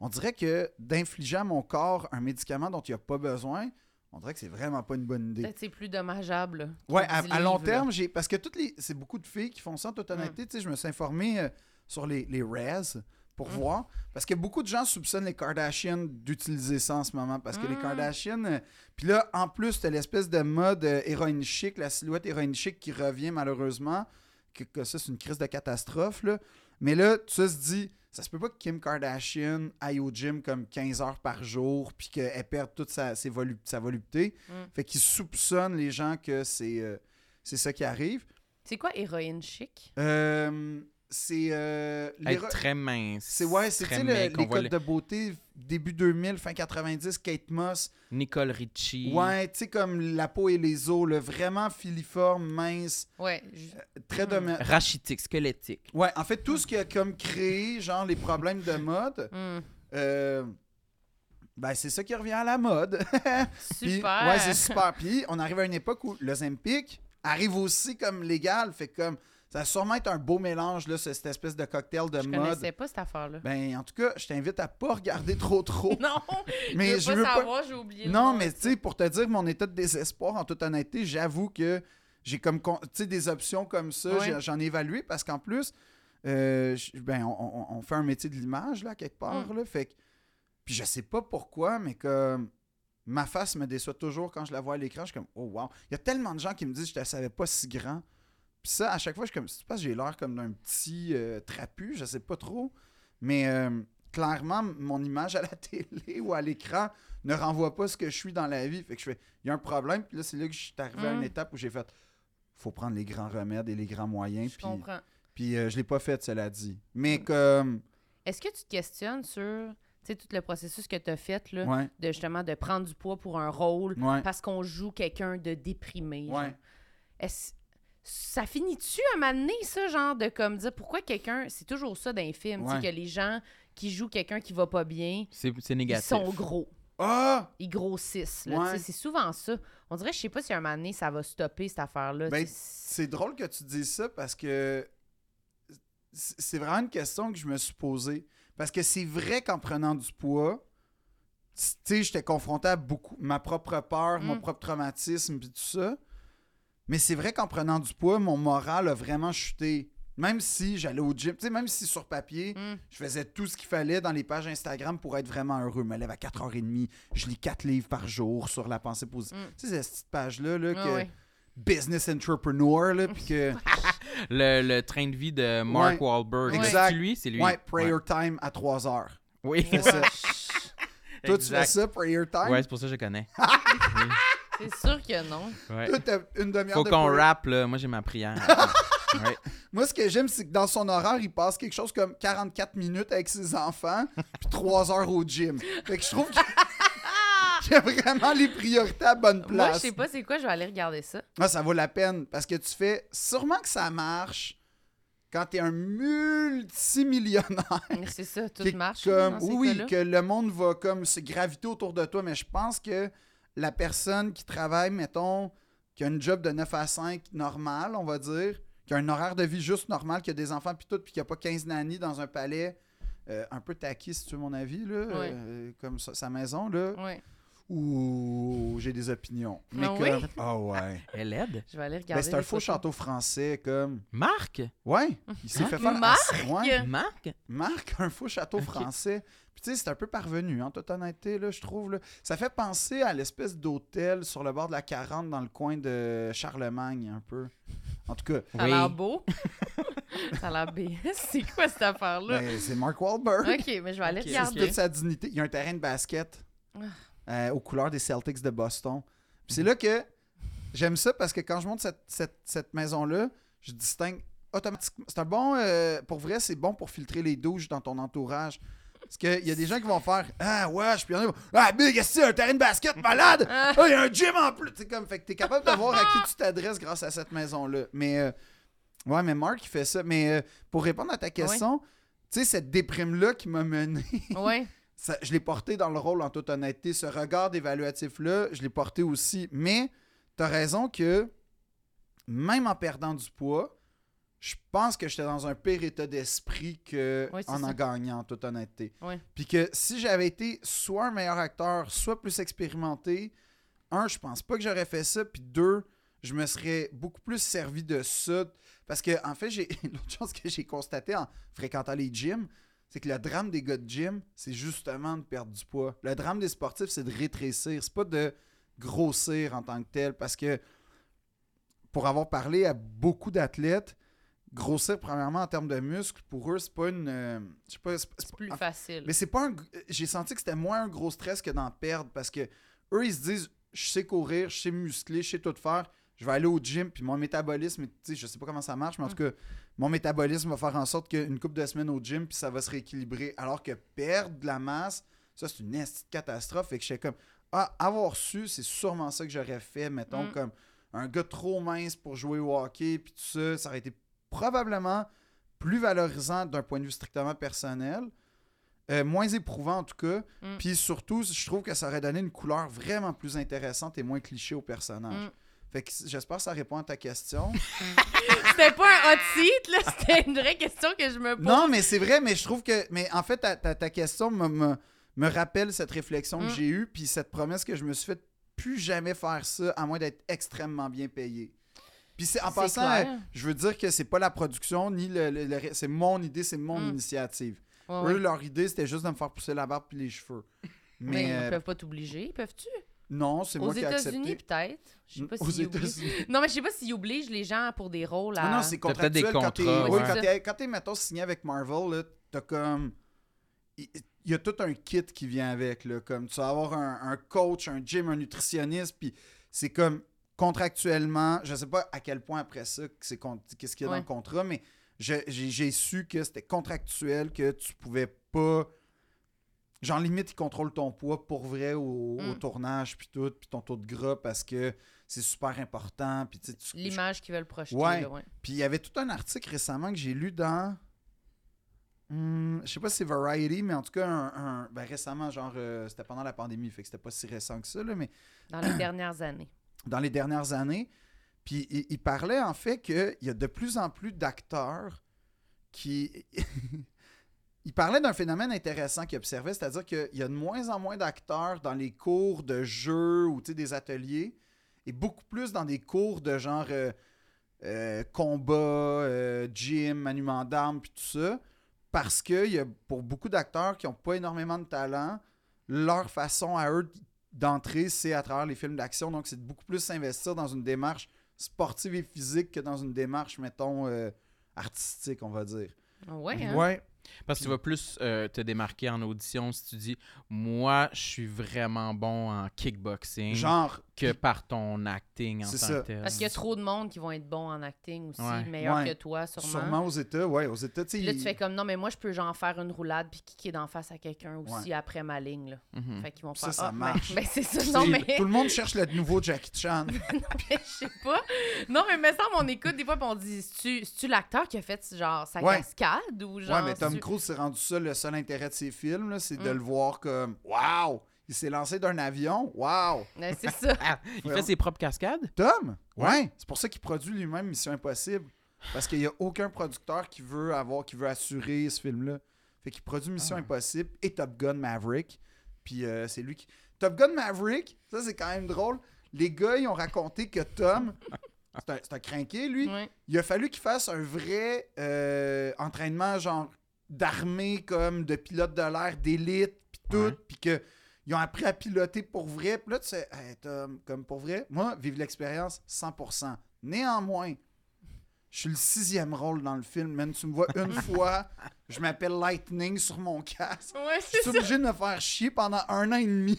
[SPEAKER 4] On dirait que d'infliger à mon corps un médicament dont il n'y a pas besoin, on dirait que c'est vraiment pas une bonne idée.
[SPEAKER 1] Peut-être c'est plus dommageable. là, que
[SPEAKER 4] Ouais, à,
[SPEAKER 1] 10
[SPEAKER 4] à long
[SPEAKER 1] livres, là.
[SPEAKER 4] terme, j'ai. Parce que toutes les. C'est beaucoup de filles qui font ça en toute honnêteté. Tu sais, je me suis informé euh, sur les, les RAS
[SPEAKER 1] Mm.
[SPEAKER 4] pour voir. Parce que beaucoup de gens soupçonnent les Kardashians d'utiliser ça en ce moment. Parce que les
[SPEAKER 1] Mm.
[SPEAKER 4] Kardashians. euh, Puis là, en plus, t'as l'espèce de mode euh, héroïne chic, la silhouette héroïne chic qui revient malheureusement. Que, que ça, c'est une crise de catastrophe, là. Mais là, ça se dit. Ça se peut pas que Kim Kardashian aille au gym comme 15 heures par jour, puis qu'elle perde toute sa, ses volu- sa volupté.
[SPEAKER 1] Mm.
[SPEAKER 4] Fait qu'ils soupçonnent les gens que c'est euh, c'est ça qui arrive.
[SPEAKER 1] C'est quoi héroïne chic?
[SPEAKER 4] Euh, c'est euh, les
[SPEAKER 2] Être
[SPEAKER 4] re-
[SPEAKER 2] très mince.
[SPEAKER 4] c'est ouais, c'est tu
[SPEAKER 2] très
[SPEAKER 4] sais, le- les
[SPEAKER 2] mec, on voit
[SPEAKER 4] codes de beauté début 2000, fin 90, Kate Moss.
[SPEAKER 2] le- Nicole Richie.
[SPEAKER 4] Ouais, tu sais comme la peau et les os, le vraiment filiforme, mince,
[SPEAKER 1] Ouais. je-
[SPEAKER 4] très
[SPEAKER 1] Mm.
[SPEAKER 4] dominant.
[SPEAKER 2] Rachitique, squelettique.
[SPEAKER 4] Ouais, en fait tout ce qui a comme créé genre les problèmes de mode,
[SPEAKER 1] Mm.
[SPEAKER 4] euh, ben c'est ça qui revient à la mode. [LAUGHS] Puis-
[SPEAKER 1] Super.
[SPEAKER 4] ouais, c'est super. Puis on arrive à une époque où l'Ozempic arrive aussi comme légal. Fait que comme ça va sûrement être un beau mélange, là, ce- cette espèce de cocktail de
[SPEAKER 1] Je
[SPEAKER 4] mode.
[SPEAKER 1] connaissais pas cette
[SPEAKER 4] [LAUGHS]
[SPEAKER 1] affaire-là.
[SPEAKER 4] Ben, en tout cas, je t'invite à pas regarder trop trop.
[SPEAKER 1] non,
[SPEAKER 4] mais
[SPEAKER 1] je veux pas savoir, j'ai oublié. le
[SPEAKER 4] Non,
[SPEAKER 1] nom.
[SPEAKER 4] mais tu sais, pour te dire mon état de désespoir, en toute honnêteté, j'avoue que j'ai comme con- tu sais, des options comme ça,
[SPEAKER 1] Ouais.
[SPEAKER 4] j'ai- j'en ai évalué parce qu'en plus, euh, je- ben, on, on- on fait un métier de l'image, là, quelque part, là, fait que- Puis je sais pas pourquoi, mais comme... Ma face me déçoit toujours quand je la vois à l'écran. Je suis comme, oh wow. Il y a tellement de gens qui me disent, je te savais pas si grand. Puis ça, à chaque fois, je suis comme, c'est parce que j'ai l'air comme d'un petit euh, trapu, je sais pas trop. Mais euh, clairement, mon image à la [LAUGHS] télé ou à l'écran ne renvoie pas ce que je suis dans la vie. Fait que je fais, il y a un problème. Puis là, c'est là que je suis arrivé à une
[SPEAKER 1] Mm.
[SPEAKER 4] étape où j'ai fait, faut prendre les grands remèdes et les grands moyens.
[SPEAKER 1] Je
[SPEAKER 4] puis
[SPEAKER 1] comprends. Mm.
[SPEAKER 4] puis euh, je l'ai pas fait, cela dit. Mais comme,
[SPEAKER 1] Est-ce que tu te questionnes sur Tu sais, tout le processus que tu as fait, là,
[SPEAKER 4] Ouais,
[SPEAKER 1] de justement de prendre du poids pour un rôle
[SPEAKER 4] ouais,
[SPEAKER 1] parce qu'on joue quelqu'un de déprimé. genre.
[SPEAKER 4] ouais.
[SPEAKER 1] Est-ce- Ça finit-tu à m'amener, ça, genre, de comme dire pourquoi quelqu'un. C'est toujours ça dans les films, tu sais,
[SPEAKER 4] Ouais.
[SPEAKER 1] que les gens qui jouent quelqu'un qui va pas bien,
[SPEAKER 2] C'est c'est
[SPEAKER 1] ils
[SPEAKER 2] négatif.
[SPEAKER 1] sont gros.
[SPEAKER 4] Ah!
[SPEAKER 1] Ils grossissent. là, tu sais,
[SPEAKER 4] Ouais.
[SPEAKER 1] C'est souvent ça. On dirait, je sais pas si à un moment donné, ça va stopper cette affaire-là.
[SPEAKER 4] Ben,
[SPEAKER 1] tu sais.
[SPEAKER 4] C'est drôle que tu dises ça parce que c'est c'est vraiment une question que je me suis posée. Parce que c'est vrai qu'en prenant du poids, tu sais, j'étais confronté à beaucoup, ma propre peur, mon
[SPEAKER 1] Mm.
[SPEAKER 4] propre traumatisme, puis tout ça. Mais c'est vrai qu'en prenant du poids, mon moral a vraiment chuté. Même si j'allais au gym, tu sais, même si sur papier,
[SPEAKER 1] Mm.
[SPEAKER 4] je faisais tout ce qu'il fallait dans les pages Instagram pour être vraiment heureux. Je me lève à 4h30, je lis 4 livres par jour sur la pensée positive.
[SPEAKER 1] Mm.
[SPEAKER 4] Tu sais, cette petite page-là, là,
[SPEAKER 1] Ah
[SPEAKER 4] que
[SPEAKER 1] ouais.
[SPEAKER 4] business entrepreneur, là, puis que...
[SPEAKER 2] Le, le train de vie de Mark
[SPEAKER 4] Ouais.
[SPEAKER 2] Wahlberg.
[SPEAKER 4] Ouais.
[SPEAKER 2] C'est lui, c'est lui.
[SPEAKER 4] Ouais, prayer time à 3 heures.
[SPEAKER 2] Oui. [LAUGHS]
[SPEAKER 4] Fais ça. Toi, tu fais
[SPEAKER 2] Exact.
[SPEAKER 4] ça, prayer time?
[SPEAKER 2] Ouais, c'est pour ça que je connais.
[SPEAKER 1] C'est sûr que non.
[SPEAKER 2] Ouais.
[SPEAKER 4] Toi, t'as une demi-heure
[SPEAKER 2] Faut
[SPEAKER 4] de
[SPEAKER 2] qu'on
[SPEAKER 4] prayer.
[SPEAKER 2] rappe, là. Moi, j'ai ma prière.
[SPEAKER 4] [LAUGHS]
[SPEAKER 2] Ouais.
[SPEAKER 4] Moi, ce que j'aime, c'est que dans son horaire, il passe quelque chose comme 44 minutes avec ses enfants, puis 3 heures au gym. Fait que je trouve que... qu'il y a vraiment les priorités à bonne
[SPEAKER 1] Moi, je
[SPEAKER 4] place.
[SPEAKER 1] sais pas c'est quoi, je vais aller regarder ça.
[SPEAKER 4] Ah, ça vaut la peine parce que tu fais sûrement que ça marche quand t'es un multimillionnaire.
[SPEAKER 1] Mais C'est ça, tout
[SPEAKER 4] qui est
[SPEAKER 1] marche. là,
[SPEAKER 4] Comme,
[SPEAKER 1] dans ces
[SPEAKER 4] oui,
[SPEAKER 1] cas-là.
[SPEAKER 4] que le monde va comme se graviter autour de toi, mais je pense que la personne qui travaille, mettons, qui a une job de 9 à 5 normal, on va dire, qui a un horaire de vie juste normal, qui a des enfants puis tout, puis qui a pas 15 nannies dans un palais euh, un peu taquis, si tu veux mon avis, là,
[SPEAKER 1] Ouais.
[SPEAKER 4] euh, comme sa, sa maison, là,
[SPEAKER 1] Ouais,
[SPEAKER 4] où j'ai des opinions. Mais
[SPEAKER 1] Ah oui?
[SPEAKER 4] comme,
[SPEAKER 1] [LAUGHS]
[SPEAKER 4] ah ouais.
[SPEAKER 2] Elle aide.
[SPEAKER 1] je vais aller
[SPEAKER 4] Ben,
[SPEAKER 1] regarder.
[SPEAKER 4] c'est un
[SPEAKER 1] les
[SPEAKER 4] faux
[SPEAKER 1] photos.
[SPEAKER 4] château français, comme.
[SPEAKER 2] Marc?
[SPEAKER 4] Ouais, il
[SPEAKER 1] Hein?
[SPEAKER 4] s'est fait faire.
[SPEAKER 1] Marc?
[SPEAKER 4] Ouais.
[SPEAKER 2] Marc?
[SPEAKER 4] Marc, un faux château français. Puis tu sais, c'est un peu parvenu, en toute honnêteté, là, je trouve. là. Ça fait penser à l'espèce d'hôtel sur le bord de la 40 dans le coin de Charlemagne, un peu. En tout cas,
[SPEAKER 1] Ça a
[SPEAKER 2] Oui.
[SPEAKER 1] l'air
[SPEAKER 4] [LAUGHS]
[SPEAKER 1] beau. ça a l'air BS. [LAUGHS] C'est quoi cette affaire-là?
[SPEAKER 4] ben, c'est Mark Wahlberg.
[SPEAKER 1] ok, mais je vais aller
[SPEAKER 2] Ok.
[SPEAKER 4] Ça, c'est
[SPEAKER 1] regarder.
[SPEAKER 4] toute sa dignité. Il y a un terrain de basket
[SPEAKER 1] Ah.
[SPEAKER 4] euh, aux couleurs des Celtics de Boston. Puis c'est là que j'aime ça parce que quand je monte cette, cette- cette maison-là, je distingue automatiquement. C'est un bon. euh, pour vrai, c'est bon pour filtrer les douches dans ton entourage. Parce qu'il y a des gens qui vont faire Ah, ouais, je puis il y en a qui vont, Ah, mais qu'est-ce que c'est, un terrain de basket malade Ah, il y a un gym en plus. C'est comme, fait que t'es capable de voir à qui tu t'adresses grâce à cette maison-là. Mais. euh, ouais, mais Mark, il fait ça. Mais euh, pour répondre à ta question, tu sais, cette déprime-là qui m'a mené,
[SPEAKER 1] Ouais.
[SPEAKER 4] ça- je l'ai porté dans le rôle en toute honnêteté. Ce regard évaluatif-là, je l'ai porté aussi. Mais t'as raison que même en perdant du poids, je pense que j'étais dans un pire état d'esprit que
[SPEAKER 1] Ouais, c'est
[SPEAKER 4] en en
[SPEAKER 1] ça.
[SPEAKER 4] gagnant, en toute honnêteté.
[SPEAKER 1] Ouais.
[SPEAKER 4] Puis que si j'avais été soit un meilleur acteur, soit plus expérimenté, un, je pense pas que j'aurais fait ça. Puis deux, je me serais beaucoup plus servi de ça. Parce que, en fait, j'ai [LAUGHS] l'autre chose que j'ai constaté en fréquentant les gyms, c'est que le drame des gars de gym, c'est justement de perdre du poids. Le drame des sportifs, c'est de rétrécir. C'est pas de grossir en tant que tel. Parce que, pour avoir parlé à beaucoup d'athlètes, grossir, premièrement, en termes de muscles, pour eux, c'est pas une. euh, je sais pas, c'est- c'est
[SPEAKER 1] C'est plus
[SPEAKER 4] en-
[SPEAKER 1] facile.
[SPEAKER 4] Ah. mais c'est pas un. g- J'ai senti que c'était moins un gros stress que d'en perdre parce que eux, ils se disent je sais courir, je sais muscler, je sais tout faire, je vais aller au gym, puis mon métabolisme, tu sais, je sais pas comment ça marche,
[SPEAKER 1] Hum.
[SPEAKER 4] mais en tout cas, mon métabolisme va faire en sorte qu'une couple de semaines au gym, puis ça va se rééquilibrer. Alors que perdre de la masse, ça, c'est une esti de catastrophe. Fait que j'étais comme ah, avoir su, c'est sûrement ça que j'aurais fait, mettons,
[SPEAKER 1] Mm.
[SPEAKER 4] comme un gars trop mince pour jouer au hockey, puis tout ça, ça aurait été probablement plus valorisant d'un point de vue strictement personnel, euh, moins éprouvant en tout cas,
[SPEAKER 1] Mm.
[SPEAKER 4] puis surtout, je trouve que ça aurait donné une couleur vraiment plus intéressante et moins cliché au personnage.
[SPEAKER 1] Mm.
[SPEAKER 4] Fait que c- j'espère que ça répond à ta question.
[SPEAKER 1] C'était pas [LAUGHS] un hot seat, là. C'était une vraie question que je me pose.
[SPEAKER 4] non, mais c'est vrai, mais je trouve que. Mais en fait, ta, ta- ta question me, me- me rappelle cette réflexion
[SPEAKER 1] Mm.
[SPEAKER 4] que j'ai eue, puis cette promesse que je me suis faite plus jamais faire ça, à moins d'être extrêmement bien payé. Puis c'est- en
[SPEAKER 1] C'est
[SPEAKER 4] passant,
[SPEAKER 1] clair.
[SPEAKER 4] euh, je veux dire que c'est pas la production, ni le. le- le- c'est mon idée, c'est mon
[SPEAKER 1] Mm.
[SPEAKER 4] initiative.
[SPEAKER 1] Ouais,
[SPEAKER 4] Eux,
[SPEAKER 1] ouais.
[SPEAKER 4] leur idée, c'était juste de me faire pousser la barbe puis les cheveux.
[SPEAKER 1] [LAUGHS] Mais
[SPEAKER 4] Mais euh,
[SPEAKER 1] ils peuvent pas t'obliger, peuvent-tu?
[SPEAKER 4] non, c'est
[SPEAKER 1] Aux
[SPEAKER 4] moi qui ai
[SPEAKER 1] États-Unis,
[SPEAKER 4] accepté.
[SPEAKER 1] peut-être. Je sais pas
[SPEAKER 4] Aux
[SPEAKER 1] s'ils obligent.
[SPEAKER 4] États-Unis.
[SPEAKER 1] Non, mais je sais pas s'ils obligent les gens pour des rôles à.
[SPEAKER 4] Non, non, c'est
[SPEAKER 2] T'as peut-être des
[SPEAKER 4] contractuel. quand t'es-
[SPEAKER 2] contrats,
[SPEAKER 4] oui,
[SPEAKER 1] ouais.
[SPEAKER 4] quand t'es, quand t'es, mettons, signé avec Marvel, là, t'as comme... Il il y a tout un kit qui vient avec, là. Comme tu vas avoir un, un coach, un gym, un nutritionniste, puis c'est comme contractuellement... Je sais pas à quel point après ça, que c'est con- qu'est-ce qu'il y a
[SPEAKER 1] Ouais.
[SPEAKER 4] dans le contrat, mais je- j'ai, j'ai su que c'était contractuel, que tu pouvais pas Genre, limite, ils contrôlent ton poids pour vrai au, au
[SPEAKER 1] Mm.
[SPEAKER 4] tournage, puis tout, puis ton taux de gras parce que c'est super important. Puis tu sais, tu- je-
[SPEAKER 1] L'image qu'ils veulent projeter.
[SPEAKER 4] Ouais.
[SPEAKER 1] là, ouais.
[SPEAKER 4] puis il y avait tout un article récemment que j'ai lu dans. Hmm, je sais pas si c'est Variety, mais en tout cas, un, un- ben, récemment, genre, euh, c'était pendant la pandémie, fait que c'était pas si récent que ça, là, mais
[SPEAKER 1] Dans les dernières années.
[SPEAKER 4] dans les dernières années. Puis il, il parlait en fait qu'il y a de plus en plus d'acteurs qui. [LAUGHS] il parlait d'un phénomène intéressant qu'il observait, c'est-à-dire qu'il y a de moins en moins d'acteurs dans les cours de jeu ou tu sais, des ateliers et beaucoup plus dans des cours de genre euh, euh, combat, euh, gym, maniement d'armes, puis tout ça. Parce que il y a, pour beaucoup d'acteurs qui n'ont pas énormément de talent, leur façon à eux d'entrée, c'est à travers les films d'action. Donc, c'est de beaucoup plus s'investir dans une démarche sportive et physique que dans une démarche, mettons, euh, artistique, on va dire.
[SPEAKER 1] Ouais, hein?
[SPEAKER 4] Ouais.
[SPEAKER 2] Parce que tu vas plus euh, te démarquer en audition si tu dis Moi, je suis vraiment bon en kickboxing
[SPEAKER 4] Genre,
[SPEAKER 2] que par ton acting en tant
[SPEAKER 4] C'est ça.
[SPEAKER 2] que tel.
[SPEAKER 1] Parce qu'il y a trop de monde qui vont être bons en acting aussi,
[SPEAKER 2] Ouais.
[SPEAKER 1] meilleurs
[SPEAKER 4] Ouais.
[SPEAKER 1] que toi, sûrement.
[SPEAKER 4] sûrement. aux États, ouais, aux États, tu sais.
[SPEAKER 1] Puis là, tu
[SPEAKER 4] ils-
[SPEAKER 1] fais comme non, mais moi, je peux genre faire une roulade puis kicker d'en face à quelqu'un aussi après ma ligne. Là.
[SPEAKER 2] Mhm.
[SPEAKER 1] Fait qu'ils vont
[SPEAKER 4] Hum. Ça,
[SPEAKER 1] faire.
[SPEAKER 4] ça
[SPEAKER 1] ah, ben-
[SPEAKER 4] marche.
[SPEAKER 1] Ben, c'est ça.
[SPEAKER 4] [LAUGHS] tu sais,
[SPEAKER 1] Non, mais.
[SPEAKER 4] Tout le monde cherche le nouveau Jackie
[SPEAKER 1] [LAUGHS]
[SPEAKER 4] Chan.
[SPEAKER 1] Je sais pas. Non, mais me semble, on écoute des fois, puis on dit c'est-tu c'est-tu l'acteur qui a fait genre sa
[SPEAKER 4] Ouais.
[SPEAKER 1] cascade ou genre.
[SPEAKER 4] ouais, mais
[SPEAKER 1] c'est-tu-
[SPEAKER 4] Tom Cruise s'est rendu ça le seul intérêt de ses films, là, c'est de
[SPEAKER 1] Mm.
[SPEAKER 4] le voir comme Waouh! Il s'est lancé d'un avion. Waouh!
[SPEAKER 1] Ouais, C'est [LAUGHS] ça.
[SPEAKER 2] Ah, il fait ses propres
[SPEAKER 4] [LAUGHS]
[SPEAKER 2] cascades
[SPEAKER 4] Tom? Ouais! C'est pour ça qu'il produit lui-même Mission Impossible. Parce qu'il n'y a aucun producteur qui veut avoir, qui veut assurer ce film-là. Fait qu'il produit Mission Impossible et Top Gun Maverick. Puis euh, c'est lui qui. Top Gun Maverick, ça c'est quand même drôle. Les gars, ils ont raconté que Tom, [LAUGHS] c'est un, c'est un crinqué, lui.
[SPEAKER 1] Ouais.
[SPEAKER 4] Il a fallu qu'il fasse un vrai euh, entraînement, genre d'armée, comme de pilote de l'air, d'élite, puis
[SPEAKER 2] Ouais.
[SPEAKER 4] tout, puis que ils ont appris à piloter pour vrai. Puis là, tu sais, Hey, Tom, comme pour vrai, moi, vive l'expérience 100%. Néanmoins, je suis le sixième rôle dans le film. Même tu me vois une fois, je m'appelle Lightning sur mon
[SPEAKER 1] [LAUGHS]
[SPEAKER 4] casque.
[SPEAKER 1] Ouais,
[SPEAKER 4] Je
[SPEAKER 1] c'est
[SPEAKER 4] suis
[SPEAKER 1] ça.
[SPEAKER 4] obligé de me faire chier pendant un an et demi.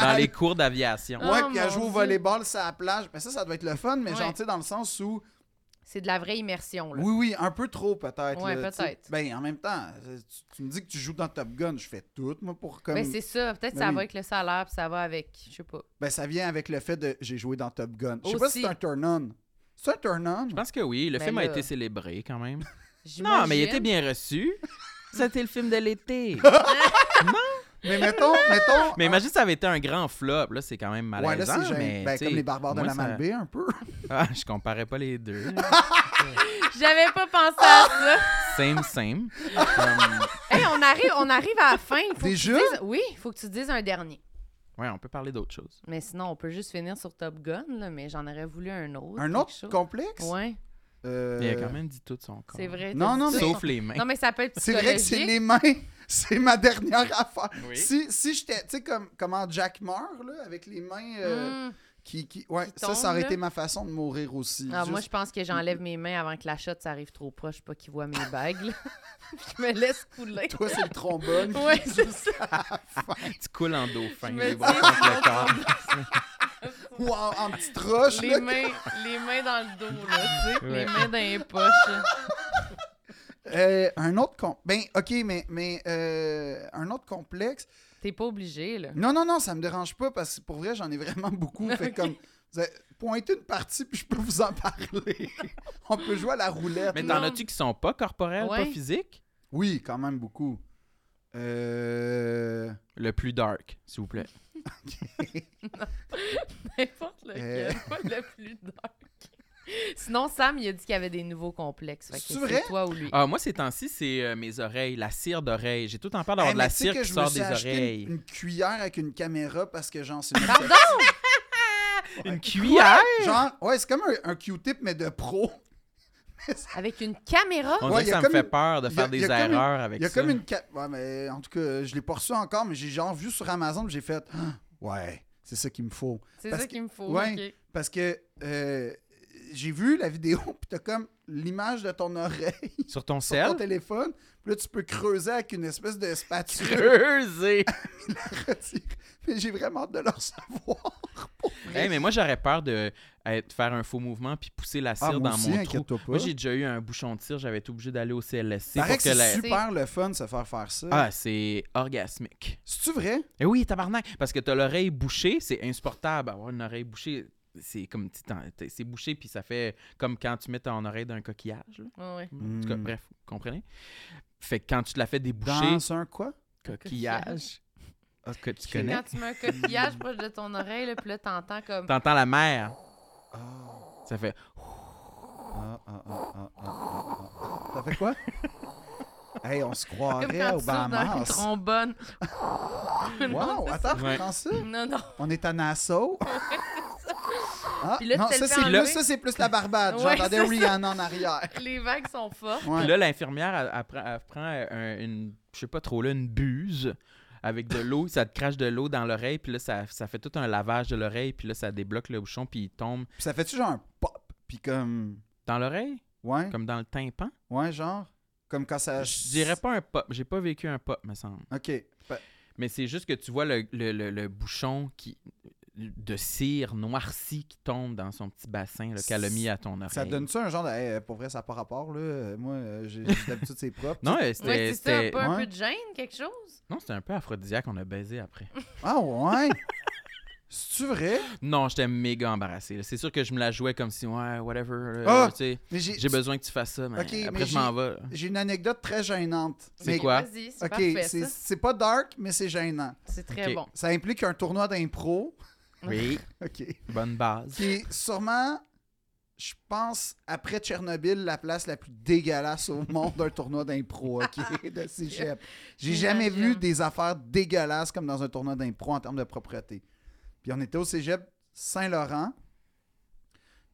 [SPEAKER 2] dans les cours d'aviation.
[SPEAKER 1] Ah.
[SPEAKER 4] Ouais,
[SPEAKER 1] Oh,
[SPEAKER 4] puis à
[SPEAKER 1] mon
[SPEAKER 4] jouer au
[SPEAKER 1] Dieu.
[SPEAKER 4] volleyball sur la plage. Mais ça, ça doit être le fun, mais
[SPEAKER 1] Ouais.
[SPEAKER 4] genre, tu sais, dans le sens où
[SPEAKER 1] C'est de la vraie immersion. Là.
[SPEAKER 4] Oui, oui, un peu trop peut-être.
[SPEAKER 1] Ouais,
[SPEAKER 4] là, tu sais.
[SPEAKER 1] peut-être.
[SPEAKER 4] Ben, en même temps, euh, tu, tu me dis que tu joues dans Top Gun, je fais tout, moi, pour comme.
[SPEAKER 1] Ben, c'est ça. Peut-être que
[SPEAKER 4] Ben
[SPEAKER 1] ça
[SPEAKER 4] oui.
[SPEAKER 1] va avec le salaire, puis ça va avec. Je sais pas.
[SPEAKER 4] Ben, ça vient avec le fait de j'ai joué dans Top Gun. Je sais pas
[SPEAKER 1] Aussi.
[SPEAKER 4] si c'est un turn-on. C'est un turn-on.
[SPEAKER 2] Je pense que oui, le
[SPEAKER 1] Mais
[SPEAKER 2] film a
[SPEAKER 4] Ben,
[SPEAKER 1] là-
[SPEAKER 2] été célébré quand même.
[SPEAKER 1] J'imagine.
[SPEAKER 2] Non, mais il était bien reçu. C'était le film de l'été.
[SPEAKER 4] Mais mettons, [LAUGHS] mettons.
[SPEAKER 2] [LAUGHS] mais imagine ça avait été un grand flop. Là, c'est quand même
[SPEAKER 4] Ouais, là,
[SPEAKER 2] malaisant.
[SPEAKER 4] c'est gênant.
[SPEAKER 2] mais,
[SPEAKER 4] Ben,
[SPEAKER 2] tu sais,
[SPEAKER 4] comme les barbares de
[SPEAKER 2] moi,
[SPEAKER 4] la
[SPEAKER 2] ça-
[SPEAKER 4] Malbaie, un peu.
[SPEAKER 2] [LAUGHS] Ah, je comparais pas les
[SPEAKER 4] [LAUGHS]
[SPEAKER 2] deux.
[SPEAKER 1] [LAUGHS] J'avais pas pensé à ça.
[SPEAKER 2] Same, same. Um,
[SPEAKER 1] Ah! [LAUGHS] Hey, on arrive, on arrive à la fin. Faut que tu
[SPEAKER 4] Déjà?
[SPEAKER 1] dises- Oui, faut que tu dises un dernier.
[SPEAKER 2] ouais, on peut parler d'autre chose.
[SPEAKER 1] Mais sinon, on peut juste finir sur Top Gun, là, mais j'en aurais voulu un autre.
[SPEAKER 4] Un
[SPEAKER 1] quelque
[SPEAKER 4] autre
[SPEAKER 1] chose.
[SPEAKER 4] complexe.
[SPEAKER 1] Ouais,
[SPEAKER 4] Euh,
[SPEAKER 2] Mais il a quand même dit tout son corps.
[SPEAKER 1] c'est vrai.
[SPEAKER 4] non,
[SPEAKER 1] t'as
[SPEAKER 4] non,
[SPEAKER 1] dit ça.
[SPEAKER 2] Sauf les mains.
[SPEAKER 1] Non, mais ça peut être
[SPEAKER 4] C'est vrai que c'est
[SPEAKER 1] psychologique.
[SPEAKER 4] les mains. [LAUGHS] C'est ma dernière affaire.
[SPEAKER 2] Oui.
[SPEAKER 4] Si, si j'étais, tu sais, comme comment Jack meurt, là, avec les mains euh,
[SPEAKER 1] Hmm.
[SPEAKER 4] qui, qui- Ouais,
[SPEAKER 1] Qui
[SPEAKER 4] ça, ça aurait
[SPEAKER 1] tombe,
[SPEAKER 4] été
[SPEAKER 1] là.
[SPEAKER 4] ma façon de mourir aussi.
[SPEAKER 1] Ah, Moi,
[SPEAKER 4] Juste-
[SPEAKER 1] je pense que j'enlève mes mains avant que la shot ça arrive trop proche, pas qu'il voit mes bagues. là. [LAUGHS] je me laisse couler.
[SPEAKER 4] Toi, c'est le trombone.
[SPEAKER 1] [LAUGHS] Ouais, c'est ça.
[SPEAKER 2] [LAUGHS] Tu coules en dauphin.
[SPEAKER 1] Je me
[SPEAKER 2] les
[SPEAKER 1] dis-
[SPEAKER 2] bras contre le corps.
[SPEAKER 4] ou en, en petite roche.
[SPEAKER 1] Les
[SPEAKER 4] là.
[SPEAKER 1] mains, les mains dans le dos, là, tu sais. Les
[SPEAKER 2] Ouais.
[SPEAKER 1] mains dans les poches.
[SPEAKER 4] Euh, un autre com- Ben, ok, mais, mais euh, un autre complexe.
[SPEAKER 1] T'es pas obligé,
[SPEAKER 4] [LAUGHS]
[SPEAKER 1] là.
[SPEAKER 4] Non, non, non, ça me dérange pas parce que pour vrai, j'en ai vraiment
[SPEAKER 1] [LAUGHS]
[SPEAKER 4] beaucoup. Fait
[SPEAKER 1] Ok.
[SPEAKER 4] comme. vous avez- Pointez une partie puis je peux vous en parler. [LAUGHS] On peut jouer à la roulette.
[SPEAKER 2] Mais
[SPEAKER 4] là.
[SPEAKER 2] t'en as-tu qui sont pas corporels, pas
[SPEAKER 1] Ouais.
[SPEAKER 2] physiques?
[SPEAKER 4] Oui, quand même beaucoup. Euh,
[SPEAKER 2] Le plus dark, s'il vous plaît.
[SPEAKER 1] N'importe lequel,
[SPEAKER 4] Euh.
[SPEAKER 1] pas le plus dark. Sinon, Sam, il a dit qu'il y avait des nouveaux complexes. Fait que
[SPEAKER 4] C'est
[SPEAKER 1] c'est
[SPEAKER 4] vrai?
[SPEAKER 1] toi ou lui.
[SPEAKER 2] Ah, moi, ces temps-ci, c'est euh, mes oreilles, la cire d'oreille. J'ai tout en peur d'avoir
[SPEAKER 4] hey,
[SPEAKER 2] de
[SPEAKER 4] mais
[SPEAKER 2] la
[SPEAKER 4] tu sais
[SPEAKER 2] cire
[SPEAKER 4] que
[SPEAKER 2] qui
[SPEAKER 4] je me
[SPEAKER 2] sort
[SPEAKER 4] suis
[SPEAKER 2] des
[SPEAKER 4] acheté
[SPEAKER 2] oreilles.
[SPEAKER 4] Une, une cuillère avec une caméra parce que genre, c'est
[SPEAKER 2] [LAUGHS]
[SPEAKER 4] une-
[SPEAKER 1] Pardon?
[SPEAKER 2] Une cuillère?
[SPEAKER 4] genre, ouais, c'est comme un, un Q-tip mais de pro.
[SPEAKER 1] Avec une caméra?
[SPEAKER 2] On dirait
[SPEAKER 4] Ouais, y
[SPEAKER 2] que
[SPEAKER 4] a
[SPEAKER 2] ça me
[SPEAKER 4] comme
[SPEAKER 2] fait
[SPEAKER 4] une-
[SPEAKER 2] peur de
[SPEAKER 4] y a-
[SPEAKER 2] faire
[SPEAKER 4] y
[SPEAKER 2] des
[SPEAKER 4] a comme une-
[SPEAKER 2] erreurs avec
[SPEAKER 4] Il y a
[SPEAKER 2] ça.
[SPEAKER 4] comme une cap. Ouais, mais en tout cas, je l'ai pas reçu encore, mais j'ai genre vu sur Amazon, puis j'ai fait Ah, ouais, c'est ça qu'il me faut.
[SPEAKER 1] C'est
[SPEAKER 4] Parce
[SPEAKER 1] ça
[SPEAKER 4] que-
[SPEAKER 1] qu'il me faut.
[SPEAKER 4] ouais.
[SPEAKER 1] ok.
[SPEAKER 4] Parce que euh, j'ai vu la vidéo, [LAUGHS] puis t'as comme l'image de ton oreille
[SPEAKER 2] [LAUGHS] Sur ton
[SPEAKER 4] sur
[SPEAKER 2] sel?
[SPEAKER 4] ton téléphone, puis là tu peux creuser avec une espèce de [LAUGHS] spatule.
[SPEAKER 2] [LAUGHS] Creuser!
[SPEAKER 4] mais j'ai vraiment hâte de leur savoir.
[SPEAKER 2] Hey, mais moi, j'aurais peur de être- faire un faux mouvement puis pousser la cire
[SPEAKER 4] Ah, moi
[SPEAKER 2] dans
[SPEAKER 4] aussi,
[SPEAKER 2] mon trou.
[SPEAKER 4] inquiète-toi pas.
[SPEAKER 2] Moi, j'ai déjà eu un bouchon de cire, j'avais été obligé d'aller au CLSC
[SPEAKER 4] Paraît
[SPEAKER 2] pour
[SPEAKER 4] que
[SPEAKER 2] que la...
[SPEAKER 4] c'est super le fun de se faire faire ça.
[SPEAKER 2] Ah, c'est orgasmique.
[SPEAKER 4] C'est-tu vrai?
[SPEAKER 2] Et oui, tabarnak, parce que t'as l'oreille bouchée, c'est insupportable. Avoir une oreille bouchée, c'est comme... tu sais, t'en- t'es- C'est bouché, puis ça fait comme quand tu mets ton oreille d'un coquillage. là.
[SPEAKER 1] Ouais, ouais.
[SPEAKER 2] En tout cas,
[SPEAKER 4] Hmm.
[SPEAKER 2] bref, vous comprenez? Fait que quand tu te la fais déboucher,
[SPEAKER 4] Dans un quoi?
[SPEAKER 2] coquillage, que tu
[SPEAKER 1] Puis
[SPEAKER 2] connais,
[SPEAKER 1] Quand tu mets un coquillage proche de ton oreille, là, puis là, t'entends comme.
[SPEAKER 2] t'entends la mer,
[SPEAKER 4] Ah,
[SPEAKER 2] ça fait...
[SPEAKER 4] ah, ah, ah, ah, ah, ah, ah. Ça
[SPEAKER 1] [LAUGHS]
[SPEAKER 4] fait quoi? hey, on se
[SPEAKER 1] Comme
[SPEAKER 4] croirait
[SPEAKER 1] quand
[SPEAKER 4] au
[SPEAKER 1] tu sors dans une
[SPEAKER 4] Bahamas.
[SPEAKER 1] trombone.
[SPEAKER 4] Wow, attends,
[SPEAKER 2] Ouais.
[SPEAKER 4] prends ça.
[SPEAKER 1] Non, non. [LAUGHS]
[SPEAKER 4] On est à Nassau. Ah,
[SPEAKER 1] Puis là, tu
[SPEAKER 4] non,
[SPEAKER 1] te le
[SPEAKER 4] ça,
[SPEAKER 1] fais
[SPEAKER 4] c'est
[SPEAKER 1] enlever.
[SPEAKER 4] là, ça, c'est plus la barbade.
[SPEAKER 1] Ouais,
[SPEAKER 4] J'entendais
[SPEAKER 1] c'est
[SPEAKER 4] Rihanna en arrière.
[SPEAKER 1] Les vagues sont fortes.
[SPEAKER 4] Ouais.
[SPEAKER 2] Puis là, l'infirmière, elle, elle prend- elle prend euh, un- une, je sais pas trop, là, une buse avec de l'eau. ça te crache de l'eau dans l'oreille, puis là, ça, ça fait tout un lavage de l'oreille, puis là, ça débloque le bouchon, puis il tombe
[SPEAKER 4] Puis ça fait-tu genre un pop? Puis comme...
[SPEAKER 2] dans l'oreille,
[SPEAKER 4] Ouais,
[SPEAKER 2] comme dans le tympan.
[SPEAKER 4] ouais, genre... Comme quand
[SPEAKER 1] Euh,
[SPEAKER 4] ça...
[SPEAKER 2] Je dirais pas un pop. J'ai pas vécu un pop, me semble.
[SPEAKER 4] OK. Pa-
[SPEAKER 2] Mais c'est juste que tu vois le, le- le- le bouchon qui de cire noircie qui tombe dans son petit bassin là, qu'elle a mis à ton oreille.
[SPEAKER 4] Ça donne-tu un genre de... Hey, euh, pour vrai, ça n'a pas rapport, là. Euh, Moi, euh, j'ai j'ai- d'habitude, c'est propre.
[SPEAKER 2] Non, euh, c'était,
[SPEAKER 1] Ouais, c'est ça,
[SPEAKER 2] c'était-
[SPEAKER 1] un peu, un
[SPEAKER 4] ouais.
[SPEAKER 1] peu de gêne, quelque chose.
[SPEAKER 2] non, c'était un peu aphrodisiaque, on a baisé après.
[SPEAKER 4] Ah ouais? [LAUGHS] C'est-tu vrai?
[SPEAKER 2] Non, j'étais méga embarrassé. là. C'est sûr que je me la jouais comme si, ouais, whatever. euh,
[SPEAKER 4] Ah!
[SPEAKER 2] tu sais,
[SPEAKER 4] Mais j'ai...
[SPEAKER 2] J'ai besoin que tu fasses ça, mais
[SPEAKER 4] Ok,
[SPEAKER 2] après
[SPEAKER 4] mais
[SPEAKER 2] je m'en vais. là.
[SPEAKER 4] J'ai une anecdote très gênante.
[SPEAKER 2] C'est
[SPEAKER 4] Mais-
[SPEAKER 2] quoi?
[SPEAKER 1] Vas-y, c'est
[SPEAKER 4] OK,
[SPEAKER 1] parfait,
[SPEAKER 4] c'est
[SPEAKER 1] ça.
[SPEAKER 4] c'est pas dark, mais c'est gênant.
[SPEAKER 1] C'est très
[SPEAKER 2] Ok.
[SPEAKER 1] bon.
[SPEAKER 4] Ça implique un tournoi d'impro. [LAUGHS]
[SPEAKER 2] Oui,
[SPEAKER 4] OK.
[SPEAKER 2] bonne base.
[SPEAKER 4] Qui est sûrement, je pense, après Tchernobyl, la place la plus dégueulasse au monde d'un tournoi d'impro, OK, de cégep. J'ai jamais vu
[SPEAKER 1] J'imagine.
[SPEAKER 4] des affaires dégueulasses comme dans un tournoi d'impro en termes de propreté. Puis on était au cégep Saint-Laurent.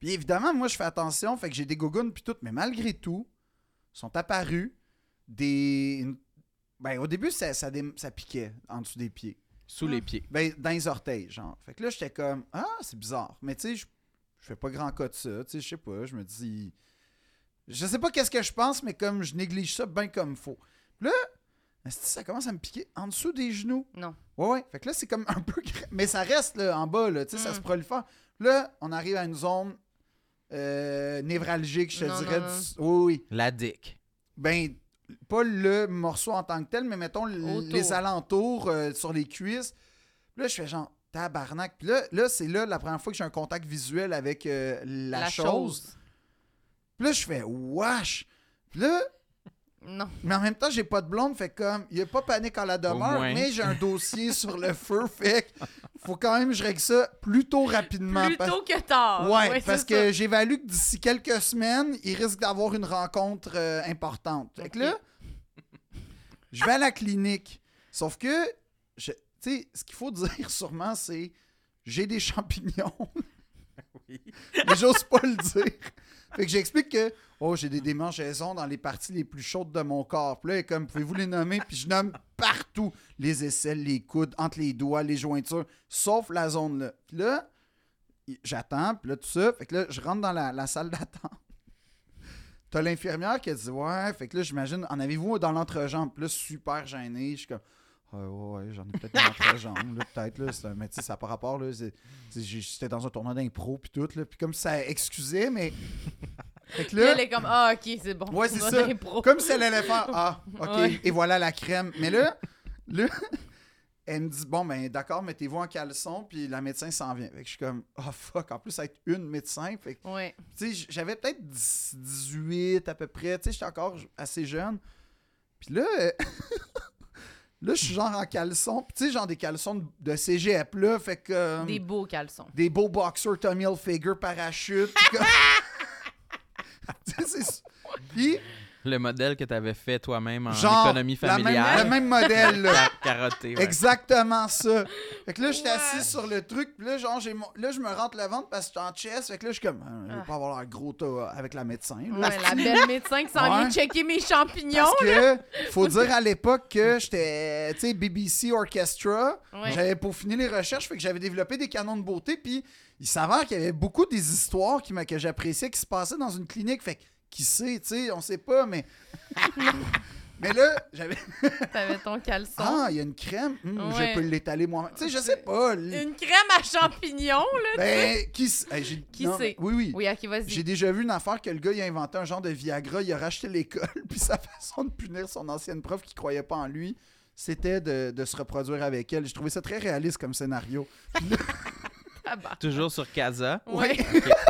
[SPEAKER 4] Puis évidemment, moi, je fais attention, fait que j'ai des gougounes puis tout, mais malgré tout, sont apparus des... une- Ben, au début, ça, ça, dé- ça piquait en dessous des pieds.
[SPEAKER 2] Sous les pieds.
[SPEAKER 4] Ben, dans les orteils, genre. Fait que là, j'étais comme, ah, c'est bizarre. Mais tu sais, je je fais pas grand cas de ça. Tu sais, je sais pas. Je me dis, je sais pas qu'est-ce que je pense, mais comme je néglige ça bien comme faut. Puis Là, asti, ça commence à me piquer en dessous des genoux.
[SPEAKER 1] Non.
[SPEAKER 4] Ouais, ouais. Fait que là, c'est comme un peu. gra- Mais ça reste là, en bas, là. Tu sais, ça
[SPEAKER 1] Mm.
[SPEAKER 4] se prolifère. Là, on arrive à une zone euh, névralgique, je te
[SPEAKER 1] Non,
[SPEAKER 4] dirais.
[SPEAKER 1] non,
[SPEAKER 4] du- Oui, oui.
[SPEAKER 2] La dick.
[SPEAKER 4] Ben, pas le morceau en tant que tel, mais mettons l-
[SPEAKER 1] Autour.
[SPEAKER 4] les alentours euh, sur les cuisses. Puis Là, je fais genre tabarnak. Puis là, là c'est là la première fois que j'ai un contact visuel avec euh, la, chose. Puis là, je fais wesh. Puis là,
[SPEAKER 1] Non.
[SPEAKER 4] mais en même temps, j'ai pas de blonde, fait comme, il a pas panique à la demeure,
[SPEAKER 2] moins.
[SPEAKER 4] mais j'ai un dossier sur le [LAUGHS] feu, fait que faut quand même que je règle ça [LAUGHS] plutôt rapidement.
[SPEAKER 1] Plus
[SPEAKER 4] parce-
[SPEAKER 1] tôt que tard.
[SPEAKER 4] Ouais, parce
[SPEAKER 1] c'est
[SPEAKER 4] que
[SPEAKER 1] ça.
[SPEAKER 4] j'évalue que d'ici quelques semaines, il risque d'avoir une rencontre euh, importante. Fait que là, je vais à la clinique. Sauf que, je- tu sais, ce qu'il faut [LAUGHS] dire sûrement, c'est j'ai
[SPEAKER 1] [LAUGHS]
[SPEAKER 4] des champignons. Mais j'ose pas le dire. Fait que j'explique que, oh, j'ai des démangeaisons dans les parties les plus chaudes de mon corps. Puis là, elle est comme, pouvez-vous les nommer? Puis je nomme partout les aisselles, les coudes, entre les doigts, les jointures, sauf la zone là. Puis là, il- j'attends, puis là, tout ça. Fait que là, je rentre dans la, la salle d'attente. [LAUGHS] T'as l'infirmière qui a dit Ouais, fait que là, j'imagine, en avez-vous dans l'entrejambe? Puis là, super gêné. Je suis comme Ouais, ouais, ouais, j'en ai peut-être dans l'entrejambe. là, peut-être, là, c'est un métier, ça n'a pas rapport, là. c'est- c'est- j'ai- J'étais dans un tournoi d'impro, puis tout, là. Puis comme ça excusait, mais. [LAUGHS] Fait que
[SPEAKER 1] Puis
[SPEAKER 4] là.
[SPEAKER 1] elle est comme, ah, ok, c'est bon. [LAUGHS]
[SPEAKER 4] Ouais, c'est
[SPEAKER 1] on va
[SPEAKER 4] ça.
[SPEAKER 1] d'impro.
[SPEAKER 4] Comme si elle
[SPEAKER 1] [LAUGHS]
[SPEAKER 4] allait faire Ah, OK,
[SPEAKER 1] Ouais.
[SPEAKER 4] et voilà la crème. Mais là, là, [LAUGHS] elle me dit Bon, ben d'accord, mettez-vous en caleçon, puis la médecin s'en vient. Fait que je suis comme Oh fuck, en plus, être une médecin. Fait que,
[SPEAKER 1] Ouais.
[SPEAKER 4] tu sais, j'avais peut-être 10 18 à peu près. Tu sais, j'étais encore assez jeune. Puis là, euh, [LAUGHS] là, je suis genre en caleçon. Puis tu sais, genre des caleçons de, de cégep, là. Fait que. euh,
[SPEAKER 1] Des beaux caleçons.
[SPEAKER 4] des beaux boxers Tommy Hilfiger parachute. Puis
[SPEAKER 1] [LAUGHS]
[SPEAKER 4] comme- [LAUGHS] Tu sais, c'est-
[SPEAKER 1] Oh
[SPEAKER 4] Puis,
[SPEAKER 2] Le modèle que t'avais fait toi-même en
[SPEAKER 4] genre,
[SPEAKER 2] économie
[SPEAKER 4] la même-
[SPEAKER 2] familiale.
[SPEAKER 4] le même modèle, là.
[SPEAKER 2] Car- carotté, [LAUGHS] ouais.
[SPEAKER 4] Exactement ça. Fait que là, j'étais
[SPEAKER 1] Ouais.
[SPEAKER 4] assis sur le truc, puis là, genre, j'ai mon- là, je me rentre le ventre parce que j'étais en chest. Fait que là, je suis comme, Ah, je veux pas avoir l'air gros toi, avec la médecin. là.
[SPEAKER 1] Ouais, la belle médecin qui s'en vient
[SPEAKER 4] Ouais.
[SPEAKER 1] checker mes champignons.
[SPEAKER 4] Parce que, faut dire à l'époque que j'étais, tu sais, BBC Orchestra.
[SPEAKER 1] Ouais.
[SPEAKER 4] J'avais peaufiné les recherches, fait que j'avais développé des canons de beauté. Puis il s'avère qu'il y avait beaucoup des histoires qui m'a- que
[SPEAKER 1] [LAUGHS]
[SPEAKER 4] j'appréciais qui se passaient dans une clinique. Fait que, qui sait, tu sais, on sait pas, mais. Mais là, j'avais.
[SPEAKER 1] T'avais ton caleçon.
[SPEAKER 4] Ah, il y a une crème. Hum,
[SPEAKER 1] Ouais.
[SPEAKER 4] Je peux l'étaler moi-même. Tu sais, je sais pas. l-
[SPEAKER 1] Une crème à champignons, là.
[SPEAKER 4] Ben, qui, s- eh, j'ai-
[SPEAKER 1] Qui sait?
[SPEAKER 4] Oui, oui.
[SPEAKER 1] Oui, ok, vas-y.
[SPEAKER 4] J'ai déjà vu une affaire que le gars, il a inventé un genre de Viagra, il a racheté l'école, [LAUGHS] puis sa façon de punir son ancienne prof qui croyait pas en lui, c'était de, de se reproduire avec elle. J'ai trouvé ça très réaliste comme scénario.
[SPEAKER 1] Tabac.
[SPEAKER 2] Toujours sur Casa.
[SPEAKER 1] Ah, bah. Ouais. [LAUGHS]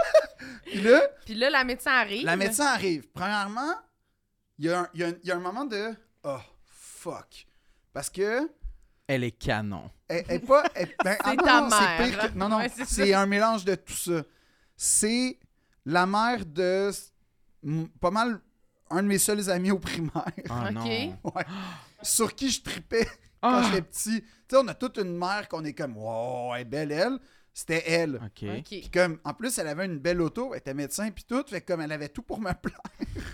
[SPEAKER 4] Puis là,
[SPEAKER 1] Puis là, la médecin arrive.
[SPEAKER 4] La médecin arrive. Premièrement, il y, a un- il y a un- il y a un moment de Oh, fuck. Parce que.
[SPEAKER 2] Elle est canon.
[SPEAKER 4] Elle, elle est pas. elle- ben, ah
[SPEAKER 1] C'est
[SPEAKER 4] non,
[SPEAKER 1] ta
[SPEAKER 4] non,
[SPEAKER 1] mère.
[SPEAKER 4] c'est pire que- Non, non,
[SPEAKER 1] Ouais, c'est
[SPEAKER 4] c'est
[SPEAKER 1] ça.
[SPEAKER 4] un mélange de tout ça. C'est la mère de. m- Pas mal. Un de mes seuls amis au primaire [LAUGHS]
[SPEAKER 2] Oh
[SPEAKER 1] Ok.
[SPEAKER 2] non.
[SPEAKER 4] sur qui je tripais quand
[SPEAKER 2] Ah!
[SPEAKER 4] j'étais petit. Tu sais, on a toute une mère qu'on est comme, wow, elle est belle, elle. C'était elle.
[SPEAKER 2] OK.
[SPEAKER 1] OK.
[SPEAKER 4] Puis comme, en plus, elle avait une belle auto, elle était médecin, puis tout. Fait que comme, elle avait tout pour me [LAUGHS] plaire.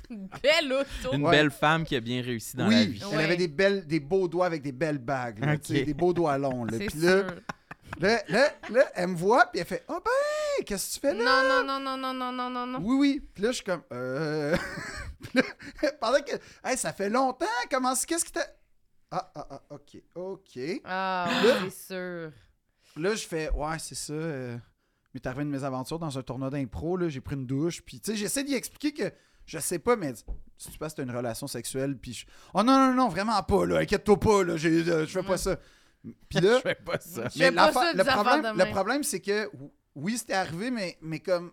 [SPEAKER 1] Belle auto.
[SPEAKER 2] Une
[SPEAKER 4] Ouais.
[SPEAKER 2] belle femme qui a bien réussi dans la
[SPEAKER 4] oui,
[SPEAKER 2] vie.
[SPEAKER 4] elle
[SPEAKER 1] Ouais.
[SPEAKER 4] avait des, belles, des beaux doigts avec des belles bagues, là,
[SPEAKER 2] Ok.
[SPEAKER 4] tu sais, des beaux doigts longs. Là.
[SPEAKER 1] C'est
[SPEAKER 4] Puis là,
[SPEAKER 1] sûr.
[SPEAKER 4] là, là, là, elle me voit, puis elle fait Oh ben, qu'est-ce que tu fais là
[SPEAKER 1] Non, non, non, non, non, non, non, non, non.
[SPEAKER 4] Oui, oui. Puis là, je suis comme Euh. [LAUGHS] Puis là, pendant que. Hey, ça fait longtemps, comment c'est- Qu'est-ce que t'as. Ah, ah, ah, ok, ok.
[SPEAKER 1] Ah, oui, c'est sûr.
[SPEAKER 4] Là, je fais Ouais, c'est ça. euh, mais t'es arrivé de mes aventures dans un tournoi d'impro, là, j'ai pris une douche. Puis, tu sais, j'essaie d'y expliquer que je sais pas, mais si tu passes, t'as une relation sexuelle. Puis, je- Oh non, non, non, vraiment pas, là, inquiète-toi pas, là, j'ai- euh, je fais pas ça.
[SPEAKER 1] [LAUGHS]
[SPEAKER 4] Puis là,
[SPEAKER 2] Je fais pas ça.
[SPEAKER 1] Je fais pas
[SPEAKER 4] l'affaire-
[SPEAKER 1] ça, des
[SPEAKER 4] le,
[SPEAKER 1] affaires
[SPEAKER 4] problème,
[SPEAKER 1] de
[SPEAKER 4] le
[SPEAKER 1] même.
[SPEAKER 4] problème, c'est que ou- oui, c'était arrivé, mais, mais comme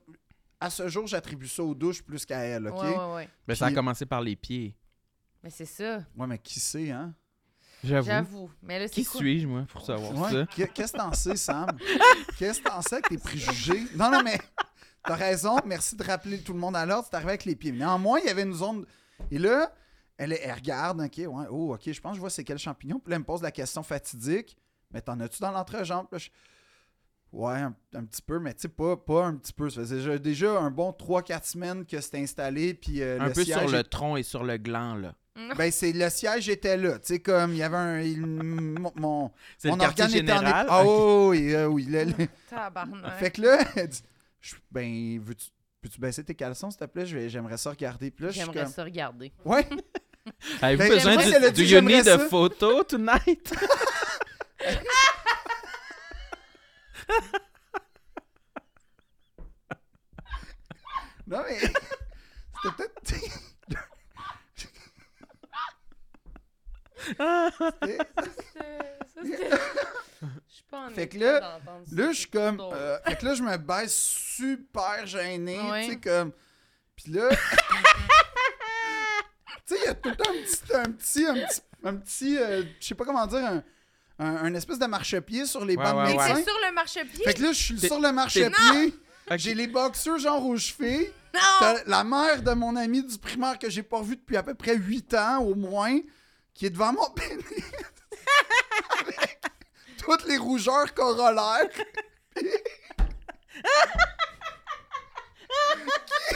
[SPEAKER 4] à ce jour, j'attribue ça aux douches plus qu'à elle,
[SPEAKER 1] Ouais,
[SPEAKER 4] ok? Ouais,
[SPEAKER 1] ouais, ouais.
[SPEAKER 2] Mais Ben, ça a
[SPEAKER 4] Puis-
[SPEAKER 2] commencé par les pieds.
[SPEAKER 1] Mais c'est ça,
[SPEAKER 4] mais qui sait, hein?
[SPEAKER 2] J'avoue.
[SPEAKER 1] j'avoue. Mais là, c'est
[SPEAKER 2] Qui
[SPEAKER 1] quoi?
[SPEAKER 2] suis-je, moi, pour savoir ça?
[SPEAKER 4] Ouais, qu'est- Qu'est-ce que t'en sais, Sam?
[SPEAKER 2] [LAUGHS]
[SPEAKER 4] Qu'est-ce que t'en sais avec tes préjugés? Non, non, mais t'as raison. Merci de rappeler tout le monde à l'ordre. C'est arrivé avec les pieds. Néanmoins, il y avait une zone. Et là, elle, elle regarde. OK, ouais. Oh, OK, je pense que je vois c'est quel champignon. Puis là, elle me pose la question fatidique. Mais t'en as-tu dans l'entrejambe? Là, je- Ouais, un, un petit peu, mais tu sais, pas, pas un petit peu. Ça faisait déjà, déjà un bon 3-4 semaines que c'était installé. Puis euh,
[SPEAKER 2] Un
[SPEAKER 4] le
[SPEAKER 2] peu
[SPEAKER 4] siège
[SPEAKER 2] sur le tronc et sur le gland, là.
[SPEAKER 4] Ben, c'est le siège était là. Tu sais, comme il y avait un. il- mon, mon-
[SPEAKER 2] C'est
[SPEAKER 4] mon
[SPEAKER 2] le quartier
[SPEAKER 4] organe était en
[SPEAKER 2] général.
[SPEAKER 4] é- Ah
[SPEAKER 2] Ok.
[SPEAKER 4] oh, oui, euh, oui. le- le-
[SPEAKER 1] Tabarnak.
[SPEAKER 4] [LAUGHS] Fait que là, elle dit, je- ben, veux-tu peux-tu baisser tes caleçons, s'il te plaît? Je vais- J'aimerais ça regarder. Puis là, je suis
[SPEAKER 1] J'aimerais
[SPEAKER 4] comme.
[SPEAKER 1] ça regarder.
[SPEAKER 4] Ouais.
[SPEAKER 1] [LAUGHS]
[SPEAKER 2] Avez-vous
[SPEAKER 4] Ben,
[SPEAKER 2] besoin
[SPEAKER 4] j'aimerais qu'elle a
[SPEAKER 2] du,
[SPEAKER 4] dit
[SPEAKER 2] du you need
[SPEAKER 4] j'aimerais
[SPEAKER 2] a
[SPEAKER 4] ça.
[SPEAKER 2] photo
[SPEAKER 4] [LAUGHS]
[SPEAKER 2] tonight?
[SPEAKER 4] Non, mais. [LAUGHS] C'était
[SPEAKER 2] [LAUGHS]
[SPEAKER 4] peut-être. [LAUGHS] C'était-
[SPEAKER 1] Je [LAUGHS] suis pas en
[SPEAKER 4] Fait que
[SPEAKER 1] état
[SPEAKER 4] là-
[SPEAKER 1] d'entendre ça.
[SPEAKER 4] Là, je suis comme.
[SPEAKER 1] drôle.
[SPEAKER 4] euh, fait que là, je me baisse super gêné.
[SPEAKER 1] Ouais.
[SPEAKER 4] Tu sais, comme. Puis là. [LAUGHS] tu sais, il y a tout le temps un petit. Un petit. Un petit. un petit, euh, je sais pas comment dire. Un, un- un espèce de marchepied sur les
[SPEAKER 2] Ouais,
[SPEAKER 4] bancs
[SPEAKER 2] ouais,
[SPEAKER 4] de
[SPEAKER 1] Mais
[SPEAKER 2] ouais.
[SPEAKER 4] médecins.
[SPEAKER 1] c'est sur le marchepied?
[SPEAKER 4] ah Fait que là, je suis
[SPEAKER 2] T'es-
[SPEAKER 4] sur le marchepied. J'ai les boxeurs genre aux chevilles.
[SPEAKER 1] Non!
[SPEAKER 4] T'as la mère de mon ami du primaire que j'ai pas revu depuis à peu près 8 ans au moins, qui est devant mon [LAUGHS] pénis. avec toutes les rougeurs corollaires. [LAUGHS] Puis- qui,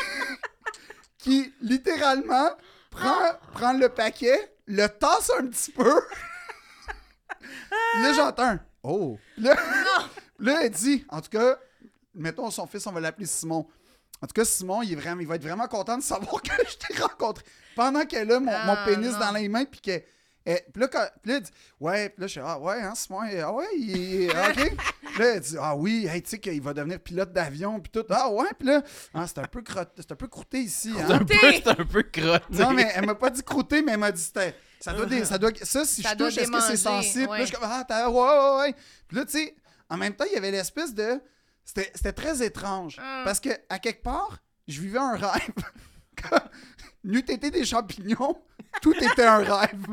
[SPEAKER 4] qui, littéralement prend, prend le paquet, le tasse un petit peu. là, j'entends un Oh! Là, là, elle dit, en tout cas, mettons son fils, on va l'appeler Simon. En tout cas, Simon, il, est vraiment, il va être vraiment content de savoir [LAUGHS] que je t'ai rencontré. Pendant qu'elle a mon,
[SPEAKER 1] Ah,
[SPEAKER 4] mon pénis
[SPEAKER 1] non.
[SPEAKER 4] dans les mains, puis qu'elle. elle- Puis là, quand, puis là, elle dit Ouais, puis là, je suis Ah ouais, hein, Simon, il- ah ouais, il est. OK. Puis là, elle dit Ah oui, hey, tu sais qu'il va devenir pilote d'avion, puis tout. Ah ouais, puis là, ah, c'est un peu crotte- c'est un peu croûté ici. Hein?
[SPEAKER 2] C'est un peu, c'est un peu crotté.
[SPEAKER 4] Non, mais elle m'a pas dit croûter, mais elle m'a dit c'était- ça doit, des- ça doit ça si
[SPEAKER 1] Ça
[SPEAKER 4] je
[SPEAKER 1] doit
[SPEAKER 4] touche, est-ce que
[SPEAKER 1] démanger,
[SPEAKER 4] c'est sensible? Puis
[SPEAKER 1] ouais.
[SPEAKER 4] Là, je suis comme ah t'as ouais ouais ouais. Puis là tu sais, en même temps il y avait l'espèce de c'était c'était très étrange
[SPEAKER 1] Hum.
[SPEAKER 4] parce que à quelque part je vivais un rêve. [LAUGHS] Comme, N'eût été des champignons, tout était un rêve.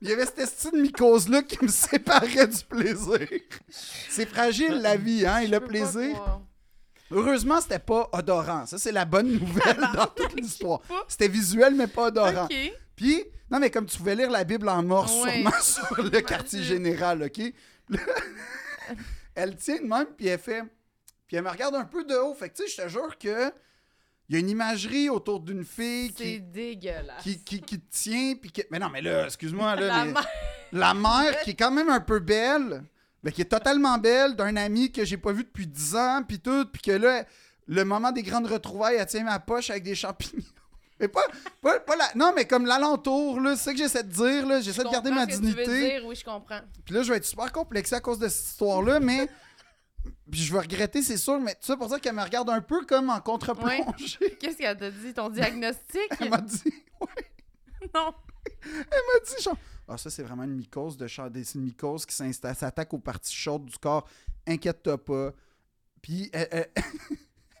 [SPEAKER 4] Il y avait cette estime mycose-là qui me séparait du plaisir. C'est fragile, la vie, hein, et le
[SPEAKER 1] Je peux pas
[SPEAKER 4] plaisir.
[SPEAKER 1] croire.
[SPEAKER 4] Heureusement, c'était pas odorant. Ça, c'est la bonne nouvelle
[SPEAKER 1] [LAUGHS]
[SPEAKER 4] dans toute l'histoire.
[SPEAKER 1] pas.
[SPEAKER 4] C'était visuel, mais pas odorant.
[SPEAKER 1] OK.
[SPEAKER 4] Puis, non, mais comme tu pouvais lire la Bible en morse,
[SPEAKER 1] Ouais.
[SPEAKER 4] sûrement [LAUGHS] sur le quartier
[SPEAKER 1] Dieu.
[SPEAKER 4] général, OK? Là, [LAUGHS] elle tient de même, puis elle fait. Puis elle me regarde un peu de haut. Fait que, tu sais, je te jure que. Il y a une imagerie autour d'une fille
[SPEAKER 1] C'est
[SPEAKER 4] qui,
[SPEAKER 1] dégueulasse.
[SPEAKER 4] qui, qui, qui te tient, puis qui- Mais non, mais là, excuse-moi, là.
[SPEAKER 1] [LAUGHS] La
[SPEAKER 4] mais-
[SPEAKER 1] mère-
[SPEAKER 4] la mère qui est quand même un peu belle, mais qui est totalement belle, d'un ami que j'ai pas vu depuis 10 ans, puis tout, puis que là, le moment des grandes retrouvailles, elle tient ma poche avec des champignons. [LAUGHS] Mais pas, pas, pas la... Non, mais comme l'alentour, là, c'est ça que j'essaie de dire, là. J'essaie de garder ma dignité.
[SPEAKER 1] Tu veux dire. Oui, je comprends.
[SPEAKER 4] Puis là, je vais être super complexé à cause de cette histoire-là, mais. [LAUGHS] Puis je vais regretter, c'est sûr, mais tout ça pour dire qu'elle me regarde un peu comme en contre-plongée. [LAUGHS]
[SPEAKER 1] Qu'est-ce qu'elle t'a dit? Ton diagnostic? [LAUGHS]
[SPEAKER 4] Elle [LAUGHS] m'a dit, ouais,
[SPEAKER 1] non.
[SPEAKER 4] elle m'a dit genre, ah, ça c'est vraiment une mycose de chat, c'est une mycose qui s'insta- s'attaque aux parties chaudes du corps. Inquiète-toi pas. Puis elle, elle- elle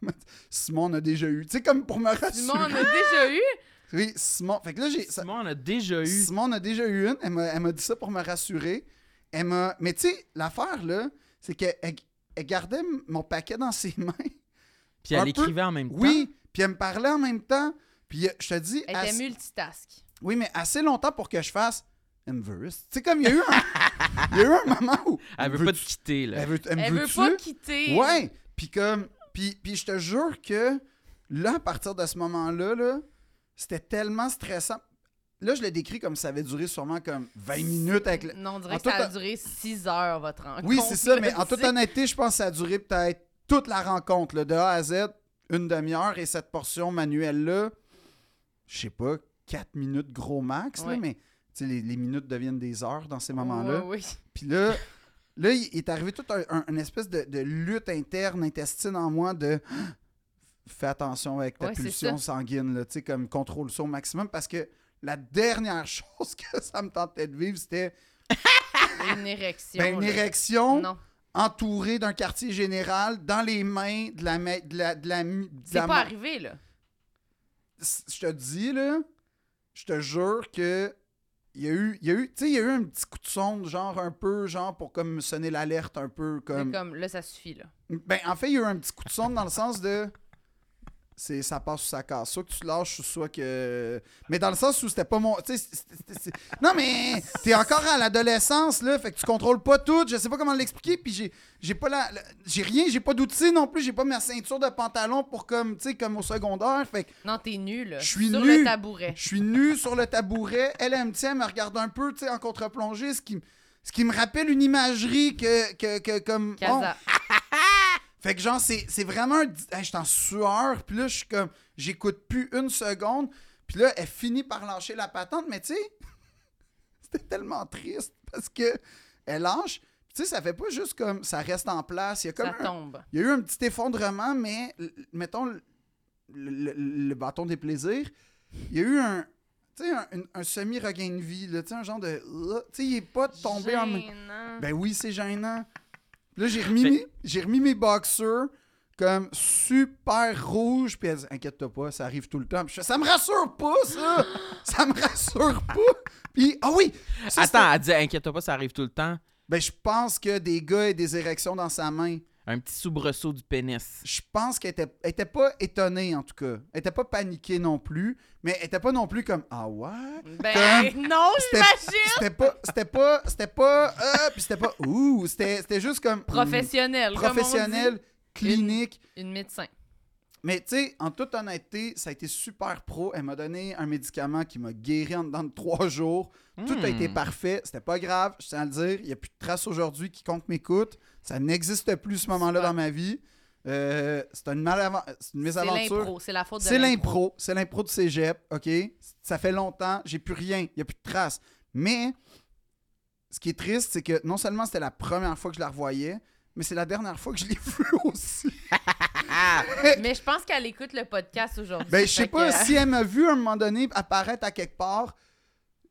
[SPEAKER 4] m'a dit, [LAUGHS] Simon on a déjà eu. Tu sais, comme pour me rassurer.
[SPEAKER 1] Simon, on a déjà eu.
[SPEAKER 4] Oui, Simon. Fait que là, j'ai. ça-
[SPEAKER 2] Simon on a déjà eu.
[SPEAKER 4] Simon en a déjà eu une. Elle m'a, elle m'a dit ça pour me rassurer. Elle m'a... Mais tu sais, l'affaire, là, c'est qu'elle elle- elle gardait m- mon paquet dans ses [LAUGHS] mains.
[SPEAKER 2] Puis
[SPEAKER 4] un
[SPEAKER 2] elle
[SPEAKER 4] peu-
[SPEAKER 2] écrivait en même temps.
[SPEAKER 4] Oui, puis elle me parlait en même temps. Puis euh, je te dis...
[SPEAKER 1] Elle
[SPEAKER 4] assez-
[SPEAKER 1] était multitask.
[SPEAKER 4] Oui, mais assez longtemps pour que je fasse... Elle me veut. Tu sais, comme il y a eu un... Il y a eu un moment où...
[SPEAKER 2] Elle veut pas te quitter, là.
[SPEAKER 4] Elle veut, elle me
[SPEAKER 1] Elle veut
[SPEAKER 4] veut-tu?
[SPEAKER 1] pas quitter.
[SPEAKER 4] Ouais, puis comme puis puis je te jure que là à partir de ce moment-là là, c'était tellement stressant. Là, je l'ai décrit comme ça avait duré sûrement comme 20 minutes avec le-
[SPEAKER 1] Non, on
[SPEAKER 4] En
[SPEAKER 1] dirait que ça
[SPEAKER 4] tout
[SPEAKER 1] a
[SPEAKER 4] un-
[SPEAKER 1] duré 6 heures, votre rencontre.
[SPEAKER 4] Oui, c'est ça, mais en toute
[SPEAKER 1] tout
[SPEAKER 4] honnêteté, je pense que ça a duré peut-être toute la rencontre là, de A à Z, une demi-heure et cette portion manuelle là, je sais pas, 4 minutes gros max là,
[SPEAKER 1] Ouais.
[SPEAKER 4] mais tu sais, les, les minutes deviennent des heures dans ces moments-là.
[SPEAKER 1] Oui, oui.
[SPEAKER 4] Puis là, là, il est arrivé toute un, un- une espèce de, de lutte interne, intestine en moi de [GASPS] fais attention avec ta
[SPEAKER 1] Ouais, c'est
[SPEAKER 4] pulsion sanguine, là, tu sais, comme contrôle ça au maximum parce que la dernière [LAUGHS] chose que ça me tentait de vivre, c'était
[SPEAKER 1] Une érection.
[SPEAKER 4] ben, une
[SPEAKER 1] là.
[SPEAKER 4] érection
[SPEAKER 1] Non.
[SPEAKER 4] entourée d'un quartier général dans les mains de la ma- de la de la, mi- de
[SPEAKER 1] C'est
[SPEAKER 4] la
[SPEAKER 1] pas
[SPEAKER 4] ma-
[SPEAKER 1] arrivé, là.
[SPEAKER 4] S- je te dis là, je te jure que il y a eu il y a eu tu sais il y a eu un petit coup de sonde genre un peu genre pour comme sonner l'alerte un peu
[SPEAKER 1] C'est
[SPEAKER 4] comme
[SPEAKER 1] comme, là, ça suffit, là.
[SPEAKER 4] Ben, en fait, il y a eu un petit coup de sonde dans le sens de. C'est, ça passe ou ça casse. Soit que tu lâches, ou soit que. Mais dans le sens où c'était pas mon. tu sais, c'était- c'était- c'était- Non, mais t'es encore à l'adolescence, là. Fait que tu contrôles pas tout. Je sais pas comment l'expliquer. Puis j'ai, j'ai pas la, la- J'ai rien. J'ai pas d'outils non plus. J'ai pas ma ceinture de pantalon pour comme. Tu sais, comme au secondaire. Fait que
[SPEAKER 1] Non, t'es nu, là.
[SPEAKER 4] Je suis
[SPEAKER 1] Sur
[SPEAKER 4] nu.
[SPEAKER 1] le tabouret.
[SPEAKER 4] je suis nu sur le tabouret. Elle, elle me tient, elle me regarde un peu, tu sais, en contre-plongée. Ce qui, m- ce qui me rappelle une imagerie que. que, que comme. on-
[SPEAKER 1] Casa.
[SPEAKER 4] fait que genre, c'est c'est vraiment un... di- Hey, je suis en sueur, puis là, je suis comme... J'écoute plus une seconde, puis là, elle finit par lâcher la patente, mais tu sais, [LAUGHS] c'était tellement triste, parce que elle lâche, Puis tu sais, ça fait pas juste comme... Ça reste en place, il y a comme
[SPEAKER 1] Ça
[SPEAKER 4] un-
[SPEAKER 1] tombe.
[SPEAKER 4] Il y a eu un petit effondrement, mais, l- mettons, le, le- le- le bâton des plaisirs, il y a eu un... Tu sais, un, un- un semi-regain de vie, là, tu sais, un genre de... Tu sais, il est pas tombé en...
[SPEAKER 1] Gênant.
[SPEAKER 4] Ben oui, c'est gênant. Là, j'ai remis,
[SPEAKER 2] Mm. Mais-
[SPEAKER 4] mes, j'ai remis mes boxers comme super rouges. Puis elle dit Inquiète-toi pas, ça arrive tout le temps. Puis je fais, Ça me rassure pas,
[SPEAKER 2] [LAUGHS]
[SPEAKER 4] ça Ça me rassure pas Puis, ah oui ça, c'était-
[SPEAKER 2] Attends, elle dit inquiète-toi pas, ça arrive tout le temps.
[SPEAKER 4] Ben, je pense que des gars aient des érections dans sa main.
[SPEAKER 2] Un petit soubresaut du pénis.
[SPEAKER 4] Je pense qu'elle était, elle était pas étonnée, en tout cas. Elle était pas paniquée non plus. Mais elle était pas non plus comme Ah ouais
[SPEAKER 1] Ben, [LAUGHS] non,
[SPEAKER 4] C'était-
[SPEAKER 1] j'imagine.
[SPEAKER 4] C'était pas. C'était pas. C'était pas. euh, puis c'était pas. Ouh C'était c'était juste comme. hmm.
[SPEAKER 1] Professionnel. comme on dit.
[SPEAKER 4] Professionnel, clinique.
[SPEAKER 1] Une médecin.
[SPEAKER 4] Mais tu sais, en toute honnêteté, ça a été super pro. Elle m'a donné un médicament qui m'a guéri en dedans de trois jours. Tout a
[SPEAKER 2] Hmm.
[SPEAKER 4] été parfait. C'était pas grave, je tiens à le dire. Il n'y a plus de traces aujourd'hui. Quiconque m'écoute, ça n'existe plus ce moment-là
[SPEAKER 1] Super.
[SPEAKER 4] dans ma vie. Euh, c'est une, malavan- c'est une
[SPEAKER 1] C'est
[SPEAKER 4] mésaventure.
[SPEAKER 1] l'impro. C'est la faute de
[SPEAKER 4] C'est l'impro. C'est l'impro de cégep, OK? Ça fait longtemps. J'ai plus rien. Il n'y a plus de traces. Mais ce qui est triste, c'est que non seulement c'était la première fois que je la revoyais, mais c'est la dernière fois que je l'ai [LAUGHS] vue aussi.
[SPEAKER 1] Mais je pense qu'elle écoute le podcast aujourd'hui.
[SPEAKER 4] Ben, je sais
[SPEAKER 1] Fait
[SPEAKER 4] pas
[SPEAKER 1] que-
[SPEAKER 4] si elle m'a vu à un moment donné apparaître à quelque part.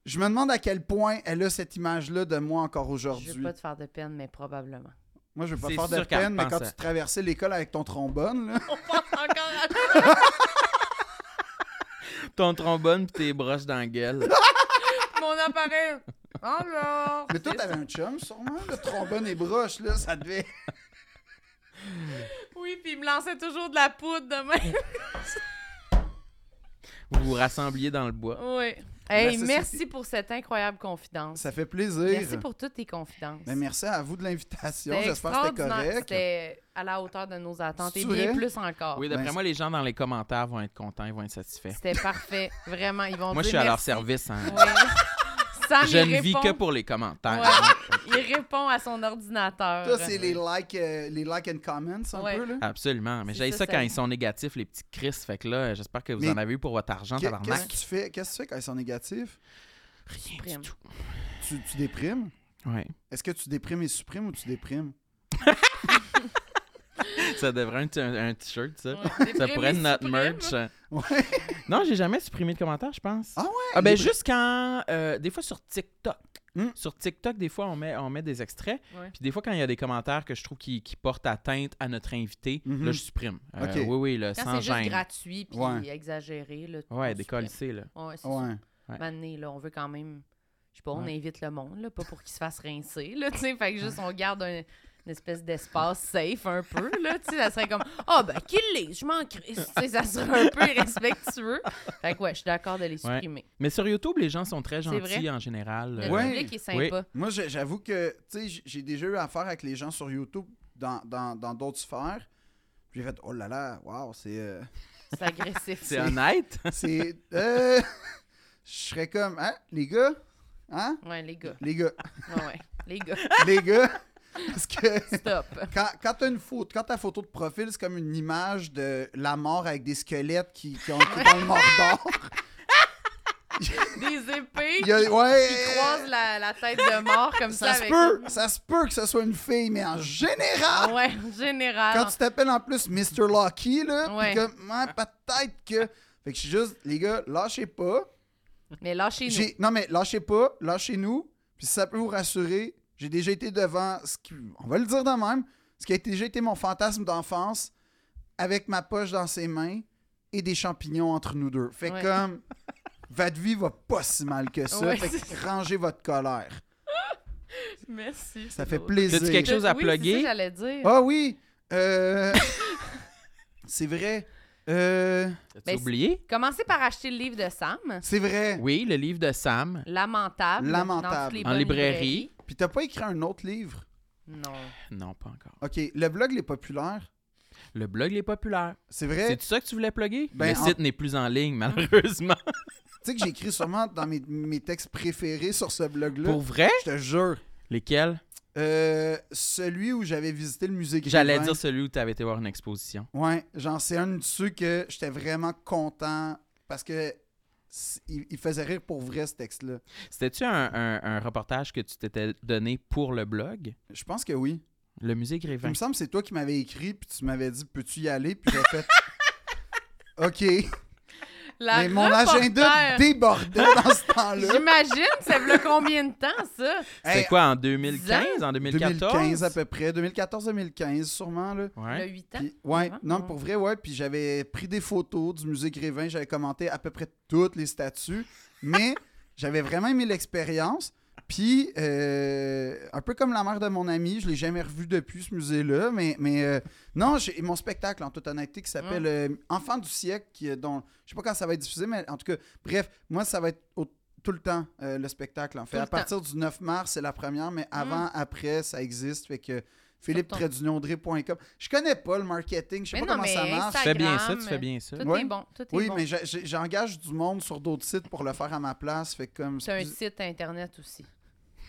[SPEAKER 4] Je me demande à quel point elle a cette image-là de moi encore
[SPEAKER 1] [LAUGHS] Je
[SPEAKER 4] aujourd'hui.
[SPEAKER 1] vais pas te faire de peine, mais probablement.
[SPEAKER 4] Moi, je veux pas
[SPEAKER 2] C'est
[SPEAKER 4] faire de
[SPEAKER 2] sûr qu'elle
[SPEAKER 4] peine, mais
[SPEAKER 2] pense
[SPEAKER 4] quand
[SPEAKER 2] à-
[SPEAKER 4] tu traversais l'école avec ton trombone, là, [LAUGHS]
[SPEAKER 1] On pense [LAUGHS] encore à
[SPEAKER 2] Ton trombone pis tes broches dans la
[SPEAKER 4] [LAUGHS]
[SPEAKER 2] gueule.
[SPEAKER 1] mon appareil. Alors.
[SPEAKER 4] mais toi, t'avais un chum, sûrement, le trombone et broche, là, ça devait...
[SPEAKER 1] Oui, puis il me lançait toujours de la poudre de même.
[SPEAKER 2] Vous vous rassembliez dans le bois.
[SPEAKER 1] oui. Hey,
[SPEAKER 4] Ben, ça,
[SPEAKER 1] merci pour cette incroyable confidence.
[SPEAKER 4] Ça fait plaisir.
[SPEAKER 1] Merci pour toutes tes confidences.
[SPEAKER 4] Ben, merci à vous de l'invitation,
[SPEAKER 1] C'était
[SPEAKER 4] j'espère que c'était
[SPEAKER 1] extraordinaire.
[SPEAKER 4] correct.
[SPEAKER 1] C'était à la hauteur de nos attentes et
[SPEAKER 4] C'est
[SPEAKER 1] bien
[SPEAKER 4] vrai?
[SPEAKER 1] plus encore.
[SPEAKER 2] Oui, d'après
[SPEAKER 4] Ben,
[SPEAKER 2] moi, les gens dans les commentaires vont être contents, ils vont être satisfaits.
[SPEAKER 1] C'était parfait. Vraiment, ils vont
[SPEAKER 2] Moi,
[SPEAKER 1] dire
[SPEAKER 2] je suis à leur
[SPEAKER 1] merci.
[SPEAKER 2] service. hein.
[SPEAKER 1] Oui. Sam,
[SPEAKER 2] Je
[SPEAKER 1] il
[SPEAKER 2] ne vis
[SPEAKER 1] répond.
[SPEAKER 2] que pour les commentaires.
[SPEAKER 1] Ouais. Il répond à son ordinateur.
[SPEAKER 4] Ça, c'est les likes euh, les likes and comments, un
[SPEAKER 1] Ouais.
[SPEAKER 4] peu, là.
[SPEAKER 2] Absolument. Mais
[SPEAKER 1] C'est
[SPEAKER 2] j'ai
[SPEAKER 1] ça,
[SPEAKER 2] ça quand
[SPEAKER 1] ça.
[SPEAKER 2] ils sont négatifs, les petits Chris. Fait que là, euh, j'espère que vous
[SPEAKER 4] Mais
[SPEAKER 2] en avez eu pour votre argent,
[SPEAKER 4] Qu'est- Qu'est-ce que
[SPEAKER 2] Ah, tabarnak.
[SPEAKER 4] tu fais? Qu'est-ce que tu fais quand ils sont négatifs?
[SPEAKER 2] Rien du
[SPEAKER 1] Supprime.
[SPEAKER 2] tout.
[SPEAKER 4] Tu, tu déprimes?
[SPEAKER 2] Ouais.
[SPEAKER 4] Est-ce que tu déprimes et supprimes ou tu
[SPEAKER 1] [LAUGHS]
[SPEAKER 4] déprimes?
[SPEAKER 2] Ça devrait être un, un t-shirt, ça.
[SPEAKER 1] Ouais,
[SPEAKER 2] Ça pourrait être notre
[SPEAKER 1] supprime.
[SPEAKER 2] merch.
[SPEAKER 4] Ouais.
[SPEAKER 2] Non, j'ai jamais supprimé de commentaires, je pense.
[SPEAKER 4] Ah ouais?
[SPEAKER 2] Ah ben
[SPEAKER 4] Les-
[SPEAKER 2] juste quand euh, des fois sur TikTok.
[SPEAKER 4] Hmm.
[SPEAKER 2] Sur TikTok, des fois on met on met des extraits,
[SPEAKER 1] Ouais.
[SPEAKER 2] puis des fois quand il y a des commentaires que je trouve qui, qui portent atteinte à notre invité,
[SPEAKER 4] Mhm.
[SPEAKER 2] là je supprime. Euh,
[SPEAKER 4] Ok.
[SPEAKER 2] Oui oui, là,
[SPEAKER 1] Quand
[SPEAKER 2] sans
[SPEAKER 1] c'est juste
[SPEAKER 2] gêne.
[SPEAKER 1] gratuit puis
[SPEAKER 4] Ouais.
[SPEAKER 1] exagéré. Là,
[SPEAKER 2] ouais,
[SPEAKER 1] on
[SPEAKER 2] décolle c'est là.
[SPEAKER 1] supprime. Ouais, c'est ça.
[SPEAKER 4] Ouais.
[SPEAKER 2] Ouais.
[SPEAKER 1] Mané, là, on veut quand même. Je sais pas, on
[SPEAKER 2] Ouais.
[SPEAKER 1] invite le monde, là, pas pour qu'il se fasse rincer, là, [LAUGHS] tu sais. Fait que juste, on garde un- une espèce d'espace safe un peu, là, tu sais. Ça serait comme, ah, ben, qu'il l'est, je m'en crisse, tu sais. Ça serait un peu irrespectueux. Fait que, ouais, je suis d'accord de les supprimer.
[SPEAKER 2] Mais sur YouTube, les gens sont très
[SPEAKER 1] C'est
[SPEAKER 2] gentils en général.
[SPEAKER 1] Le
[SPEAKER 2] euh,
[SPEAKER 4] Ouais.
[SPEAKER 1] public est sympa.
[SPEAKER 4] Moi, j'ai- j'avoue que, tu sais, j- j'ai déjà eu affaire avec les gens sur YouTube dans dans- dans d'autres sphères. Puis J'ai fait, oh là là, waouh, c'est. euh, [LAUGHS]
[SPEAKER 1] C'est agressif.
[SPEAKER 2] C'est honnête.
[SPEAKER 4] c'est. euh, je serais comme, hein, les gars? Hein?
[SPEAKER 1] Ouais, les gars.
[SPEAKER 4] Les gars.
[SPEAKER 1] Ouais, ouais. Les gars,
[SPEAKER 4] les gars. Parce que.
[SPEAKER 1] stop.
[SPEAKER 4] Quand, quand t'as une photo, quand ta photo de profil, c'est comme une image de la mort avec des squelettes qui, qui ont été dans
[SPEAKER 1] [LAUGHS]
[SPEAKER 4] le mordor.
[SPEAKER 1] Des épées
[SPEAKER 4] Il y a- ouais,
[SPEAKER 1] qui croisent la, la tête de mort comme ça.
[SPEAKER 4] ça se
[SPEAKER 1] avec...
[SPEAKER 4] peut, ça se peut que ce soit une fille, mais en général,
[SPEAKER 1] Ouais, en général.
[SPEAKER 4] quand tu t'appelles en plus Mr. Lucky, là, pis
[SPEAKER 1] Ouais.
[SPEAKER 4] comme, ouais, peut-être que. Fait que je suis juste, les gars, lâchez pas.
[SPEAKER 1] Mais lâchez-nous.
[SPEAKER 4] J'ai- Non, mais lâchez pas, lâchez-nous. Puis si ça peut vous rassurer, j'ai déjà été devant ce qui. On va le dire de même. Ce qui a déjà été mon fantasme d'enfance avec ma poche dans ses mains et des champignons entre nous deux. Fait
[SPEAKER 1] Ouais.
[SPEAKER 4] comme. Votre vie va pas si mal que ça.
[SPEAKER 1] Ouais,
[SPEAKER 4] fait que
[SPEAKER 1] c'est
[SPEAKER 4] rangez votre colère.
[SPEAKER 1] Merci.
[SPEAKER 4] Ça
[SPEAKER 1] c'est
[SPEAKER 4] fait
[SPEAKER 1] drôle.
[SPEAKER 4] plaisir.
[SPEAKER 2] T'as-tu quelque chose à
[SPEAKER 1] Oui, c'est ça que
[SPEAKER 2] plugger?
[SPEAKER 1] j'allais dire.
[SPEAKER 4] Ah oui! euh, [LAUGHS] c'est vrai. Euh,
[SPEAKER 2] T'as
[SPEAKER 1] Ben,
[SPEAKER 2] oublié?
[SPEAKER 1] Commencez par acheter le livre de Sam,
[SPEAKER 4] C'est vrai.
[SPEAKER 2] Oui, le livre de Sam.
[SPEAKER 1] Lamentable.
[SPEAKER 4] Lamentable.
[SPEAKER 1] dans toutes les
[SPEAKER 2] En
[SPEAKER 1] bonnes
[SPEAKER 2] librairie.
[SPEAKER 4] Puis t'as pas écrit un autre livre?
[SPEAKER 1] librairies. Non.
[SPEAKER 2] Non, pas encore.
[SPEAKER 4] OK. Le blog Les Populaires.
[SPEAKER 2] Le blog Les Populaires.
[SPEAKER 4] C'est vrai.
[SPEAKER 2] C'est ça que tu voulais plugger?
[SPEAKER 4] Ben,
[SPEAKER 2] le
[SPEAKER 4] en-
[SPEAKER 2] site n'est plus en ligne, [LAUGHS] malheureusement.
[SPEAKER 4] Tu sais que j'écris sûrement dans mes, mes textes préférés sur ce blog-là.
[SPEAKER 2] Pour vrai?
[SPEAKER 4] Je te jure.
[SPEAKER 2] Lesquels?
[SPEAKER 4] Euh, celui où j'avais visité le musée Grévin.
[SPEAKER 2] J'allais dire celui où tu avais été voir une exposition.
[SPEAKER 4] Ouais, j'en sais un de ceux que j'étais vraiment content parce que s- il, il faisait rire pour vrai ce texte-là.
[SPEAKER 2] C'était-tu un, un- un reportage que tu t'étais donné pour le blog?
[SPEAKER 4] Je pense que oui.
[SPEAKER 2] Le musée
[SPEAKER 4] Il
[SPEAKER 2] Grévin.
[SPEAKER 4] me semble que c'est toi qui m'avais écrit puis tu m'avais dit peux-tu y aller puis
[SPEAKER 2] [LAUGHS]
[SPEAKER 4] j'ai fait OK.
[SPEAKER 1] La
[SPEAKER 4] Mais mon
[SPEAKER 1] reporter.
[SPEAKER 4] agenda débordait dans ce temps-là.
[SPEAKER 1] J'imagine, ça veut combien de temps, ça?
[SPEAKER 2] C'était
[SPEAKER 4] Hey,
[SPEAKER 2] quoi, en 2015? En 2014?
[SPEAKER 4] 2015 à peu près, 2014-2015 sûrement là.
[SPEAKER 1] Le
[SPEAKER 2] Ouais.
[SPEAKER 1] 8 ans?
[SPEAKER 4] Puis- ouais,
[SPEAKER 1] Avant?
[SPEAKER 4] non,
[SPEAKER 1] Ouais.
[SPEAKER 4] pour vrai, ouais. Puis j'avais pris des photos du musée Grévin, j'avais commenté à peu près toutes les statues,
[SPEAKER 1] [LAUGHS]
[SPEAKER 4] mais j'avais vraiment aimé l'expérience. Puis, euh, un peu comme la mère de mon ami, je l'ai jamais revu depuis ce musée-là, mais, mais euh, non, j'ai mon spectacle, en toute honnêteté, qui s'appelle euh, Enfant du siècle, qui, est dont je sais pas quand ça va être diffusé, mais en tout cas, bref, moi, ça va être au- tout le temps euh, le spectacle, en
[SPEAKER 1] Tout
[SPEAKER 4] fait.
[SPEAKER 1] le Hum.
[SPEAKER 4] à partir du 9 mars, c'est la première, mais avant, après, ça existe, fait que philippe-audrey.com. Je connais pas le marketing, je sais
[SPEAKER 1] Mais
[SPEAKER 4] pas
[SPEAKER 1] non,
[SPEAKER 4] comment ça
[SPEAKER 1] mais
[SPEAKER 4] marche.
[SPEAKER 2] Tu fais bien ça, tu
[SPEAKER 1] Instagram, euh,
[SPEAKER 2] fais bien ça.
[SPEAKER 1] Tout
[SPEAKER 4] Ouais.
[SPEAKER 1] est bon. Tout est
[SPEAKER 4] Oui,
[SPEAKER 1] bon.
[SPEAKER 4] mais j'ai- j'ai- j'engage du monde sur d'autres sites pour le faire à ma place, fait que comme...
[SPEAKER 1] C'est un site Internet
[SPEAKER 4] [LAUGHS]
[SPEAKER 1] aussi.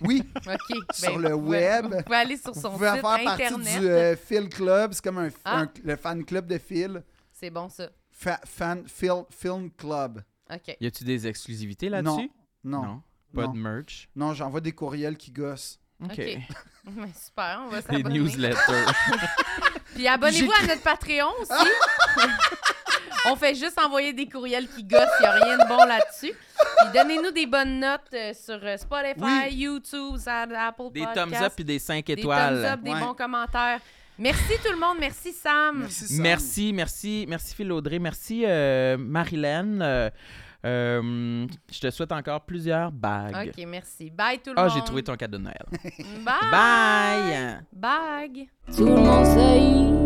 [SPEAKER 4] Oui,
[SPEAKER 1] OK.
[SPEAKER 4] Sur
[SPEAKER 1] [LAUGHS] ben,
[SPEAKER 4] le
[SPEAKER 1] vous pouvez-
[SPEAKER 4] web.
[SPEAKER 1] [LAUGHS] Vous pouvez aller sur
[SPEAKER 4] vous
[SPEAKER 1] son
[SPEAKER 4] pouvez
[SPEAKER 1] site
[SPEAKER 4] faire partie
[SPEAKER 1] Internet.
[SPEAKER 4] du euh, Phil Club, c'est comme un,
[SPEAKER 1] Ah.
[SPEAKER 4] un- le fan club de Phil.
[SPEAKER 1] C'est bon, ça.
[SPEAKER 4] Fa- fan, Phil, Film Club.
[SPEAKER 1] OK. [LAUGHS]
[SPEAKER 2] Y a-tu des exclusivités
[SPEAKER 4] Non,
[SPEAKER 2] là-dessus?
[SPEAKER 4] non, non.
[SPEAKER 2] Non. Pas
[SPEAKER 4] Non.
[SPEAKER 2] de merch.
[SPEAKER 4] j'envoie des courriels qui gossent.
[SPEAKER 2] [LAUGHS] OK.
[SPEAKER 1] OK. Ben, Super, on va
[SPEAKER 2] Des
[SPEAKER 1] s'abonner.
[SPEAKER 2] newsletters.
[SPEAKER 1] [LAUGHS] Puis abonnez-vous à notre Patreon aussi. On fait juste envoyer des courriels qui gossent, il n'y a rien de bon là-dessus. Puis donnez-nous des bonnes notes euh, sur euh, Spotify,
[SPEAKER 4] Oui.
[SPEAKER 1] YouTube, sur Apple
[SPEAKER 2] des
[SPEAKER 1] Podcasts.
[SPEAKER 2] thumbs up et des 5
[SPEAKER 1] des thumbs up,
[SPEAKER 2] étoiles.
[SPEAKER 1] des
[SPEAKER 4] Ouais.
[SPEAKER 1] bons commentaires. Merci tout le monde, merci Sam.
[SPEAKER 4] Merci, Sam.
[SPEAKER 2] Merci, merci, merci Phil Audrey, merci euh, Marilyn. Euh, euh, je te souhaite encore plusieurs bagues.
[SPEAKER 1] OK, merci. Bye tout le
[SPEAKER 2] Ah,
[SPEAKER 1] monde.
[SPEAKER 2] j'ai trouvé ton cadeau de Noël.
[SPEAKER 1] Bye.
[SPEAKER 2] Bye!
[SPEAKER 1] Bye.
[SPEAKER 3] Tout le monde sait